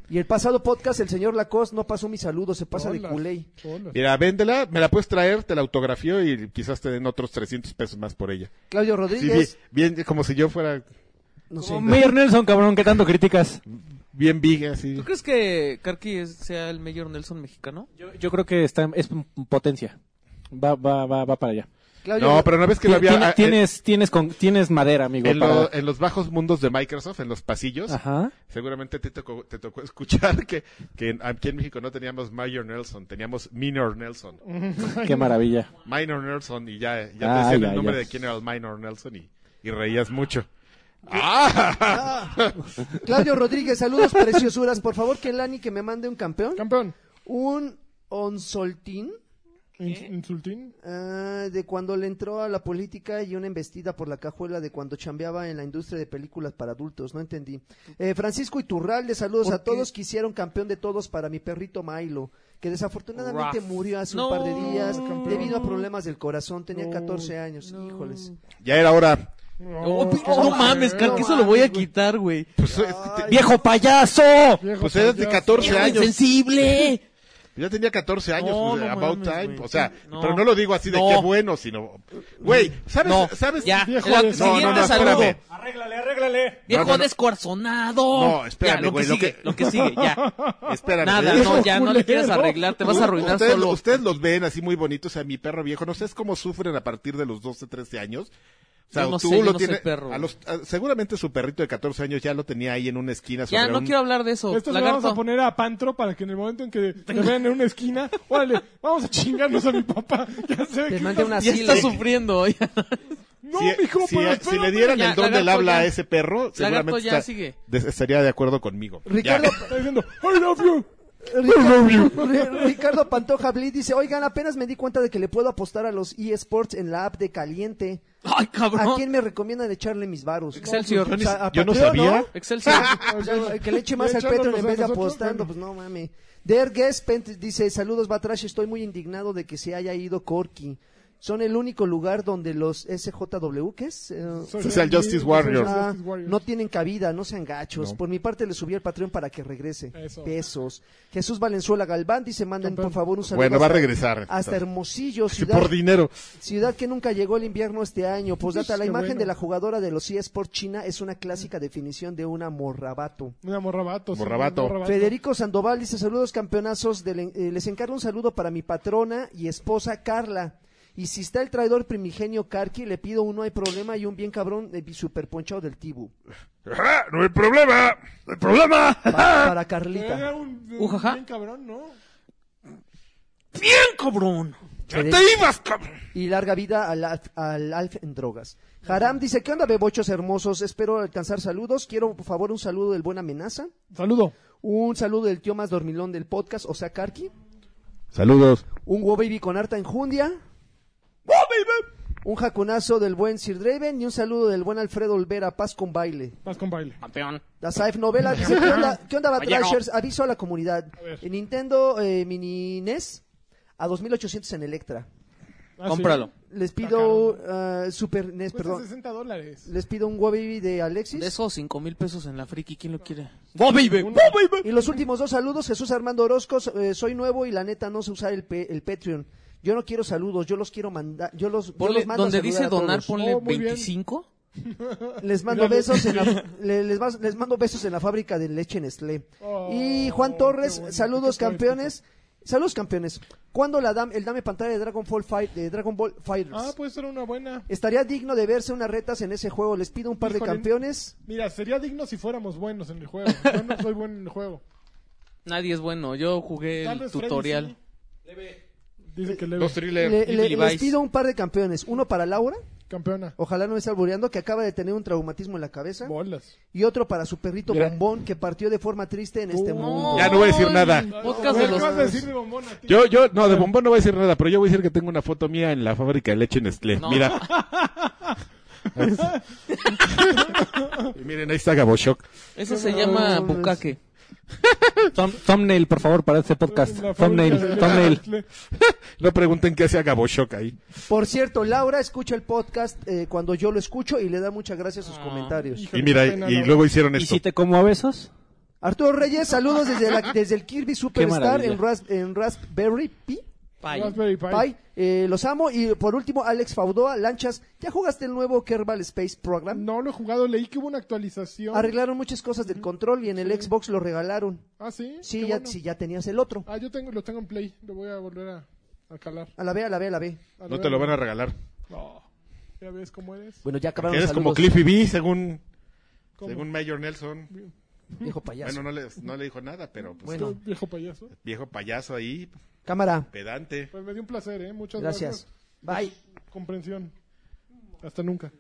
Y el pasado podcast, el señor Lacoste no pasó mi saludo, se pasa
Hola.
de culé.
Hola.
Mira, véndela, me la puedes traer, te la autografío y quizás te den otros 300 pesos más por ella.
Claudio
Sí, bien,
Rodríguez,
bien, como si yo fuera
no sé.
Como Mayor Nelson, cabrón, que tanto criticas.
bien big, así.
¿Tú crees que Karki es- sea el mayor Nelson mexicano?
Yo, yo creo que está, es potencia. Va, va, va, va para allá.
Claudio
No, pero una vez que lo había...
Tien-
ah, en-
tienes, tienes, con- tienes madera, amigo.
en,
para-
lo- en los bajos mundos de Microsoft, en los pasillos,
Ajá.
Seguramente te tocó, te tocó escuchar que, que en- aquí en México no teníamos Mayor Nelson, teníamos Minor Nelson.
Qué maravilla.
Minor Nelson y ya, ya
Ah,
te decían
ya,
el nombre
ya.
de quién era el Minor Nelson y, y reías mucho. ¡Ah!
Claudio Rodríguez, saludos preciosuras. Por favor, que Lani que me mande un campeón.
Campeón.
Un onsoltín.
Ins- Insultín.
Ah, de cuando le entró a la política y una embestida por la cajuela de cuando chambeaba en la industria de películas para adultos, no entendí. Eh, Francisco Iturralde, saludos
¿Por
a
qué?
todos que hicieron campeón de todos para mi perrito Milo, que desafortunadamente
Ruff.
murió hace
No,
un par de días
campeón.
debido a problemas del corazón, tenía 14 años, híjoles.
Ya era hora.
Oh, pues, no mames, Car,
no
que eso lo voy a
mames, güey.
quitar, güey.
Pues, eh, te-
¡Viejo payaso!
Viejo
pues eres de
payaso.
14
Viejo
años.
insensible!
Ya tenía 14 años,
No,
pues,
no
about
mames,
time.
güey.
O sea,
No.
pero no lo digo así de
No.
qué bueno, sino. Güey, ¿sabes?
No,
¿sabes?
ya.
viejo
la
de-
siguiente
No, no, no,
saludo.
espérame.
Arréglale, arréglale.
Viejo
No, no, no.
descorazonado.
No,
Ya,
espérame,
lo
güey,
que
lo
sigue,
que-
lo que sigue, ya.
Espérame.
Nada,
¿eh?
no, ya no le quieres
culero.
arreglar, te vas a arruinar
ustedes,
solo.
ustedes los ven así muy bonitos, o sea, mi perro viejo, no sé cómo sufren a partir de los 12, 13 años. O sea,
Yo no
tú
sé, yo
lo
no soy
tienes.
perro.
a los- a- seguramente su perrito de 14 años ya lo tenía ahí en una esquina. Sobre
Ya, no
un-
quiero hablar de eso.
Esto se lo vamos a
Lagarto.
poner a Pantro para que en el momento en que te vean en una esquina, órale, vamos a chingarnos a mi papá. Ya sé
Te
que
mandé una
Ya está
sila.
sufriendo. ya.
No,
si,
mijo,
e-, si-
pero
si le dieran
Ya,
el don del
lagarto,
habla
ya.
a ese perro, seguramente
ya
está-
sigue.
de- estaría de acuerdo conmigo.
Ricardo,
Ya.
Está diciendo, I love you.
Ricardo, Ri- Ricardo Pantoja Blit dice, oigan, apenas me di cuenta de que le puedo apostar a los eSports en la app de Caliente.
Ay,
¿A
cabrón.
quién me recomiendan echarle mis varos?
Excelsior.
No, pues, a- a
Yo no
Patreon,
sabía.
Excelsior.
O sea, que le eche más
Ya
al
echándonos
Petro en
a
vez de
nosotros,
apostando,
bueno.
pues no mami. Der Gespent dice, saludos Batrash, estoy muy indignado de que se haya ido Corky. Son el único lugar donde los SJW, ¿qué es? Eh,
Social Justice Warrior.
ah,
Justice Warriors.
no tienen cabida, no sean gachos.
No.
Por mi parte le subí al Patreon para que regrese.
Eso.
Pesos. Jesús Valenzuela Galván dice, manden por favor un saludo.
Bueno, va a
hasta-
regresar.
Hasta Hermosillo,
Sí,
ciudad,
por dinero.
Ciudad que nunca llegó el invierno este año. Posdata,
Pues,
la
qué
imagen
bueno.
de la jugadora de los eSports China es una clásica definición de una morrabato.
Una morrabato. sí,
Morrabato.
Federico Sandoval dice saludos campeonazos, del- eh, les encargo un saludo para mi patrona y esposa Carla. Y si está el traidor primigenio Karki, le pido un no hay problema y un bien cabrón eh, super ponchado del Tibu.
Ajá, Ah, no hay problema. No hay problema.
Para, para
Era
Carlita.
un, un
Ujaja.
bien cabrón, ¿no?
Bien, cabrón.
Ya
Federico.
te ibas, cabrón.
Y larga vida al, Alf- al Alf en drogas. Haram dice, ¿qué onda, bebochos hermosos? Espero alcanzar saludos. Quiero, por favor, un saludo del Buena Amenaza.
Saludo.
Un saludo del tío más dormilón del podcast, o sea, Karki.
Saludos.
Un Wo Baby con harta enjundia. Un jacunazo del buen Sir Draven y un saludo del buen Alfredo Olvera, paz con baile.
Vas con baile.
Campeón.
La Saif Novela dice, ¿qué onda, qué onda Batrashers? Aviso a la comunidad.
ver.
En Nintendo eh, Mini NES a 2800 en Electra.
Ah, sí.
Cómpralo.
Les
caro,
pido ah, Super NES,
Cuesta
perdón.
60 dólares.
Les pido un Wobaby de Alexis.
De esos cinco mil pesos en la friki, ¿quién lo quiere?
Y los últimos dos saludos, Jesús Armando Orozco, so- eh, soy nuevo y la neta no sé usar el, pe- el Patreon. Yo no quiero saludos, yo los quiero mandar, yo los, yo
Ponle,
los mando a
donde
saludar
dice
a todos.
donar, ponle
Oh, muy bien.
25.
Les mando
Mira,
besos en la, le- les, mas- les mando besos en la fábrica de leche Nestlé.
Oh,
y Juan Torres,
qué bonito,
saludos
qué poético.
campeones. Saludos campeones. ¿Cuándo la dam- el dame pantalla de Dragon Ball Fight de Dragon Ball Fighters?
Ah, pues era una buena.
Estaría digno de verse unas retas en ese juego. Les pido un par
Híjole.
de campeones.
Mira, sería digno si fuéramos buenos en el juego. Yo no soy bueno en el juego.
Nadie es bueno, yo jugué
Tal
el
vez Freddy
tutorial.
sí. Dice que leve.
Los thrillers.
Le-
Y
le-
Levi's.
les pido un par de campeones. Uno para Laura,
Campeona.
ojalá no me esté albureando, que acaba de tener un traumatismo en la cabeza.
Bolas.
Y otro para su perrito
Mira.
bombón que partió de forma triste en
Uh.
este mundo.
Ya no voy a decir nada.
Podcast
Güey,
de los
acabas de decir de bombón a ti.
Yo, yo, no, de bombón no voy a decir nada, pero yo voy a decir que tengo una foto mía en la fábrica de leche Nestlé.
No.
Mira. Y miren, ahí está Gaboshock.
Ese se llama Bukake.
Thumb- thumbnail, por favor, para este podcast.
La fábrica
Thumbnail,
de-
thumbnail.
No pregunten qué hacía Gaboshock ahí.
Por cierto, Laura escucha el podcast eh, cuando yo lo escucho y le da muchas gracias a
Ah.
sus comentarios.
Híjole,
Y mira,
qué pena,
y
la
luego hicieron
¿Y
esto.
si te como a besos?
Arturo Reyes, saludos desde, la- desde el Kirby Superstar
maravilla.
en, Ras- en Raspberry Pi.
Raspberry Pi.
Pi. Eh, los amo. Y por último, Alex Faudoa, Lanchas, ¿ya jugaste el nuevo Kerbal Space Program?
No lo he jugado, leí que hubo una actualización.
Arreglaron muchas cosas del control y en el Xbox lo regalaron.
Ah, sí.
Sí,
Qué
ya,
bueno.
sí, ya tenías el otro.
Ah, yo tengo, lo tengo en Play. Lo voy a volver a, a calar.
A la B, a la B, a la B.
A
No
la
te lo
verga.
van a regalar.
No. Ya ves cómo eres.
Bueno, ya acabaron los
Eres como
saludos.
Cliffy B, según,
¿Cómo?
según Mayor Nelson.
Viejo payaso.
Bueno, no le, no le dijo nada, pero pues,
Bueno.
Viejo payaso.
viejo payaso ahí,
Cámara.
pedante.
Pues me dio un placer, ¿eh? Muchas
Gracias.
gracias.
Bye.
Comprensión. Hasta nunca.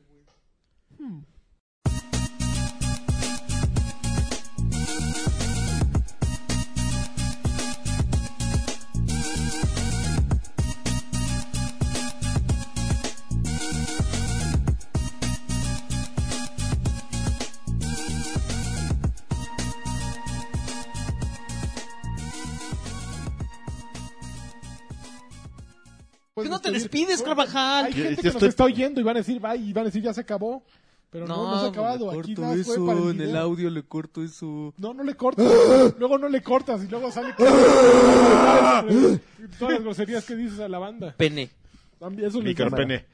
¿Por qué
puedes
no te
despedir.
despides, Carvajal?
Hay
Yo- yo
gente que nos
estoy-
está oyendo y van a decir, va, y van a decir, ya se acabó. Pero no, no, se ha acabado.
pues le
Aquí
corto
nada más fue
eso,
para el
en el
video.
audio le corto eso.
No, no le cortas. luego no le cortas y luego sale que- todas las groserías que dices a la banda.
Pene.
También eso les-
Micropene.